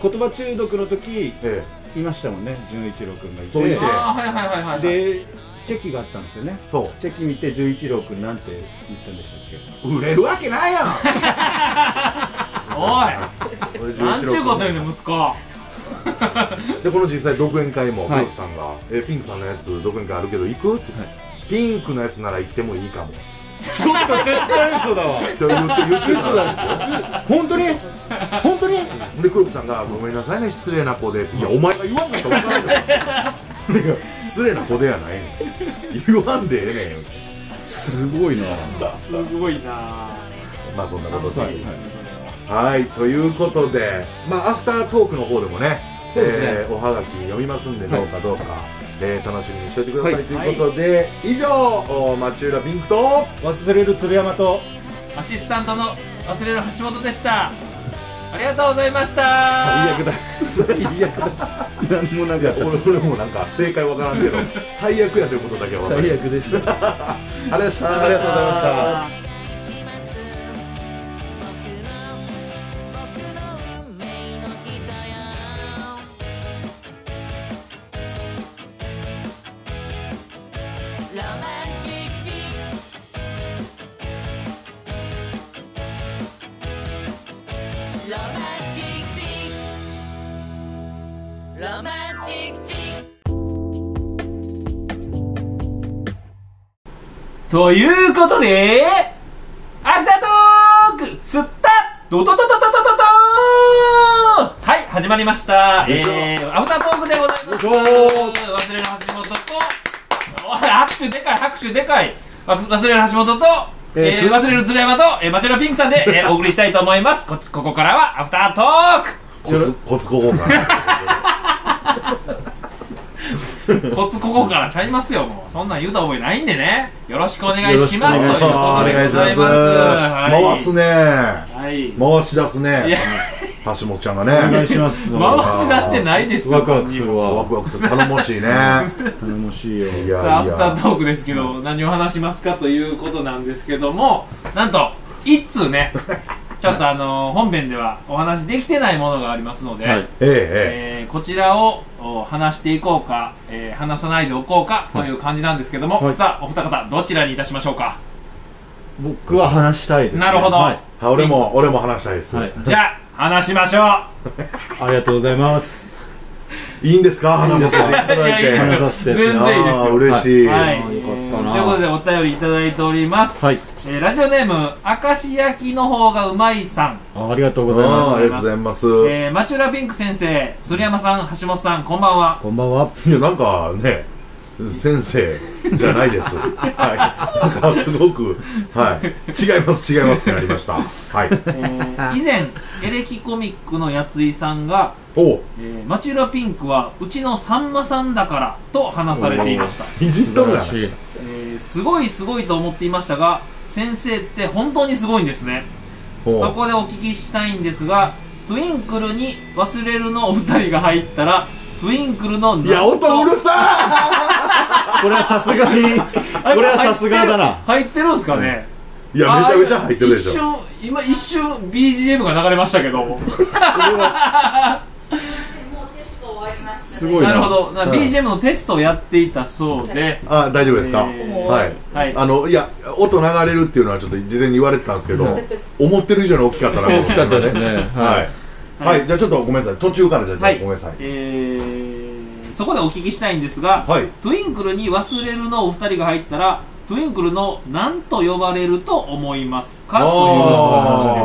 [SPEAKER 3] 言葉中毒の時
[SPEAKER 1] え
[SPEAKER 3] いましたもんね純一郎君がいて
[SPEAKER 1] そういて
[SPEAKER 2] ああはいはいはいはいはい
[SPEAKER 3] でチェキがあったんですよね
[SPEAKER 1] えそ
[SPEAKER 3] チェキ見て純一郎君なんて言ったんでしたっ
[SPEAKER 1] う売れるわけないやん
[SPEAKER 2] おい
[SPEAKER 1] これ11
[SPEAKER 2] なんちゅうこと言う
[SPEAKER 1] 六
[SPEAKER 2] ねん息子
[SPEAKER 1] でこの実際独演会も
[SPEAKER 3] はい
[SPEAKER 1] ピンクさんが、えピンクさんのやつ独演会あるけど行く?」って、ピンクのやつなら行ってもいいかも」
[SPEAKER 3] けちょっと絶対嘘だわ
[SPEAKER 1] と言って言ってた
[SPEAKER 3] 嘘だ本当に本当に
[SPEAKER 1] で黒木さんが「ごめんなさいね失礼な子で」いやお前が言わんかったら分からんよいや *laughs* 失礼な子でやないねん言わんでええねん
[SPEAKER 3] すごいな
[SPEAKER 2] すごいな
[SPEAKER 1] まあそんなことし
[SPEAKER 3] はい
[SPEAKER 1] はい、ということでまあアフタートークの方でもね
[SPEAKER 3] そうですね
[SPEAKER 1] えーおはがき読みますんで
[SPEAKER 3] はい
[SPEAKER 1] どうかどうか、えー楽しみにしておいてください、
[SPEAKER 3] はい
[SPEAKER 1] ということで、以上お町浦ピンクと
[SPEAKER 3] 忘れる鶴山と
[SPEAKER 2] アシスタントの忘れる橋本でしたありがとうございました
[SPEAKER 3] 最悪だ *laughs* 最悪だ何もなかった
[SPEAKER 1] 俺俺もなんか正解わからんけ
[SPEAKER 3] *laughs*
[SPEAKER 1] ど最悪やということだけは分か
[SPEAKER 3] 最
[SPEAKER 1] る
[SPEAKER 3] 悪でした
[SPEAKER 1] ありがとうございました
[SPEAKER 3] ありがとうございました
[SPEAKER 4] ロマンチックチックロマンチックチックロマンチックチック
[SPEAKER 2] ということで、アフタートークつったドドドドドドドドーはい、始まりました。
[SPEAKER 3] よいしょ
[SPEAKER 2] えー、アフタートークでございま
[SPEAKER 3] よいし
[SPEAKER 2] す。
[SPEAKER 3] ょ
[SPEAKER 2] 忘れる橋本と、おい拍手でかい、拍手でかい。わ忘れる橋本と、
[SPEAKER 3] えー
[SPEAKER 2] えー
[SPEAKER 3] つ
[SPEAKER 2] 忘れる鶴山と、えー、マチュラピンクさんで、
[SPEAKER 3] *laughs*
[SPEAKER 2] えーお送りしたいと思います。こここからはアフタートーク
[SPEAKER 1] コツコツここかな
[SPEAKER 2] コツここからちゃいますよ、もう。そんなん言うた覚えないんでね。よろしくお願いします。
[SPEAKER 3] よろしくお
[SPEAKER 2] ということでございま
[SPEAKER 1] 回
[SPEAKER 2] す。
[SPEAKER 1] すね
[SPEAKER 2] はい。
[SPEAKER 1] 回し出す
[SPEAKER 2] いや
[SPEAKER 1] ね、橋本ちゃんが
[SPEAKER 3] お願い
[SPEAKER 1] ね
[SPEAKER 3] します
[SPEAKER 2] 回し出してないですよ。
[SPEAKER 3] ワクワクする
[SPEAKER 1] ワ
[SPEAKER 3] わ
[SPEAKER 1] クワクする頼もしいねいや
[SPEAKER 3] 頼もしいよ
[SPEAKER 1] い
[SPEAKER 2] さあ、アフター
[SPEAKER 1] や
[SPEAKER 2] トークですけど、何を話しますかということなんですけども、なんと、一
[SPEAKER 3] *laughs*
[SPEAKER 2] 通ね、ちょっとあのー本編ではお話できてないものがありますので、
[SPEAKER 3] はい
[SPEAKER 1] えええ
[SPEAKER 2] えーこちらをお話していこうか、えー話さないでおこうかという感じなんですけども、
[SPEAKER 3] はい
[SPEAKER 2] さあ、お二方、どちらにいたしましょうか。
[SPEAKER 3] 僕は話したいですね
[SPEAKER 2] なるほど、
[SPEAKER 3] はい
[SPEAKER 1] えあ俺も俺も話したいです、
[SPEAKER 3] はい
[SPEAKER 1] い、
[SPEAKER 2] じゃあ、話しましょう。
[SPEAKER 3] ありがとうございます
[SPEAKER 1] いんですか
[SPEAKER 3] いいんで
[SPEAKER 1] 話さ
[SPEAKER 3] す
[SPEAKER 1] せ
[SPEAKER 3] か
[SPEAKER 1] ていただいて
[SPEAKER 2] いやいいです
[SPEAKER 3] 話
[SPEAKER 2] よ
[SPEAKER 3] させて
[SPEAKER 2] 全然いいですよ
[SPEAKER 1] あー嬉しい、
[SPEAKER 2] はい、
[SPEAKER 3] よかったな
[SPEAKER 2] ということで、お便りいただいております。
[SPEAKER 3] はい
[SPEAKER 2] えーラジオネーム、明石焼きの方がうまいさん。
[SPEAKER 3] あありがとうご
[SPEAKER 1] あ
[SPEAKER 3] ざい
[SPEAKER 1] ーあ
[SPEAKER 3] ま
[SPEAKER 1] りがとうございます、
[SPEAKER 2] えー、マチュラピンク先生、鶴山さん、橋本さん、こんばん
[SPEAKER 3] す
[SPEAKER 2] は。
[SPEAKER 3] こんばんはい
[SPEAKER 1] やなんかね先生じゃないですはいなんかすごくはい違います違いますってなりましたはい
[SPEAKER 2] えー以前、エレキコミックのやついさんが、
[SPEAKER 1] お
[SPEAKER 2] えー、マチュラピンクはうちのさんまさんだからと話されていました。
[SPEAKER 1] いじっとるやん
[SPEAKER 3] い
[SPEAKER 2] えー、すごいすごいと思っていましたが、先生って本当にすごいんですね。
[SPEAKER 1] お
[SPEAKER 2] そこでお聞きしたいんですが、トゥインクルに忘れるのお二人が入ったら、トゥインクルの
[SPEAKER 1] いや音うるさ
[SPEAKER 3] これはさすがに
[SPEAKER 2] あ
[SPEAKER 3] これはさすがだな
[SPEAKER 2] 入ってる入ってるんすかね、
[SPEAKER 1] いいやめちゃめちゃ入ってるでしょ
[SPEAKER 2] あー一瞬今一瞬 BGM が流れましたけど
[SPEAKER 3] すごい
[SPEAKER 2] なるほ
[SPEAKER 3] な
[SPEAKER 2] どな BGM のテストをやっていたそうで、
[SPEAKER 1] あ大丈夫ですか、
[SPEAKER 2] えー
[SPEAKER 1] はい、
[SPEAKER 2] はい
[SPEAKER 1] あのいや音流れるっていうのはちょっと事前に言われてたんですけど、思ってる以上に大きかったな大き
[SPEAKER 3] かったですね
[SPEAKER 1] はい、はいはいじゃあちょっとごめんなさい途中からじゃあ、
[SPEAKER 2] はい
[SPEAKER 1] ごめんなさい
[SPEAKER 2] えー、そこでお聞きしたいんですが、
[SPEAKER 1] はい
[SPEAKER 2] トゥインクルに忘れるのお二人が入ったらトゥインクルの何と呼ばれると思いますかというお話でご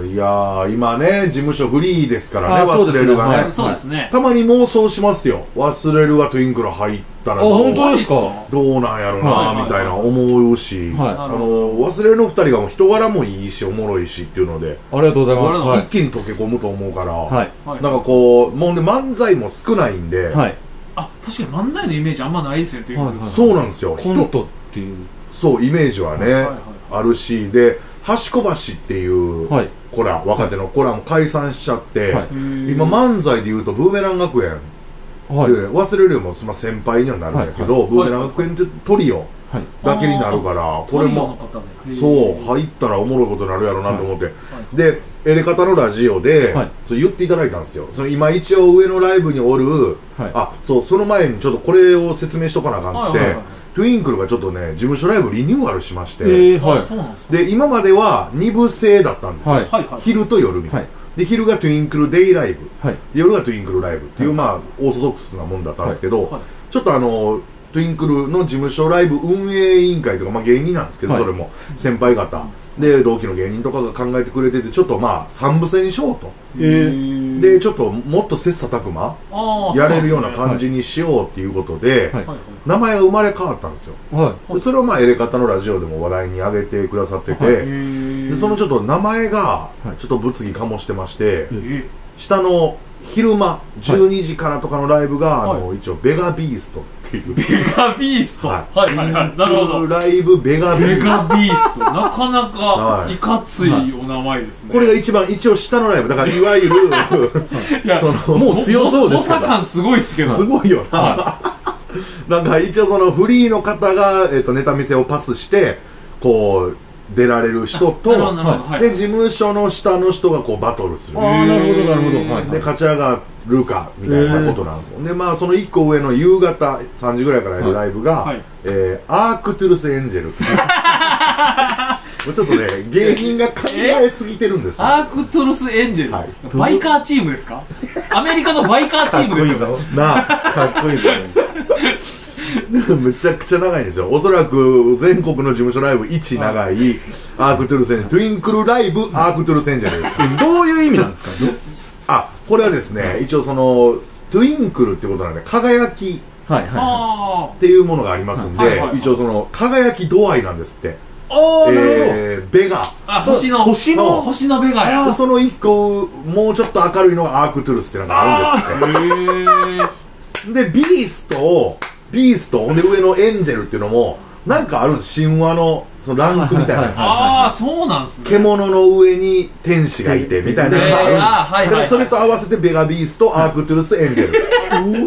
[SPEAKER 2] ざい
[SPEAKER 1] ーいやー今ね事務所フリーですから
[SPEAKER 3] あー
[SPEAKER 1] ね
[SPEAKER 3] そう
[SPEAKER 1] 忘
[SPEAKER 3] ですね
[SPEAKER 1] れるがね
[SPEAKER 3] は
[SPEAKER 2] ま
[SPEAKER 3] い
[SPEAKER 2] すそうですね、
[SPEAKER 1] たまに妄想しますよ忘れるがトゥインクル入った
[SPEAKER 3] あ
[SPEAKER 1] ら
[SPEAKER 3] 本当
[SPEAKER 1] どう
[SPEAKER 3] ですか
[SPEAKER 1] どうなんやろう
[SPEAKER 2] はいはいは
[SPEAKER 1] ないみたいな思うし、
[SPEAKER 3] はい
[SPEAKER 1] あの忘れるの二人がもう人柄もいいしおもろいしっていうので、
[SPEAKER 3] ありがとうございますはい
[SPEAKER 1] 一気に溶け込むと思うから、
[SPEAKER 3] はい
[SPEAKER 2] はい
[SPEAKER 1] なんかこう、もうね、漫才も少ないんで、
[SPEAKER 3] はい
[SPEAKER 2] あ確かに漫才のイメージあんまないですよトゥインクル、
[SPEAKER 3] はい
[SPEAKER 1] そうなんですよ。
[SPEAKER 3] コントっていう
[SPEAKER 1] そう、イメージはね、
[SPEAKER 2] はいはい
[SPEAKER 1] あるし、で、はしこばしっていう、
[SPEAKER 3] はい
[SPEAKER 1] コラ、若手のコラも解散しちゃって、
[SPEAKER 3] はい
[SPEAKER 2] へー
[SPEAKER 1] 今漫才で言うと、ブーメラン学園
[SPEAKER 3] あはい
[SPEAKER 1] で忘れるよりもその先輩にはなるんだけど、ブーメラン学園ってトリオ
[SPEAKER 3] はい
[SPEAKER 1] だけになるからこれもそう入ったらおもろいことになるやろうなと思って、でエレカタのラジオで、
[SPEAKER 3] はい
[SPEAKER 1] そう言っていただいたんですよその今一応上のライブにおる、
[SPEAKER 3] はい
[SPEAKER 1] あそうその前にちょっとこれを説明しとかなあかんって、
[SPEAKER 2] はいはいはい
[SPEAKER 1] トゥインクルがちょっとね事務所ライブリニューアルしまして、
[SPEAKER 3] えー
[SPEAKER 2] は
[SPEAKER 3] はいい
[SPEAKER 2] あそうなんですか
[SPEAKER 1] で今までは2部制だったんですよ、
[SPEAKER 3] はい
[SPEAKER 2] はいはい
[SPEAKER 1] 昼と夜みたいな、
[SPEAKER 3] は
[SPEAKER 1] で昼がトゥインクルデイライブ
[SPEAKER 3] はい
[SPEAKER 1] 夜がトゥインクルライブっていう、まあオーソドックスなもんだったんですけど、
[SPEAKER 2] はい
[SPEAKER 1] ちょっとあのトゥインクルの事務所ライブ運営委員会とか、まあ、芸人なんですけど、
[SPEAKER 3] はい
[SPEAKER 1] それも先輩方で同期の芸人とかが考えてくれててちょっとまあ三部制にしようと
[SPEAKER 3] えー
[SPEAKER 2] ー
[SPEAKER 1] でちょっともっと切磋琢磨
[SPEAKER 2] あー
[SPEAKER 1] やれるような
[SPEAKER 2] そなん
[SPEAKER 1] 感じにしようっていうことで、
[SPEAKER 3] はい
[SPEAKER 2] ですね
[SPEAKER 1] 名前が生まれ変わったんですよ
[SPEAKER 3] は
[SPEAKER 1] でそれをまあエレカタのラジオでも話題に上げてくださってて、
[SPEAKER 3] はい
[SPEAKER 2] はいはいへ
[SPEAKER 1] で
[SPEAKER 2] ー
[SPEAKER 1] そのちょっと名前が
[SPEAKER 3] はい
[SPEAKER 1] ちょっと物議かもしてまして、
[SPEAKER 2] え
[SPEAKER 1] 下の昼間12時からとかのライブが、
[SPEAKER 2] は
[SPEAKER 1] あ
[SPEAKER 2] い
[SPEAKER 1] の一応ベガビーストっていう
[SPEAKER 2] ベガビーストは
[SPEAKER 1] はい
[SPEAKER 2] はいはいなるほど
[SPEAKER 1] ライブベガビー
[SPEAKER 2] ベ
[SPEAKER 1] スト
[SPEAKER 2] ガビーストなかなか
[SPEAKER 1] はい
[SPEAKER 2] いかついお名前ですね
[SPEAKER 1] これが一番一応下のライブだからいわゆる
[SPEAKER 2] いや
[SPEAKER 1] その
[SPEAKER 3] もう強そうですから
[SPEAKER 2] 猛者感すごいっすけど
[SPEAKER 1] すごいよな、なんか一応そのフリーの方が、えっとネタ見せをパスしてこう出られる人
[SPEAKER 2] なるほどな
[SPEAKER 1] と
[SPEAKER 2] るほどはい
[SPEAKER 1] で事務所の下の人がこうバトルする
[SPEAKER 3] ああなるほどなるほどはい
[SPEAKER 1] で
[SPEAKER 3] はい
[SPEAKER 1] 勝ち上がるかみたいなことなんですよ、でまあその1個上の夕方3時ぐらいからやるライブが、
[SPEAKER 2] はいはい
[SPEAKER 1] えーアークトゥルス・エンジェルっ
[SPEAKER 2] *laughs*
[SPEAKER 1] ていうもうちょっとね芸人が考えすぎてるんですよ
[SPEAKER 2] アークトゥルス・エンジェル、
[SPEAKER 1] はい
[SPEAKER 2] バイカーチームですかアメリカのバイカーチームですよね
[SPEAKER 1] なあ *laughs*
[SPEAKER 3] かっこいいですね
[SPEAKER 1] めちゃくちゃ長いんですよおそらく全国の事務所ライブ1長い、アークトゥルス・エンジェルトゥインクルライブアークトゥルス・エンジェル
[SPEAKER 3] どういう意味なんですか
[SPEAKER 1] あこれはですね一応そのトゥインクルってことなんで輝き
[SPEAKER 3] はいはいは
[SPEAKER 2] あ
[SPEAKER 1] っていうものがありますんで、
[SPEAKER 2] はいはいはい
[SPEAKER 1] 一応その輝き度合いなんですって
[SPEAKER 3] いああなる
[SPEAKER 1] えー、ベガ
[SPEAKER 2] ああ星の
[SPEAKER 3] 星の
[SPEAKER 2] 星のベガや
[SPEAKER 1] その一個もうちょっと明るいのがアークトゥルスってなんかあるんです
[SPEAKER 2] へー
[SPEAKER 1] ってでビーストをビーストほんで上のエンジェルっていうのもなんかあるんです神話のそのランクみたいな、
[SPEAKER 3] はいはいはい
[SPEAKER 2] ああそうなんすね
[SPEAKER 1] 獣の上に天使がいてみたいなのがあるん
[SPEAKER 2] へーあーはい
[SPEAKER 1] ですだ
[SPEAKER 2] はいはい
[SPEAKER 1] からそれと合わせてベガビーストアークトゥルスエンジェル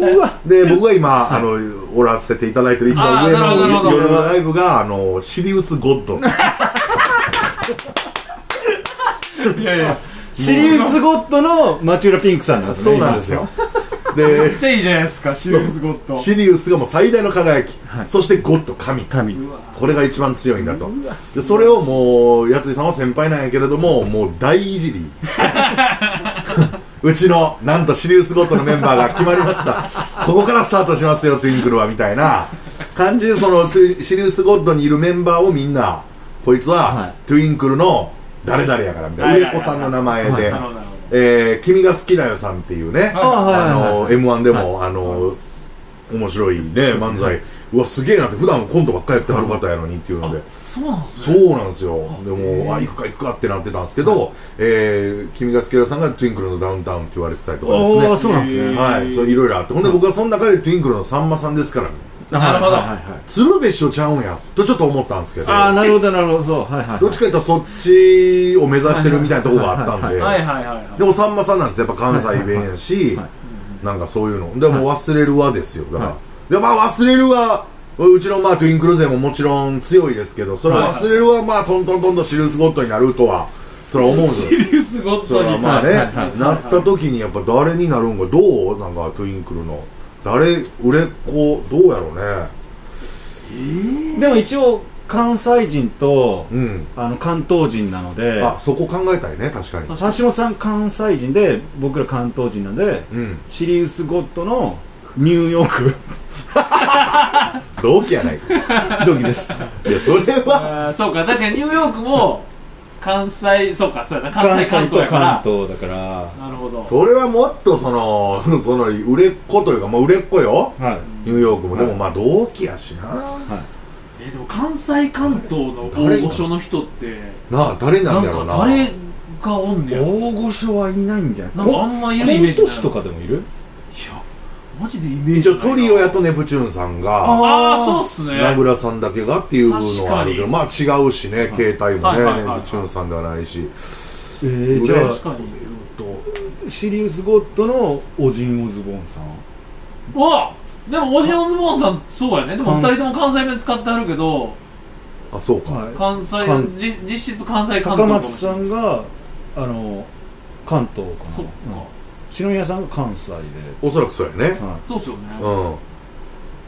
[SPEAKER 3] ほどうわ
[SPEAKER 1] で僕が今あのおらせていただいてる一番上
[SPEAKER 2] あーなるほど
[SPEAKER 1] の
[SPEAKER 2] なるほど
[SPEAKER 1] 夜のライブがあのシリウス・ゴッド
[SPEAKER 2] いやいや
[SPEAKER 3] シリウスゴッドの町浦ピンクさんなんですね
[SPEAKER 1] そうなんですよで
[SPEAKER 2] めっちゃいいじゃないですかシリウス・ゴッド
[SPEAKER 1] シリウスがもう最大の輝き、
[SPEAKER 3] はい
[SPEAKER 1] そしてゴッド神
[SPEAKER 3] 今神
[SPEAKER 2] うわ
[SPEAKER 1] これが一番強いんだとでそれをもうやついさんは先輩なんやけれどももう大い
[SPEAKER 3] *laughs*
[SPEAKER 1] じりうちのなんとシリウスゴッドのメンバーが決まりましたここからスタートしますよトゥインクルはみたいな感じでそのトゥイシリウスゴッドにいるメンバーをみんなこいつ
[SPEAKER 3] はい
[SPEAKER 1] はトゥインクルの誰々やからみたいな、
[SPEAKER 2] はい
[SPEAKER 1] 上子さんの名前で、
[SPEAKER 3] はい
[SPEAKER 2] なるほどなるほど
[SPEAKER 1] えー君が好きだよさんっていうね、
[SPEAKER 3] あはいは
[SPEAKER 1] あ
[SPEAKER 3] い
[SPEAKER 1] の
[SPEAKER 3] はい
[SPEAKER 1] m 1でも、あの面白いね漫才うわすげえなって普段コントばっかりやってはる方やのにっていうので、
[SPEAKER 2] そうなんすね
[SPEAKER 1] そうなんですよでもあ行くか行くかってなってたんですけど、えー君が好きださんが「トゥインクルのダウンタウン」って言われてたりとかです
[SPEAKER 3] お
[SPEAKER 1] ね
[SPEAKER 3] おそうなんですね
[SPEAKER 1] はいそういろいろあってほんで僕はその中で「トゥインクルのさんまさんですから、ね、
[SPEAKER 2] なるほど
[SPEAKER 3] はいはいはい
[SPEAKER 1] 鶴瓶師匠ちゃうんやとちょっと思ったんですけど
[SPEAKER 3] ああなるほどなるほどそうはいはい
[SPEAKER 1] どっちかというとそっちを目指してるみたいなところがあったんで
[SPEAKER 2] はいはいはいはい
[SPEAKER 1] でもさんまさんなんですよやっぱ関西弁やし、なんかそういうのでも忘れるわですよだから、
[SPEAKER 3] は
[SPEAKER 1] でまあ忘れるわうちのまあトゥインクル勢ももちろん強いですけどそれは忘れるはまあトントントンとシルスゴットになるとはそれは思うんですよ
[SPEAKER 2] シリウス・ゴッ
[SPEAKER 1] そ
[SPEAKER 2] ド
[SPEAKER 1] れは
[SPEAKER 2] に
[SPEAKER 1] まあね、
[SPEAKER 3] はいはいはい
[SPEAKER 1] なった時にやっぱ誰になるんかどうなんかトゥインクルの誰売れっ子どうやろうね
[SPEAKER 3] でも一応関西人と
[SPEAKER 1] うん
[SPEAKER 3] あの関東人なので
[SPEAKER 1] あそこ考えたいね確かに
[SPEAKER 3] 橋本さん関西人で僕ら関東人なんで
[SPEAKER 1] うん
[SPEAKER 3] シリウス・ゴッドのニューヨー
[SPEAKER 1] 同期やないかい
[SPEAKER 3] ク
[SPEAKER 1] *laughs*
[SPEAKER 3] 時です
[SPEAKER 1] やそれは
[SPEAKER 2] あーそうか確かにニューヨークも関西そうかそうやな関
[SPEAKER 3] 関
[SPEAKER 2] 西関
[SPEAKER 3] 西
[SPEAKER 2] 東
[SPEAKER 3] と
[SPEAKER 2] やから
[SPEAKER 3] 関東だから
[SPEAKER 2] なるほど
[SPEAKER 1] それはもっとその *laughs* その売れっ子というかまあ売れっ子よ
[SPEAKER 3] はい
[SPEAKER 1] ニューヨークも、
[SPEAKER 3] はい
[SPEAKER 1] でもまあ同期やしな
[SPEAKER 2] えーでも関西関東の大御所の人って
[SPEAKER 1] なあ誰な
[SPEAKER 2] なんん
[SPEAKER 1] だろう
[SPEAKER 2] か
[SPEAKER 1] な
[SPEAKER 2] 誰がおんねやいや
[SPEAKER 3] 大御所はいないんじゃない
[SPEAKER 2] なんかあんまいるイメージない
[SPEAKER 3] コント師とかでもいる
[SPEAKER 2] マジでイメージ
[SPEAKER 1] 一応
[SPEAKER 2] ないな
[SPEAKER 1] トリオやとネプチューンさんが
[SPEAKER 2] ああそうっすね
[SPEAKER 1] 名倉さんだけがっていうのはあるけど
[SPEAKER 2] 確
[SPEAKER 1] まあ違うしね携帯も
[SPEAKER 2] はい
[SPEAKER 1] ね
[SPEAKER 2] はいはいはい
[SPEAKER 1] ネプチューンさんではないし
[SPEAKER 3] えー
[SPEAKER 1] じゃあ
[SPEAKER 2] 確かに
[SPEAKER 1] と
[SPEAKER 3] シリウス・ゴッドのオジン・オズボーンさん
[SPEAKER 2] うわでもオジンオズボーンさんそうやねでも二人とも関西弁使ってあるけど
[SPEAKER 1] あそうか、
[SPEAKER 3] はい
[SPEAKER 2] 関西
[SPEAKER 3] 関
[SPEAKER 2] 実実質関西
[SPEAKER 3] 高
[SPEAKER 2] 関東かも
[SPEAKER 3] 松
[SPEAKER 2] し
[SPEAKER 3] さ
[SPEAKER 2] れない
[SPEAKER 3] んがあの関東かな
[SPEAKER 2] そっか
[SPEAKER 3] うん篠宮さんが関西で、 *laughs*
[SPEAKER 1] おそらくそうやね
[SPEAKER 3] は
[SPEAKER 2] そうっすよね
[SPEAKER 1] うん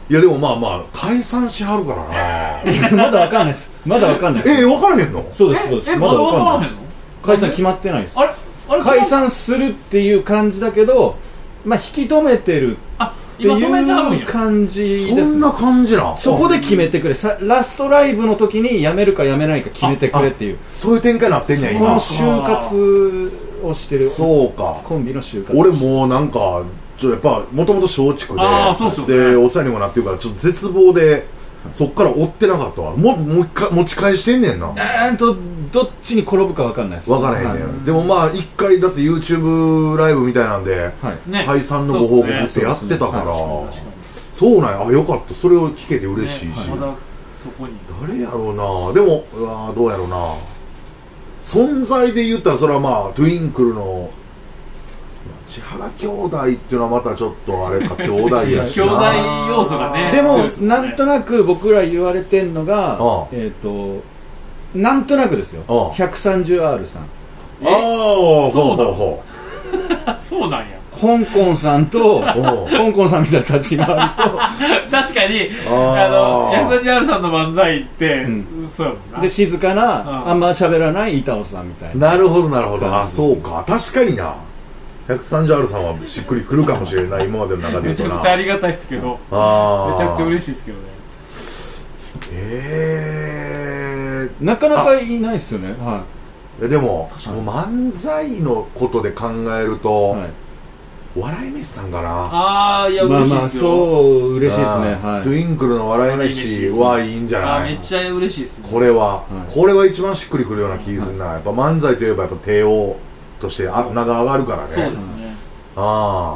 [SPEAKER 1] いやでもまあまあ解散しはるからな
[SPEAKER 3] い、まだわかんないですまだわかんない *laughs* で
[SPEAKER 1] え
[SPEAKER 3] す
[SPEAKER 1] 分からへんの
[SPEAKER 3] そうですそう
[SPEAKER 2] え
[SPEAKER 3] で
[SPEAKER 2] え
[SPEAKER 3] すま
[SPEAKER 2] まだ
[SPEAKER 3] だ
[SPEAKER 2] 分
[SPEAKER 3] わ
[SPEAKER 2] か
[SPEAKER 3] からんない
[SPEAKER 2] へ
[SPEAKER 3] で
[SPEAKER 2] ん
[SPEAKER 3] す
[SPEAKER 2] の
[SPEAKER 3] 解散決まってないです
[SPEAKER 2] あれあれ
[SPEAKER 3] 解散するっていう感じだけどまあ引き止めてる
[SPEAKER 2] あ
[SPEAKER 3] って
[SPEAKER 2] 今止めてあるん
[SPEAKER 3] い
[SPEAKER 2] や
[SPEAKER 3] う感じです
[SPEAKER 1] そ
[SPEAKER 3] ね
[SPEAKER 1] んな感じなん
[SPEAKER 3] そこで決めてくれさラストライブの時にやめるかやめないか決めてくれっていう
[SPEAKER 1] そういう展開になってんねや
[SPEAKER 3] この
[SPEAKER 1] 今
[SPEAKER 3] 就活をしてる
[SPEAKER 1] そうか
[SPEAKER 3] コンビの就活
[SPEAKER 1] 俺もうなんかちょっとやっぱもともと松竹で
[SPEAKER 2] あーそうっすよね
[SPEAKER 1] でお世話にもなってるからちょっと絶望でそっから追ってなかったわももう一回持ち返してんねんな
[SPEAKER 3] うーんとどっちに転ぶか分かんないです
[SPEAKER 1] 分からへんねん、でもまあ一回だって YouTube ライブみたいなんで、
[SPEAKER 3] はい、はい
[SPEAKER 2] ね
[SPEAKER 1] 解散のご報告ってやってたから
[SPEAKER 3] そ
[SPEAKER 1] そうう,、
[SPEAKER 3] です
[SPEAKER 1] なんやあよかったそれを聞けて嬉しいし、
[SPEAKER 2] ねまだそこに
[SPEAKER 1] 誰やろうなでもうわーどうやろうな存在で言ったらそれはまあトゥインクルの千原兄弟っていうのはまたちょっとあれ
[SPEAKER 2] *laughs*
[SPEAKER 1] か兄弟やし
[SPEAKER 2] 兄
[SPEAKER 1] な
[SPEAKER 2] 弟要素がね
[SPEAKER 3] で
[SPEAKER 2] 強
[SPEAKER 3] も
[SPEAKER 2] いっすね
[SPEAKER 3] なんとなく僕ら言われてんのが
[SPEAKER 1] ああ
[SPEAKER 3] えっ、となんとなくですよ
[SPEAKER 1] ああ
[SPEAKER 3] 130R さん
[SPEAKER 1] ああほう
[SPEAKER 2] そうだ
[SPEAKER 1] ほ
[SPEAKER 2] あそうなんや *laughs*
[SPEAKER 3] 香港さんと
[SPEAKER 1] うほう
[SPEAKER 3] 香港さんみたいな立ち回り
[SPEAKER 1] *laughs*
[SPEAKER 2] 確かにあ
[SPEAKER 1] あ
[SPEAKER 2] の
[SPEAKER 1] ー
[SPEAKER 2] ヤクザジャールさんの漫才って
[SPEAKER 3] う
[SPEAKER 2] そうやもんな
[SPEAKER 3] とで静か
[SPEAKER 2] あ
[SPEAKER 3] な
[SPEAKER 2] あ
[SPEAKER 3] あんま喋らない板尾さんみたいな
[SPEAKER 1] なるほどなるほどあそうか確かにな 130R さんはしっくりくるかもしれない今までの中で言
[SPEAKER 2] め
[SPEAKER 1] う
[SPEAKER 2] ち
[SPEAKER 1] と
[SPEAKER 2] ゃ
[SPEAKER 1] な
[SPEAKER 2] くちゃありがたいですけど
[SPEAKER 1] あ
[SPEAKER 2] めちゃくち
[SPEAKER 1] し
[SPEAKER 2] ゃ
[SPEAKER 1] い
[SPEAKER 2] 嬉しいですけどね
[SPEAKER 1] え
[SPEAKER 3] なかなかいないですよねは
[SPEAKER 1] ー、でももう漫才のことで考えると、
[SPEAKER 3] い、はい
[SPEAKER 1] 笑い飯さんかな
[SPEAKER 2] ああいや
[SPEAKER 3] まあ
[SPEAKER 2] 嬉しい
[SPEAKER 3] ま
[SPEAKER 2] で
[SPEAKER 3] あ
[SPEAKER 2] すよ
[SPEAKER 3] そう嬉しいですね
[SPEAKER 1] あー
[SPEAKER 3] は
[SPEAKER 1] トゥインクルの笑い飯はいいんじゃ
[SPEAKER 2] あー
[SPEAKER 1] な
[SPEAKER 2] め
[SPEAKER 1] い
[SPEAKER 2] っちゃ嬉しいですね
[SPEAKER 1] これは、
[SPEAKER 3] はい
[SPEAKER 1] これは一番しっくりくるような気がするな、やっぱ漫才といえばやっぱ帝王としてあ名が上がるからね
[SPEAKER 2] そうですね
[SPEAKER 1] ああ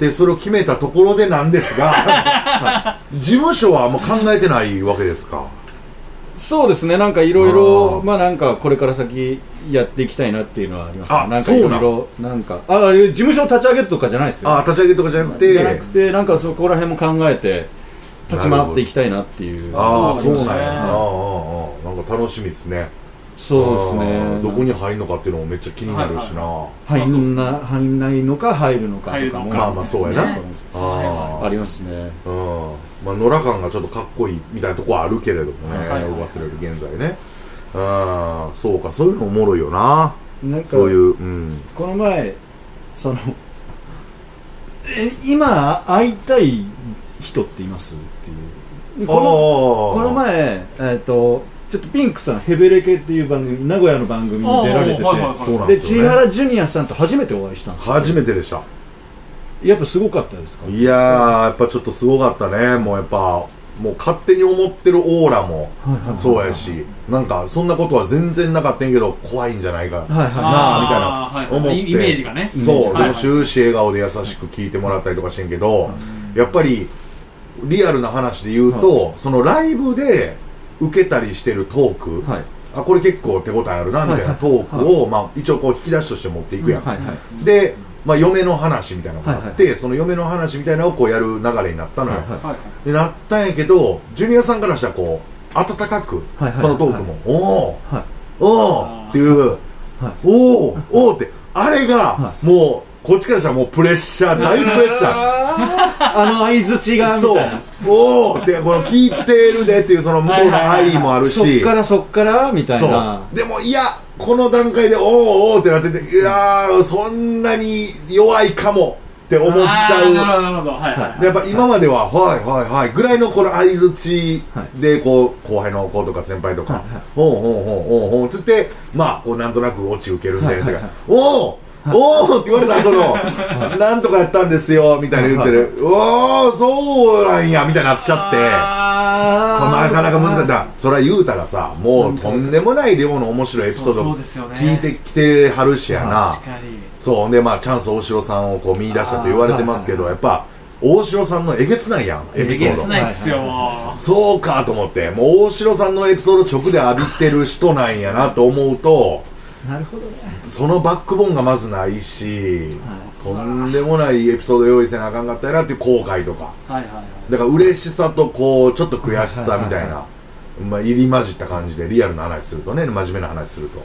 [SPEAKER 1] でそれを決めたところでなんです
[SPEAKER 3] *laughs*
[SPEAKER 1] が、はい事務所はもう考えてないわけですか
[SPEAKER 3] いそうですねなんかいろい
[SPEAKER 1] あ
[SPEAKER 3] ろ
[SPEAKER 1] ー
[SPEAKER 3] まあなんかこれから先やっていきたいなっていうのはありますね
[SPEAKER 1] あ
[SPEAKER 3] なんかいろいろなんかあ事務所を立ち上げるとかじゃないですよ
[SPEAKER 1] ああ立ち上げとかじゃなく
[SPEAKER 3] じゃな
[SPEAKER 1] て
[SPEAKER 3] くてなんかそこら辺も考えて立ち回っていきたいなっていう
[SPEAKER 1] ああ
[SPEAKER 2] そ
[SPEAKER 1] そううなん
[SPEAKER 2] ですね
[SPEAKER 1] やああああああなんか楽しみですね
[SPEAKER 3] そうですね
[SPEAKER 1] ああどこに入るのかっていうのもめっちゃ気になるしな、
[SPEAKER 3] 入んな入んないのか入るのか
[SPEAKER 2] 入
[SPEAKER 3] と
[SPEAKER 2] る
[SPEAKER 3] か
[SPEAKER 2] の
[SPEAKER 3] も
[SPEAKER 2] か
[SPEAKER 1] まあまあそうやな、
[SPEAKER 2] ね
[SPEAKER 1] ああ
[SPEAKER 3] ありますね
[SPEAKER 1] うんまあ、野良感がちょっとかっこいいみたいなとこはあるけれどもね、
[SPEAKER 2] はいはいはい
[SPEAKER 1] 忘れる現在ねああそうかそういうのおもろいよな
[SPEAKER 3] なんか
[SPEAKER 1] そういううん
[SPEAKER 3] この前そのえ今会いたい人っていますっていうこのこの前えっ、とちょっとピンクさんヘベレケっていう番組名古屋の番組に出られてて、
[SPEAKER 2] あーはいはいはい
[SPEAKER 1] そうなん
[SPEAKER 3] で
[SPEAKER 1] です
[SPEAKER 3] 千
[SPEAKER 1] よ、ね、
[SPEAKER 3] 原ジュニアさんと初めてお会いしたんです
[SPEAKER 1] 初めてでした
[SPEAKER 3] やっぱすごかったですか
[SPEAKER 1] いやーやっぱちょっとすごかったねもうやっぱもう勝手に思ってるオーラもそうやしなんかそんなことは全然なかったんやけど怖いんじゃないか
[SPEAKER 3] はいはい
[SPEAKER 1] なあみたいな
[SPEAKER 2] あーはい
[SPEAKER 1] 思って
[SPEAKER 2] イメージがね
[SPEAKER 1] そう、
[SPEAKER 2] はい
[SPEAKER 1] でも終始笑顔で優しく聞いてもらったりとかしてんけど、やっぱりリアルな話で言うと、そのライブで受けたりしてるトーク、
[SPEAKER 3] はい
[SPEAKER 1] あこれ結構手応えあるなみたいなトークを、まあ、一応こう引き出しとして持っていくやん、
[SPEAKER 3] はいはい
[SPEAKER 1] で、まあ、嫁の話みたいなのがあって、その嫁の話みたいなのをこうやる流れになったのよ、
[SPEAKER 3] はいはい
[SPEAKER 2] はい
[SPEAKER 1] でなったんやけどジュニアさんからしたらこう温かく、
[SPEAKER 3] はいはい
[SPEAKER 1] そのトークも、おお
[SPEAKER 3] はい
[SPEAKER 1] おーっていう、
[SPEAKER 3] はい
[SPEAKER 1] おーおーってあれが
[SPEAKER 3] は
[SPEAKER 1] もうこっちからしたらもうプレッシャー大プレッシャー
[SPEAKER 3] あの相づちがみ
[SPEAKER 1] そう
[SPEAKER 3] たいな
[SPEAKER 1] おおってこの聞いてるでっていうその向こうの愛もあるし、
[SPEAKER 3] そっからそっからみたいな
[SPEAKER 1] そうでもいやこの段階でおーおーってなってていやーそんなに弱いかもって思っち
[SPEAKER 2] あーなる
[SPEAKER 1] ゃ
[SPEAKER 2] ほ
[SPEAKER 1] う
[SPEAKER 2] どなるほどはいはい
[SPEAKER 1] でやっぱ今までは「はいはいはい」ぐらいのこの相づちでこう後輩の子とか先輩とか「おうおうおうおうおう」つってまあこうなんとなく落ち受けるんで
[SPEAKER 3] はいはい
[SPEAKER 1] と
[SPEAKER 3] はい
[SPEAKER 1] か「おうおおって言われた後の「なんとかやったんですよ」みたいな言ってる「おおそうなんや」みたいになっちゃって。これ
[SPEAKER 3] あ
[SPEAKER 1] な
[SPEAKER 3] ー
[SPEAKER 1] かなか難しいだそれは言うたらさもうとんでもない量の面白いエピソード
[SPEAKER 2] そうそうですよね
[SPEAKER 1] 聞いてきてはるしやな
[SPEAKER 2] 確かに
[SPEAKER 1] そうでまあチャンス大城さんをこう見出したと言われてますけどやっぱ大城さんのえげつないやんエピ
[SPEAKER 2] え
[SPEAKER 1] ソ
[SPEAKER 2] げ
[SPEAKER 1] ー
[SPEAKER 2] つ
[SPEAKER 1] ド
[SPEAKER 2] ないっすよ
[SPEAKER 1] そうかと思ってもう大城さんのエピソード直で浴びてる人なんやなと思うと
[SPEAKER 3] なるほどね
[SPEAKER 1] そのバックボーンがまずないし、とんでもないエピソード用意せなあかんかったやなっていう後悔とか
[SPEAKER 2] はいはいはい
[SPEAKER 1] だから嬉しさとこうちょっと悔しさみたいな、まあ、入り混じった感じでリアルな話するとね真面目な話すると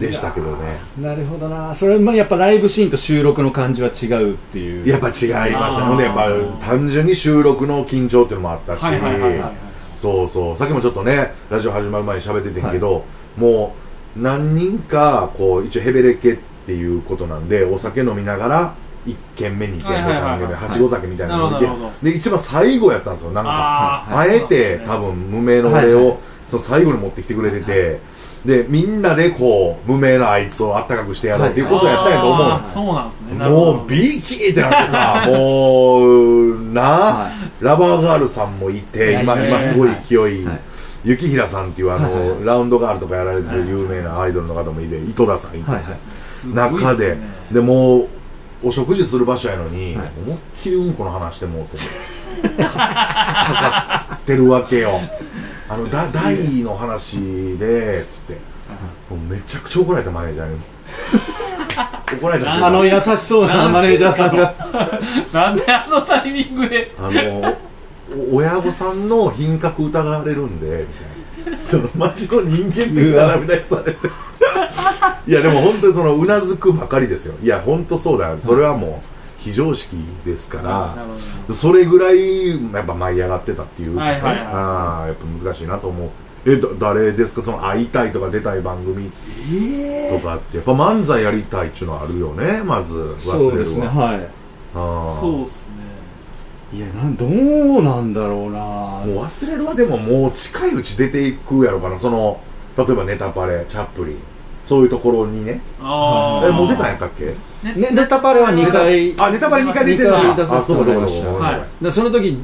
[SPEAKER 1] でしたけどね
[SPEAKER 3] なるほどなそれもやっぱライブシーンと収録の感じは違うっていう
[SPEAKER 1] やっぱ違いましたのでやっ
[SPEAKER 2] あ
[SPEAKER 1] ぱ
[SPEAKER 2] ー
[SPEAKER 1] 単純に収録の緊張っていうのもあったし、
[SPEAKER 2] はいはいはいはい
[SPEAKER 1] そうそうさっきもちょっとねラジオ始まる前に喋っててんけど、もう何人かこう一応ヘベレケっていうことなんでお酒飲みながら1軒目2軒目
[SPEAKER 2] はいはいはいはい
[SPEAKER 1] 3軒目はしご酒みたいなの
[SPEAKER 2] な
[SPEAKER 1] を
[SPEAKER 2] るほどなるほ
[SPEAKER 1] で一番最後やったんですよなんか
[SPEAKER 2] あー
[SPEAKER 1] あえて多分無名の俺
[SPEAKER 3] はいはい
[SPEAKER 1] をその最後に持ってきてくれててでみんなでこう無名なあいつをあったかくしてやろうっていうことをやったんやと思うんですよ
[SPEAKER 2] あーそうなんですねなるほど
[SPEAKER 1] もうビーキーってなって
[SPEAKER 3] *laughs*
[SPEAKER 1] さ、もう、な、
[SPEAKER 3] は
[SPEAKER 1] ラバーガールさんもいて、
[SPEAKER 3] はい
[SPEAKER 1] 今、
[SPEAKER 2] はい
[SPEAKER 1] 今すごい勢い、
[SPEAKER 3] はい
[SPEAKER 1] 雪平さんっていうあの、
[SPEAKER 3] はいはい
[SPEAKER 1] ラウンドガールとかやられてる有名なアイドルの方もいて、井戸田さんいて、
[SPEAKER 3] はいはい
[SPEAKER 2] すごいっすね
[SPEAKER 1] 中で、でもう、お食事する場所やのに、
[SPEAKER 3] はい
[SPEAKER 1] 思いっきりうんこの話してもうて、かかってるわけよ。あの、だ第二の話で、つって、もうめちゃくちゃ怒られたマネージ
[SPEAKER 3] *laughs*
[SPEAKER 1] ャーに。怒られたっていうか
[SPEAKER 3] あの優しそうなマネージャーさんが
[SPEAKER 2] なんであのタイミングで
[SPEAKER 1] あの、お親御さんの品格疑われるんで、みたいな。その街の人間って並び出しされて。いや、でも本当にその、うなずくばかりですよ。いや、本当そうだよ。それはもう、非常識ですから、それぐらい、やっぱ舞い上がってたっていうかね。
[SPEAKER 2] はいはいはい
[SPEAKER 1] ああ、やっぱ難しいなと思う。え、だ誰ですかその、会いたいとか出たい番組とかって、やっぱ漫才やりたいっていうのはあるよね、まず、忘れるわ。
[SPEAKER 3] そうですねは
[SPEAKER 1] ああ
[SPEAKER 2] そうっすね
[SPEAKER 3] いいやなんどうなんだろうな
[SPEAKER 1] もう忘れるはでももう近いうち出ていくやろかなその例えばネタパレチャップリンそういうところにね
[SPEAKER 2] ああ
[SPEAKER 1] えもう出たんやったっけ
[SPEAKER 3] ねネタパレは2回
[SPEAKER 1] あネタパレ2回出てん
[SPEAKER 3] 二回出
[SPEAKER 1] だ
[SPEAKER 3] さ
[SPEAKER 1] あ
[SPEAKER 3] せて
[SPEAKER 1] そう
[SPEAKER 3] も
[SPEAKER 1] か
[SPEAKER 3] らい
[SPEAKER 1] そう
[SPEAKER 3] ました
[SPEAKER 1] かそうかごめんごめん
[SPEAKER 2] はい
[SPEAKER 3] でその時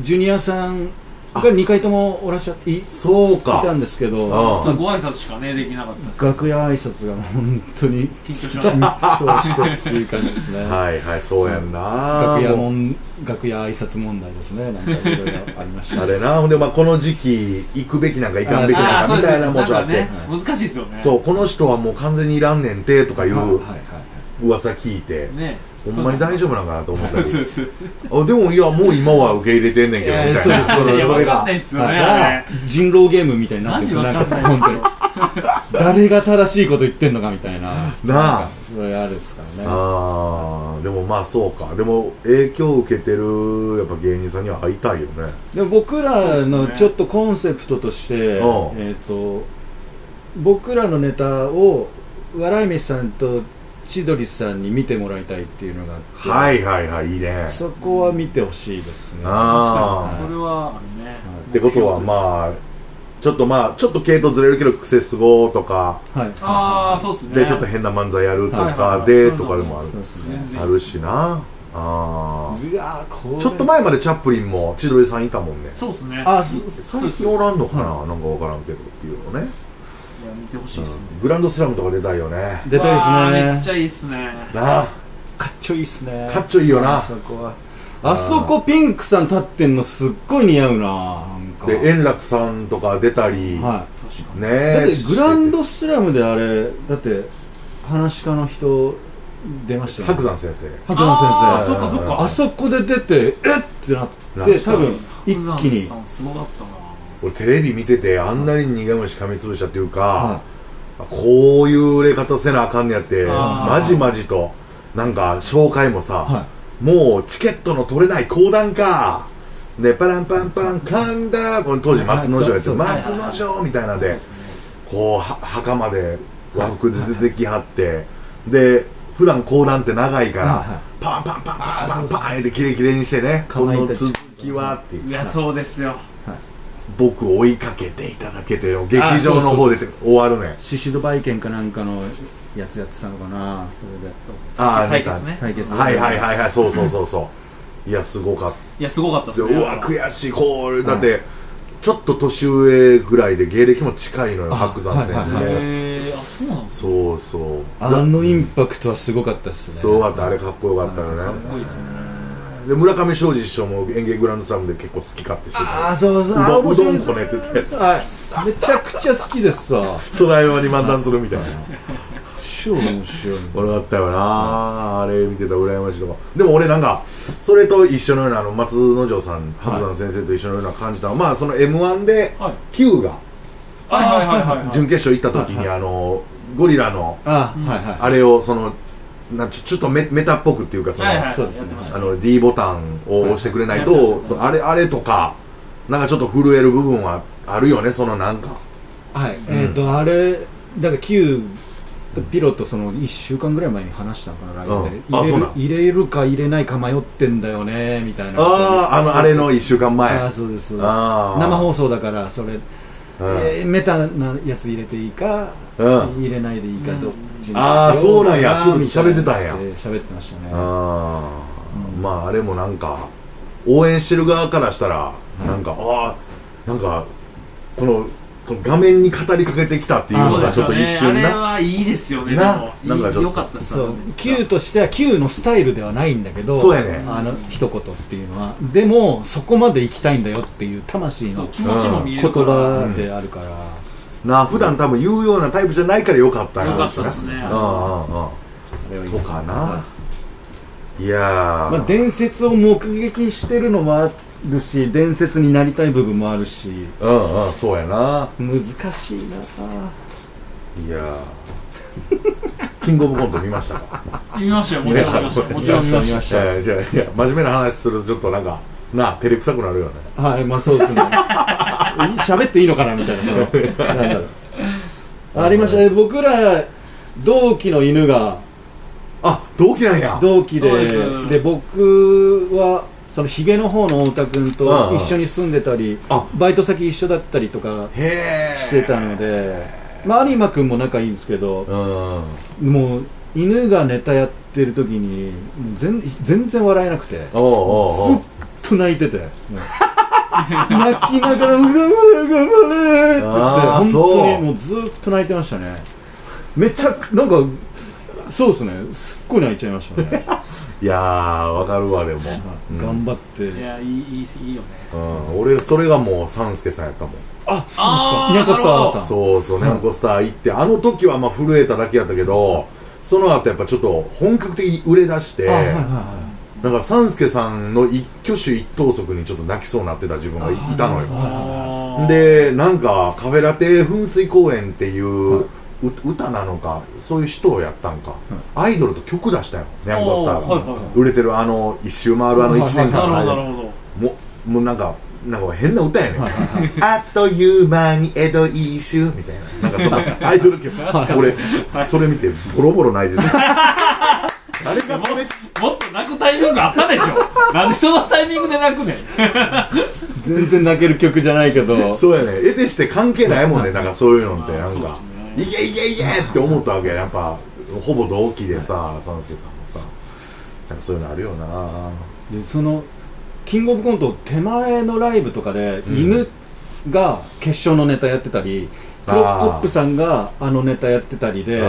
[SPEAKER 3] ジュニアさんが2回ともおらっしゃっていい
[SPEAKER 1] そう
[SPEAKER 3] た
[SPEAKER 1] か
[SPEAKER 3] んですけ
[SPEAKER 1] あ
[SPEAKER 3] ど
[SPEAKER 1] あ
[SPEAKER 2] ご挨拶しかねできなかった
[SPEAKER 3] 楽屋挨拶が本当に
[SPEAKER 2] です緊張しま
[SPEAKER 1] *laughs*
[SPEAKER 2] した
[SPEAKER 3] そうしてっていう感じですね
[SPEAKER 1] はいはいそうやんな
[SPEAKER 3] 楽屋
[SPEAKER 1] も
[SPEAKER 3] も
[SPEAKER 1] うん
[SPEAKER 3] 楽屋挨拶問題ですねなんかいろいろありました
[SPEAKER 1] あ
[SPEAKER 3] ね
[SPEAKER 1] れなほんでまあこの時期行くべきなんか行かんべき
[SPEAKER 2] あ
[SPEAKER 1] な
[SPEAKER 2] あ
[SPEAKER 1] ん
[SPEAKER 2] そ
[SPEAKER 1] か
[SPEAKER 2] う
[SPEAKER 1] み
[SPEAKER 2] です
[SPEAKER 1] たい
[SPEAKER 2] な
[SPEAKER 1] なんもんちゃ
[SPEAKER 2] か
[SPEAKER 1] って
[SPEAKER 2] ね難しいですよね
[SPEAKER 1] そうこの人はもう完全にいらんねんてとかい
[SPEAKER 3] はいはいうはい
[SPEAKER 1] 噂聞いて
[SPEAKER 2] ね
[SPEAKER 1] ほんまに大丈夫なんかなと思っ
[SPEAKER 2] そ
[SPEAKER 1] た
[SPEAKER 2] う
[SPEAKER 3] *laughs*
[SPEAKER 1] り
[SPEAKER 2] そうそう
[SPEAKER 1] あでもいやもう今は受け入れてんねんけどみ
[SPEAKER 3] い
[SPEAKER 1] たい
[SPEAKER 3] やいや
[SPEAKER 1] な
[SPEAKER 3] そうです
[SPEAKER 2] いや
[SPEAKER 3] そ
[SPEAKER 2] 分
[SPEAKER 3] れ
[SPEAKER 2] か
[SPEAKER 3] が
[SPEAKER 2] んないっすよね
[SPEAKER 3] はい
[SPEAKER 2] あれ
[SPEAKER 3] 人狼ゲームみたいになってるんです
[SPEAKER 2] マジ
[SPEAKER 3] な
[SPEAKER 2] わ
[SPEAKER 3] ん
[SPEAKER 2] かん
[SPEAKER 3] か
[SPEAKER 2] ないっすよ
[SPEAKER 3] 本当に誰が正しいこと言ってんのかみたいな
[SPEAKER 1] なあ
[SPEAKER 3] それあるですからね
[SPEAKER 1] あーでもまあそうかでも影響を受けてるやっぱ芸人さんには会いたいよね
[SPEAKER 3] でも僕ら
[SPEAKER 2] そう
[SPEAKER 3] の
[SPEAKER 2] ですね
[SPEAKER 3] ちょっとコンセプトとして、
[SPEAKER 1] うん
[SPEAKER 3] えっと僕らのネタを笑い飯さんと千鳥さんに見てもらいたいっていうのがあって、
[SPEAKER 1] はいはいはいいいね
[SPEAKER 3] そこは見てほしいですね
[SPEAKER 1] あ
[SPEAKER 2] それはあるね
[SPEAKER 1] ってことはまあちょっとまあちょっと系統ずれるけどクセスゴとか
[SPEAKER 3] はい
[SPEAKER 2] ああそうっすね
[SPEAKER 1] でちょっと変な漫才やると
[SPEAKER 2] はいは
[SPEAKER 1] か
[SPEAKER 2] い
[SPEAKER 1] で
[SPEAKER 2] はい
[SPEAKER 1] とかでもある
[SPEAKER 3] そうです
[SPEAKER 2] 全
[SPEAKER 3] ね
[SPEAKER 2] 然
[SPEAKER 1] あるしなあ
[SPEAKER 3] うわーこれ
[SPEAKER 1] ーちょっと前までチャップリンも千鳥さんいたもんね
[SPEAKER 2] そうっすね
[SPEAKER 3] あそ
[SPEAKER 1] 最近おらんのかななんかわからんけどっていうのね
[SPEAKER 2] いや見てほしいっすね
[SPEAKER 1] グランドスラムとか出たいよね
[SPEAKER 3] 出たい
[SPEAKER 2] わあめ
[SPEAKER 3] で
[SPEAKER 2] っ
[SPEAKER 3] す
[SPEAKER 2] ち
[SPEAKER 3] ね
[SPEAKER 2] ゃいいっすね
[SPEAKER 1] なあ
[SPEAKER 3] かっちょいいですね
[SPEAKER 1] かっちょいいよな
[SPEAKER 3] そこはあそこピンクさん立ってんのすっごい似合うななんか
[SPEAKER 1] で円楽さんとか出たり
[SPEAKER 3] はい
[SPEAKER 2] 確かに
[SPEAKER 1] ね
[SPEAKER 3] だっ
[SPEAKER 1] え
[SPEAKER 3] てグランドスラムであれだって話し家の人出ましたよ
[SPEAKER 1] 白
[SPEAKER 3] ね
[SPEAKER 1] 山先生
[SPEAKER 3] 白山
[SPEAKER 2] あー
[SPEAKER 3] 先
[SPEAKER 2] そっかそっ
[SPEAKER 3] 生あ
[SPEAKER 2] か
[SPEAKER 3] そこで出てえっってな
[SPEAKER 1] な
[SPEAKER 3] っ
[SPEAKER 1] ん
[SPEAKER 3] て
[SPEAKER 1] か
[SPEAKER 3] 多分一気に
[SPEAKER 2] さんすごかったな
[SPEAKER 1] 俺テレビ見ててあんなに苦虫噛みつぶしたっていうか、
[SPEAKER 3] は
[SPEAKER 1] こういう売れ方せなあかんねやって
[SPEAKER 2] あ
[SPEAKER 1] まじまじとなんか紹介もさ、
[SPEAKER 3] いは
[SPEAKER 1] もうチケットの取れない講談かでパランパンパンカンダーこの当時松之丞やって
[SPEAKER 3] はいはい
[SPEAKER 1] 松之丞みたいなん
[SPEAKER 2] そう
[SPEAKER 1] で
[SPEAKER 2] っすね
[SPEAKER 1] こうは袴で和服で出てきはってで普段講談って長いか
[SPEAKER 3] はいは
[SPEAKER 1] ら
[SPEAKER 3] い
[SPEAKER 1] パンパンパンパンパンパンってキレキレにしてね
[SPEAKER 3] か
[SPEAKER 1] こ
[SPEAKER 3] わいい
[SPEAKER 1] の
[SPEAKER 3] で
[SPEAKER 1] 続
[SPEAKER 3] す
[SPEAKER 1] きはっていう
[SPEAKER 2] いやそうですよ
[SPEAKER 1] 僕を追いかけていただけてよ劇場の方で終わるね
[SPEAKER 3] いシシドバイケンかなんかのやつやってたのかなそれで
[SPEAKER 1] ああ
[SPEAKER 2] 対決ね
[SPEAKER 3] 対決
[SPEAKER 1] はいはい
[SPEAKER 3] い
[SPEAKER 1] はいはいそうそうそうそういやすごかっ
[SPEAKER 2] いやすごかったったす
[SPEAKER 1] で
[SPEAKER 2] ね
[SPEAKER 1] うわ悔しいこうだってちょっと年上ぐらいで芸歴も近いのよ
[SPEAKER 3] あ
[SPEAKER 1] 白山戦
[SPEAKER 3] はいはいはい
[SPEAKER 1] で
[SPEAKER 2] へえあそうなんですか
[SPEAKER 1] そうそう
[SPEAKER 3] あのインパクトはすごかったですね
[SPEAKER 1] そうだったあれかっこよかったよ
[SPEAKER 2] すごい
[SPEAKER 1] ね
[SPEAKER 2] っすね
[SPEAKER 1] で村上庄司師匠も演芸グランドスラムで結構好き勝手して
[SPEAKER 3] あ
[SPEAKER 1] た
[SPEAKER 3] あそうそう
[SPEAKER 1] う
[SPEAKER 3] あ
[SPEAKER 1] どん
[SPEAKER 3] 面
[SPEAKER 1] うど
[SPEAKER 3] 白い
[SPEAKER 1] ん
[SPEAKER 3] です
[SPEAKER 1] こねてて *laughs*
[SPEAKER 3] はいめちゃくちゃ好きですわ
[SPEAKER 1] 空山に漫談するみたいな
[SPEAKER 3] 白い面白
[SPEAKER 1] *laughs*
[SPEAKER 3] い
[SPEAKER 1] 俺だったよな、あれ見てたら羨ましいとかでも俺なんかそれと一緒のようなあの松之丞さん白山先生と一緒のような感じたのは、まあその m 1で
[SPEAKER 2] はい
[SPEAKER 1] Q が
[SPEAKER 2] はいはいはいはい
[SPEAKER 1] 準決勝行った時に、あのゴリラの
[SPEAKER 3] あ
[SPEAKER 2] うん
[SPEAKER 3] はいは
[SPEAKER 1] あれをそのなんちょちょっとメメタっぽくっていうかその、
[SPEAKER 2] はいはい
[SPEAKER 3] そうですね
[SPEAKER 2] やってまし
[SPEAKER 1] あ
[SPEAKER 2] た
[SPEAKER 1] の D ボタンを押してくれないと、
[SPEAKER 2] はい
[SPEAKER 1] そうあれあれとかなんかちょっと震える部分はあるよねそのなんか
[SPEAKER 3] いはいえっとあれだから旧ピロとその1週間ぐらい前に話したのかな
[SPEAKER 1] うん
[SPEAKER 3] LINE で
[SPEAKER 1] あ
[SPEAKER 3] 入れ
[SPEAKER 1] そう
[SPEAKER 3] る
[SPEAKER 1] なん
[SPEAKER 3] 入れるか入れないか迷ってんだよねみたいな
[SPEAKER 1] あああのあれの1週間前
[SPEAKER 3] ああそうですそうです
[SPEAKER 1] あー
[SPEAKER 3] 生放送だからそれ、
[SPEAKER 1] うん
[SPEAKER 3] えーメタなやつ入れていいか、
[SPEAKER 1] うん
[SPEAKER 3] 入れないでいいかどっちにしようかな
[SPEAKER 1] あーそうなんや
[SPEAKER 3] みたいな
[SPEAKER 1] 喋ってたんや
[SPEAKER 3] 喋ってましたね
[SPEAKER 1] あーまああれもなんか応援してる側からしたらなんか、ああなんかこのこの画面に語りかけてきたっていうの
[SPEAKER 2] そうで
[SPEAKER 1] が
[SPEAKER 2] す
[SPEAKER 1] ちょっ
[SPEAKER 2] よ
[SPEAKER 1] と一
[SPEAKER 2] ねあ
[SPEAKER 1] 瞬
[SPEAKER 2] れ
[SPEAKER 1] な
[SPEAKER 2] はいいですよね
[SPEAKER 1] なな
[SPEAKER 2] でも
[SPEAKER 1] んかちょっと
[SPEAKER 2] いい良かったっす
[SPEAKER 3] そう Q としては Q のスタイルではないんだけど
[SPEAKER 1] そうやね
[SPEAKER 3] あの一言っていうのはでもそこまで行きたいんだよっていう魂
[SPEAKER 2] そう
[SPEAKER 3] の
[SPEAKER 2] 気持ちも見え
[SPEAKER 3] 言
[SPEAKER 2] るからよ
[SPEAKER 3] 葉であるから、
[SPEAKER 1] な普段多分言うようなタイプじゃないからよかったんや
[SPEAKER 2] かったですね
[SPEAKER 1] うんうんうん
[SPEAKER 3] あれはいい
[SPEAKER 1] と
[SPEAKER 3] です
[SPEAKER 1] かないやー、
[SPEAKER 3] まあ、伝説を目撃してるのもあるし伝説になりたい部分もあるし
[SPEAKER 1] うんうんそうやな
[SPEAKER 3] 難しいない
[SPEAKER 1] やーキングオブコント見ました
[SPEAKER 2] *laughs*
[SPEAKER 1] か
[SPEAKER 2] 見ましたよもちろん見ましたもちろん見ました
[SPEAKER 1] いやいやいや真面目な話するとちょっとなんかなあ照れくさくなるよね
[SPEAKER 3] はい、まあそう
[SPEAKER 2] *laughs*
[SPEAKER 3] ですね。喋っていいのかなみたいな。なんだろうありましたね。僕ら、同期の犬が、
[SPEAKER 1] あ同期なんや
[SPEAKER 3] 同期で、
[SPEAKER 2] そうで
[SPEAKER 3] です僕は、そのヒゲの方の太田君
[SPEAKER 1] うんう
[SPEAKER 3] と
[SPEAKER 1] ん
[SPEAKER 3] 一緒に住んでたり
[SPEAKER 1] あ、
[SPEAKER 3] バイト先一緒だったりとか
[SPEAKER 1] へえ
[SPEAKER 3] してたので、まあ有馬君も仲いいんですけど、
[SPEAKER 1] うん
[SPEAKER 3] もう、犬がネタやってる時に、もう全全然笑えなくて。
[SPEAKER 1] おうおうおう
[SPEAKER 3] ずっと泣いてて、泣きながら「頑張れ頑張
[SPEAKER 1] あ
[SPEAKER 3] れ」っ
[SPEAKER 1] ー
[SPEAKER 3] て言って本当
[SPEAKER 1] そう
[SPEAKER 3] にもうずっと泣いてましたねめちゃくなんかそうですねすっごい泣いちゃいました
[SPEAKER 1] *laughs*
[SPEAKER 3] ね、
[SPEAKER 1] いやーわかるわでも、うん
[SPEAKER 3] 頑張って
[SPEAKER 2] いやいいいいいいよね
[SPEAKER 1] うん、俺それがもう三助さんやったもん
[SPEAKER 3] あそうです
[SPEAKER 2] あ
[SPEAKER 3] か
[SPEAKER 2] ー
[SPEAKER 3] ニャコスターさん
[SPEAKER 1] そうそうね、
[SPEAKER 3] うん
[SPEAKER 1] コスター行ってあの時はまあ震えただけやったけどその後やっぱちょっと本格的に売れ出して、
[SPEAKER 3] あはいはいは
[SPEAKER 1] なんか三助さんの一挙手一投足にちょっと泣きそうになってた自分がいいたのよ
[SPEAKER 2] あー
[SPEAKER 1] でなんかカフェラテ噴水公園っていう、う歌なのかそういう人をやったんか、アイドルと曲出したよニャンコスターが、
[SPEAKER 2] おーはいはいはい
[SPEAKER 1] 売れてるあの一周回るあの1年間
[SPEAKER 2] なる
[SPEAKER 1] の
[SPEAKER 2] ほ
[SPEAKER 1] 間
[SPEAKER 2] ど
[SPEAKER 1] に
[SPEAKER 2] なるほど
[SPEAKER 1] もうもうなんかなんか変な歌やねん、あっという間に江戸一周みたいななんかそのアイドル曲俺、それ見てボロボロ泣いてる誰がこれ
[SPEAKER 2] もっと泣くタイミングあったでしょなんでそのタイミングで泣くねん
[SPEAKER 3] い全然泣ける曲じゃないけど
[SPEAKER 1] そうやね得てして関係ないもんねなんかそういうのってなんか、
[SPEAKER 2] そう
[SPEAKER 1] いけいけいけって思ったわけやっぱほぼ同期でさ三助さんもさなんかそういうのあるよな
[SPEAKER 3] でそのキングオブコント手前のライブとかで、犬が決勝のネタやってたりプロ
[SPEAKER 1] あー
[SPEAKER 3] ップさんがあのネタやってたりで
[SPEAKER 1] う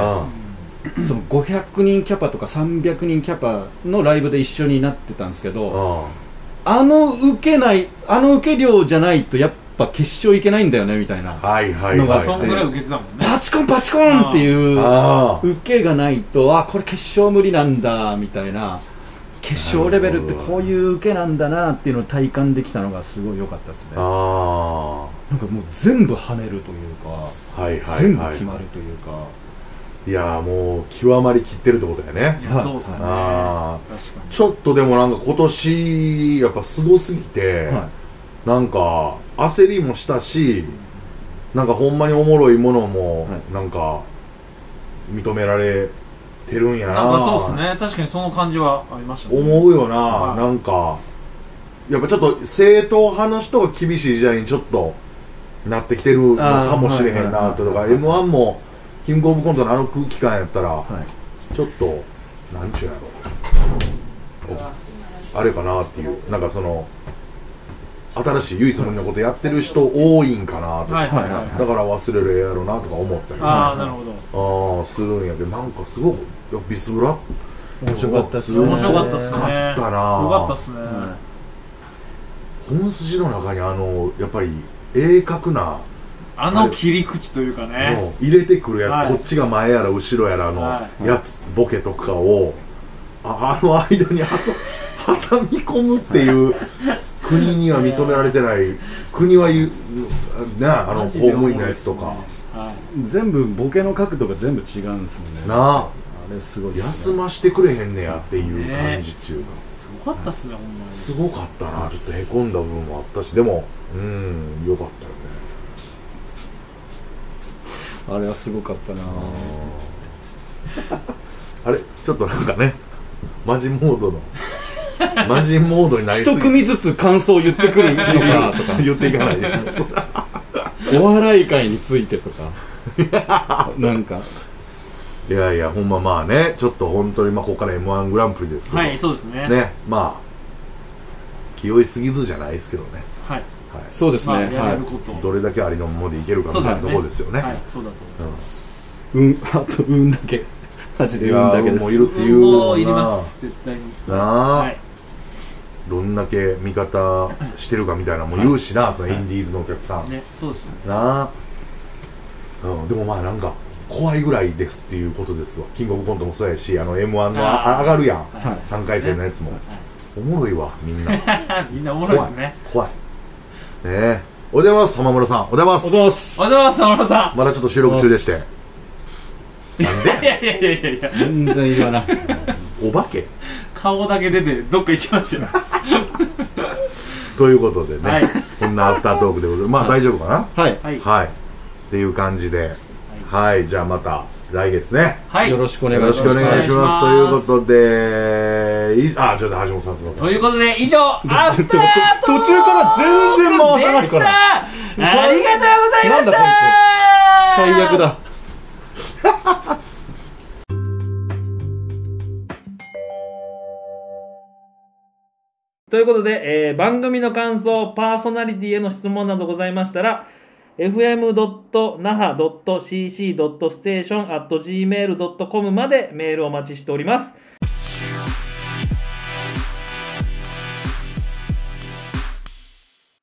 [SPEAKER 3] その500人キャパとか300人キャパのライブで一緒になってたんですけ
[SPEAKER 1] ん
[SPEAKER 3] ど
[SPEAKER 1] うん
[SPEAKER 3] あの受けないあの受け量じゃないとやっぱ決勝いけないんだよねみたいな
[SPEAKER 1] はいはい
[SPEAKER 3] のが
[SPEAKER 1] はい
[SPEAKER 2] そんぐらい受けてたもんね
[SPEAKER 3] パチコンパチコンっていう
[SPEAKER 1] あ
[SPEAKER 3] 受けがないとあこれ決勝無理なんだみたいな決勝レベルってこういう受けなんだなっていうのを体感できたのがすごい良かったですね
[SPEAKER 1] ああ
[SPEAKER 3] なんかもう全部跳ねるというか
[SPEAKER 1] あはいはいはい
[SPEAKER 3] 全部決まるというか
[SPEAKER 1] いやーもう極まりきってるってことだよ
[SPEAKER 2] い
[SPEAKER 1] ね
[SPEAKER 2] やそうっすね
[SPEAKER 1] あ
[SPEAKER 2] 確か
[SPEAKER 1] あちょっとでもなんか今年やっぱすごすぎて、
[SPEAKER 3] は
[SPEAKER 1] なんか焦りもしたしなんかほんまにおもろいものも
[SPEAKER 3] は
[SPEAKER 1] なんか認められてるんや
[SPEAKER 2] に
[SPEAKER 1] な
[SPEAKER 2] なんかそうっすね確かにその感じはありましたね
[SPEAKER 1] 思うよな、
[SPEAKER 2] はい
[SPEAKER 1] なんかやっぱちょっと正統派の人が厳しい時代にちょっとなってきてるのかもしれへんな
[SPEAKER 3] あー
[SPEAKER 1] と
[SPEAKER 3] は
[SPEAKER 1] か
[SPEAKER 3] いはいはい
[SPEAKER 1] m 1もキングオブコントのあの空気感やったら、ちょっとなんちゅうやろおあれかなっていうなんかその新しい唯一無二のことやってる人多いんかなとか、
[SPEAKER 2] はいはいはい
[SPEAKER 1] だから忘れるやろなとか思ったり
[SPEAKER 2] ああなるほど
[SPEAKER 1] ああするんやけどなんかすごくいやビスブラ
[SPEAKER 3] 面白かったですね
[SPEAKER 2] 面白かったっすね
[SPEAKER 1] よかったな
[SPEAKER 2] よかったっすね
[SPEAKER 3] は
[SPEAKER 1] 本筋の中にあのやっぱり鋭角な
[SPEAKER 2] あの切り口というかね
[SPEAKER 1] もう入れてくるやつ、
[SPEAKER 2] はい
[SPEAKER 1] こっちが前やら後ろやらの
[SPEAKER 2] は
[SPEAKER 1] やつ、ボケとかをああの間
[SPEAKER 2] *laughs*
[SPEAKER 1] に挟挟み込むっていう国には認められてない国は言うなああ
[SPEAKER 5] マ
[SPEAKER 1] の公
[SPEAKER 5] ジで
[SPEAKER 1] 務員のやつとか、
[SPEAKER 2] は
[SPEAKER 5] 全部ボケの角度が全部違うんですもんねあ
[SPEAKER 1] なあ
[SPEAKER 5] れすごいです
[SPEAKER 1] 休
[SPEAKER 5] ね
[SPEAKER 1] ましてくれへんねやっていう感じっていうか、
[SPEAKER 2] いすごかったっすねほんまに
[SPEAKER 1] すごかったなちょっとへこんだ部分もあったしでもうんよかったよね
[SPEAKER 5] あれはすごかったな
[SPEAKER 1] あれちょっとなんかねマジンモードのマジンモードになりすぎ
[SPEAKER 5] 一組ずつ感想を言ってくるのかとか
[SPEAKER 1] 言っていかないです
[SPEAKER 5] お笑い界についてとか
[SPEAKER 1] *laughs*
[SPEAKER 5] なんか
[SPEAKER 1] いやいや、ほんままあね、ちょっと本当に、まあ、ここから M1 グランプリですけど、
[SPEAKER 2] はいそうですね
[SPEAKER 1] ね、まあ、気負いすぎずじゃないですけどね、
[SPEAKER 2] はい
[SPEAKER 1] はい、
[SPEAKER 5] そうですね、
[SPEAKER 2] まあやれ
[SPEAKER 5] はい
[SPEAKER 2] ることを
[SPEAKER 1] どれだけありのままでいけるか
[SPEAKER 2] そ
[SPEAKER 1] み
[SPEAKER 2] うで
[SPEAKER 1] たい
[SPEAKER 2] す
[SPEAKER 1] な
[SPEAKER 2] ね
[SPEAKER 1] ところですよね。
[SPEAKER 2] はいそうだと思いま
[SPEAKER 5] うんあ
[SPEAKER 2] す
[SPEAKER 5] と運だけマジ
[SPEAKER 1] い
[SPEAKER 5] で運
[SPEAKER 1] や
[SPEAKER 5] だけ
[SPEAKER 1] ー、
[SPEAKER 5] です
[SPEAKER 1] もういるっていう
[SPEAKER 2] も
[SPEAKER 1] の
[SPEAKER 2] ういり
[SPEAKER 1] な
[SPEAKER 2] ま、す絶対に
[SPEAKER 1] なあ、
[SPEAKER 2] はい
[SPEAKER 1] どんだけ味方してるかみたいなのも言うしな、そのインディーズのお客さん。
[SPEAKER 2] ねそうですよね
[SPEAKER 1] なあ、うん、でもまあなんか、怖いぐらいですっていうことですわ。キングオブコントもそうやし、あの M1 のあ
[SPEAKER 2] あー
[SPEAKER 1] 上がるやん、
[SPEAKER 2] は
[SPEAKER 1] 3回戦のやつも。おもろいわ、みんな。
[SPEAKER 2] いみんな *laughs* おもろいですね
[SPEAKER 1] 怖い。怖い。ねえ。おはようございます、浜村さん。おはようござい
[SPEAKER 5] お
[SPEAKER 1] ます。
[SPEAKER 5] ざいます
[SPEAKER 2] おはようございます田
[SPEAKER 1] まだちょっと収録中でして。
[SPEAKER 2] 村さんいやいやいやいやいや
[SPEAKER 5] 全然言わない
[SPEAKER 2] *laughs*
[SPEAKER 1] お化け
[SPEAKER 2] 顔だけ出てどっか行きましたよ
[SPEAKER 1] ということでね、
[SPEAKER 2] はい
[SPEAKER 1] こんなアフタートークでございます。まあ大丈夫か
[SPEAKER 5] はい、
[SPEAKER 2] はい
[SPEAKER 1] なはい。っていう感じで。はい、じゃあまた来月ね。
[SPEAKER 2] はい
[SPEAKER 5] よろしくお
[SPEAKER 1] よ
[SPEAKER 5] 願
[SPEAKER 1] ろ
[SPEAKER 5] い
[SPEAKER 1] し
[SPEAKER 5] し
[SPEAKER 1] くお
[SPEAKER 5] ま
[SPEAKER 1] 願
[SPEAKER 5] す
[SPEAKER 1] いします。
[SPEAKER 2] お
[SPEAKER 1] とい
[SPEAKER 2] 願いし
[SPEAKER 1] う
[SPEAKER 2] ます
[SPEAKER 1] ことで、いあ、ちょっと橋本さんすいません。
[SPEAKER 2] ということで以上アフタートーク
[SPEAKER 5] 途中から全然回さないから
[SPEAKER 2] でしたありがとうございました
[SPEAKER 5] 最悪だ
[SPEAKER 2] ということで、えー番組の感想パーソナリティへの質問などございましたら fm.naha.cc.station.gmail.com までメールお待ちしております